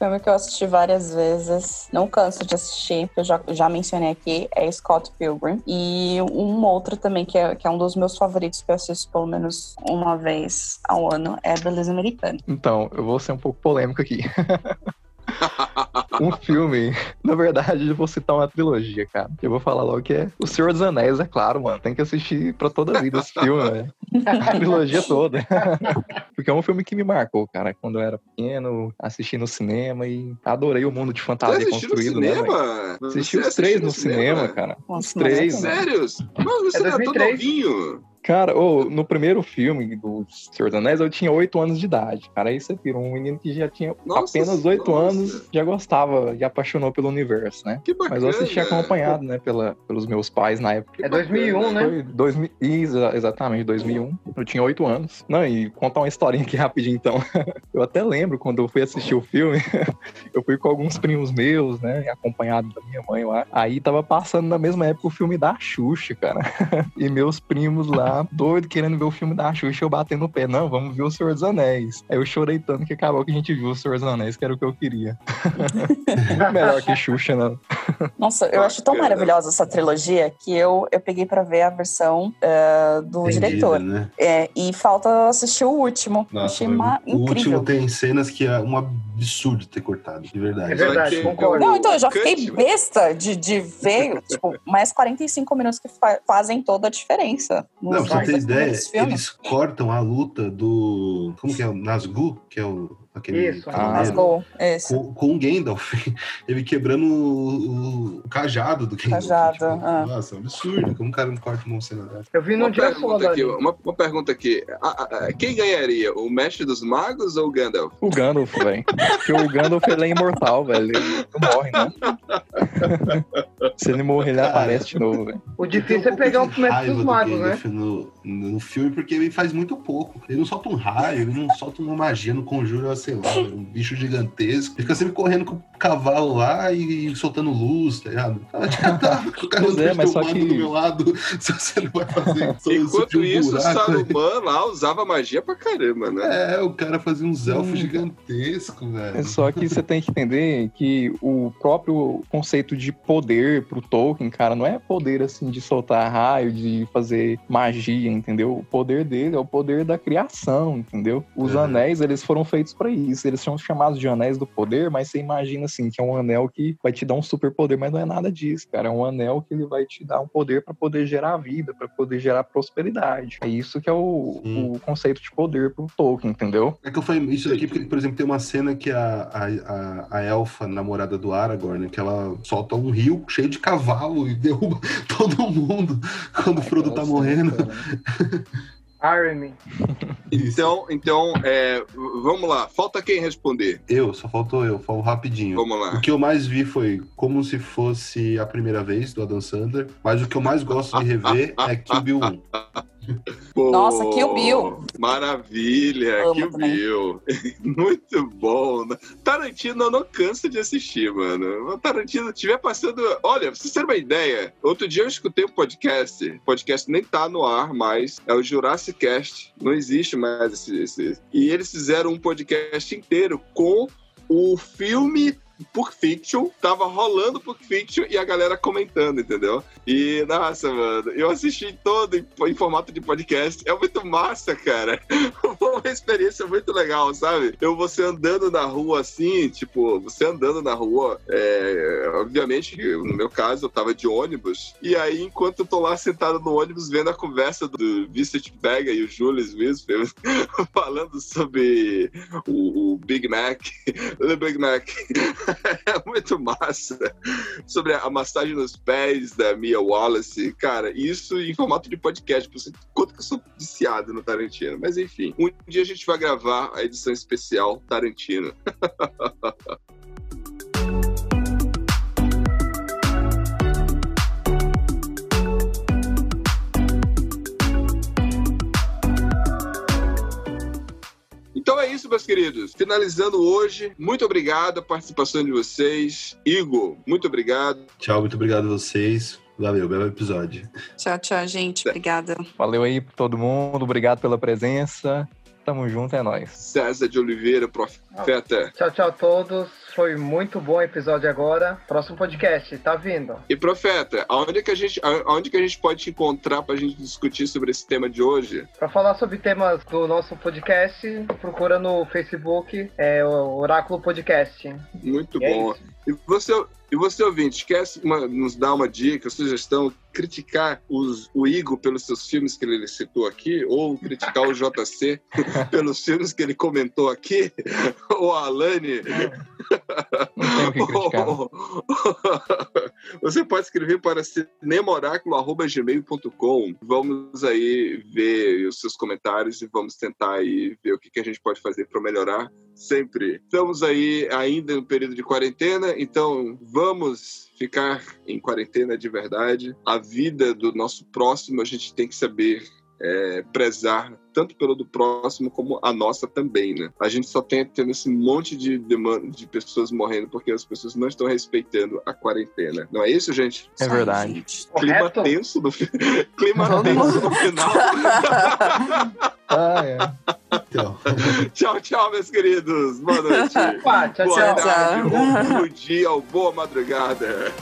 Speaker 9: filme que eu assisti várias vezes, não canso de assistir, que eu já, já mencionei aqui, é Scott Pilgrim. E um outro também, que é, que é um dos meus favoritos, que eu assisto pelo menos uma vez ao ano, é Beleza Americana.
Speaker 1: Então, eu vou ser um pouco polêmico aqui. um filme, na verdade, eu vou citar uma trilogia, cara. Eu vou falar logo que é O Senhor dos Anéis, é claro, mano. Tem que assistir pra toda a vida esse filme, velho. A trilogia toda. Porque é um filme que me marcou, cara, quando eu era pequeno, assisti no cinema e adorei o mundo de fantasia
Speaker 6: Você assistiu no
Speaker 1: Tá construído,
Speaker 6: cinema?
Speaker 1: né? velho? Assisti
Speaker 6: Você
Speaker 1: os três
Speaker 6: assistiu no
Speaker 1: no cinema,
Speaker 6: cinema? né?
Speaker 1: cara. os
Speaker 6: Nossa,
Speaker 1: três.
Speaker 9: assim.
Speaker 1: né?
Speaker 6: não
Speaker 8: né?
Speaker 6: é
Speaker 1: velho.
Speaker 6: Sério? Mas você
Speaker 1: É
Speaker 6: era tá todo
Speaker 1: 2003.
Speaker 6: novinho.
Speaker 1: Cara, ô, no primeiro filme do Senhor dos Anéis, eu tinha 8 anos de idade. Cara, aí você vira um menino que já tinha
Speaker 6: Nossa,
Speaker 1: apenas 8
Speaker 6: nossa.
Speaker 1: anos, já gostava, já apaixonou pelo universo, né?
Speaker 6: Que
Speaker 1: Mas eu assisti
Speaker 6: bacana.
Speaker 1: acompanhado, né, pela, pelos meus pais na época.
Speaker 10: É 2001, né?
Speaker 1: Foi 2000, isso, exatamente, 2001. Eu tinha 8 anos. Não, e contar uma historinha aqui rapidinho, então. Eu até lembro quando eu fui assistir o filme, eu fui com alguns primos meus, né, acompanhado da minha mãe lá. Aí tava passando na mesma época o filme da Xuxa, cara. E meus primos lá, doido, querendo ver o filme da Xuxa, eu batendo o pé. Não, vamos ver o Senhor dos Anéis. Aí eu chorei tanto que acabou que a gente viu o Senhor dos Anéis, que era o que eu queria. Muito melhor que Xuxa, né? não.
Speaker 9: Nossa, eu acho tão maravilhosa essa trilogia que eu, eu peguei pra ver a versão ah, do
Speaker 8: Entendida,
Speaker 9: diretor.
Speaker 8: né?
Speaker 9: É, e falta assistir o último.
Speaker 8: Nossa,
Speaker 9: Achei
Speaker 8: o
Speaker 9: ma- incrível.
Speaker 8: último tem cenas que é um absurdo ter cortado, de verdade.
Speaker 10: É verdade, concordo.
Speaker 6: um
Speaker 9: Não, então, eu já fiquei
Speaker 8: né?
Speaker 9: besta de, de ver, tipo, mais 45 minutos que fa- fazem toda a diferença. Nos
Speaker 8: Não, pra você
Speaker 9: 40
Speaker 8: ter ideia,
Speaker 9: primeiros filmes.
Speaker 8: eles cortam a luta do. Como que é? O Nazgûl, que é o. Aquele
Speaker 10: Isso,
Speaker 8: cavaleiro,
Speaker 9: Glasgow, esse.
Speaker 8: Com, com o Gandalf, ele quebrando o, o cajado do Gandalf.
Speaker 9: Cajado,
Speaker 8: Tipo, Nossa, é um absurdo. Como o cara não corta uma cena dessa?
Speaker 10: Eu vi
Speaker 6: Uma pergunta, aqui, uma, uma pergunta aqui. A- a- a- quem ganharia? O mestre dos magos ou o Gandalf?
Speaker 1: O Gandalf, velho. Porque o Gandalf, ele é imortal, velho. Ele não morre, né? Se ele morrer, ele aparece de novo, velho.
Speaker 10: O difícil é pegar o mestre
Speaker 8: um Raiva
Speaker 10: dos
Speaker 8: do
Speaker 10: magos, né?
Speaker 8: Gandalf no, no filme, porque ele faz muito pouco. Ele não solta um raio, ele não solta uma magia, não conjura, sei lá, um bicho gigantesco. Ele fica sempre correndo com, cavalo lá e soltando luz, tá ligado? Ela tinha tá, o cara
Speaker 1: Pois é,
Speaker 8: tá
Speaker 1: mas só
Speaker 8: tomando
Speaker 1: que-
Speaker 8: do meu lado, se você não vai fazer só
Speaker 6: Enquanto
Speaker 8: surgiu um
Speaker 6: isso, o
Speaker 8: buraco,
Speaker 6: Saruman lá usava magia pra caramba, né?
Speaker 8: É, o cara fazia
Speaker 1: Hum.
Speaker 8: uns elfos gigantescos,
Speaker 1: É
Speaker 8: velho.
Speaker 1: só que você tem que entender que o próprio conceito de poder pro Tolkien, cara, não é poder assim de soltar raio, de fazer magia, entendeu? O poder dele é o poder da criação, entendeu? Os
Speaker 8: É.
Speaker 1: anéis, eles foram feitos pra isso. Eles são chamados de anéis do poder, mas você imagina assim que é um anel que vai te dar um super poder, mas não é nada disso, cara. É um anel que ele vai te dar um poder pra poder gerar vida, pra poder gerar prosperidade. É isso que é o,
Speaker 8: Sim.
Speaker 1: o conceito de poder pro Tolkien, entendeu?
Speaker 8: É que eu falei isso daqui porque, por exemplo, tem uma cena que a, a, a, a elfa, namorada do Aragorn, né, que ela solta um rio cheio de cavalo e derruba todo mundo quando o Frodo tá morrendo.
Speaker 10: Armin.
Speaker 6: Então, então é, v- vamos lá. Falta quem responder.
Speaker 8: Eu, só faltou eu, falo rapidinho.
Speaker 6: Vamos lá.
Speaker 8: O que eu mais vi foi como se fosse a primeira vez do Adam Sandler, mas o que eu mais gosto de rever é Kill Bill 1.
Speaker 6: Pô,
Speaker 9: Nossa, Kill Bill.
Speaker 6: Maravilha,
Speaker 9: Amo
Speaker 6: Kill
Speaker 9: também.
Speaker 6: Bill. Muito bom. né? Tarantino eu não canso de assistir, mano. O Tarantino estiver passando. Olha, pra vocês terem uma ideia, outro dia eu escutei um podcast. O podcast nem tá no ar mais. É o Jurassic Cast. Não existe mais esse. esse- E eles fizeram um podcast inteiro com o filme. Pulp Fiction, tava rolando Pulp Fiction e a galera comentando, entendeu? E, nossa, mano, eu assisti todo em, em formato de podcast. É muito massa, cara. Foi uma experiência muito legal, sabe? Eu você andando na rua assim, tipo, você andando na rua, é, obviamente, que no meu caso, eu tava de ônibus. E aí, enquanto eu tô lá sentado no ônibus, vendo a conversa do Vincent Vega e o Julius Wisfield falando sobre o, o Big Mac. o Big Mac. é muito massa sobre a massagem nos pés da Mia Wallace. Cara, isso em formato de podcast. Por isso, quanto que eu sou viciado no Tarantino. Mas enfim, um dia a gente vai gravar a edição especial Tarantino. Então é isso, meus queridos. Finalizando hoje, muito obrigado a participação de vocês. Igor, muito obrigado.
Speaker 8: Tchau, muito obrigado a vocês. Valeu, belo episódio.
Speaker 11: Tchau, tchau, gente. Obrigada.
Speaker 1: Valeu aí pra todo mundo, obrigado pela presença. Tamo junto, é nóis.
Speaker 6: César de Oliveira, profeta.
Speaker 10: Tchau, tchau a todos. Foi muito bom o episódio agora. Próximo podcast, tá vindo.
Speaker 6: E profeta, aonde é que a gente, aonde que a gente pode te encontrar pra gente discutir sobre esse tema de hoje?
Speaker 10: Para falar sobre temas do nosso podcast, procura no Facebook, é o Oráculo Podcast.
Speaker 6: Muito
Speaker 10: E é
Speaker 6: bom. E você, e você ouvinte, quer uma- nos dar uma dica, sugestão, criticar os- o Igor pelos seus filmes que ele citou aqui, ou criticar o JC pelos filmes que ele comentou aqui, ou a Alane,
Speaker 1: Não tem o que criticar. né? não.
Speaker 6: Você pode escrever para cinemoráculo.gmail.com. Vamos aí ver os seus comentários e vamos tentar aí ver o que que a gente pode fazer para melhorar sempre. Estamos aí ainda no período de quarentena, então vamos ficar em quarentena de verdade. A vida do nosso próximo a gente tem que saber é, prezar tanto pelo do próximo como a nossa também, né? A gente só tem tendo esse monte de demanda de pessoas morrendo porque as pessoas não estão respeitando a quarentena. Não é isso, gente?
Speaker 1: É verdade.
Speaker 6: Clima
Speaker 10: Correto?
Speaker 6: tenso no fi- clima tenso no final.
Speaker 1: Ah, é.
Speaker 8: Então,
Speaker 6: tchau, tchau, meus queridos. Boa noite.
Speaker 10: Pá, tchau,
Speaker 6: Boa né?
Speaker 10: tchau.
Speaker 6: tarde, ou bom dia, ou boa madrugada.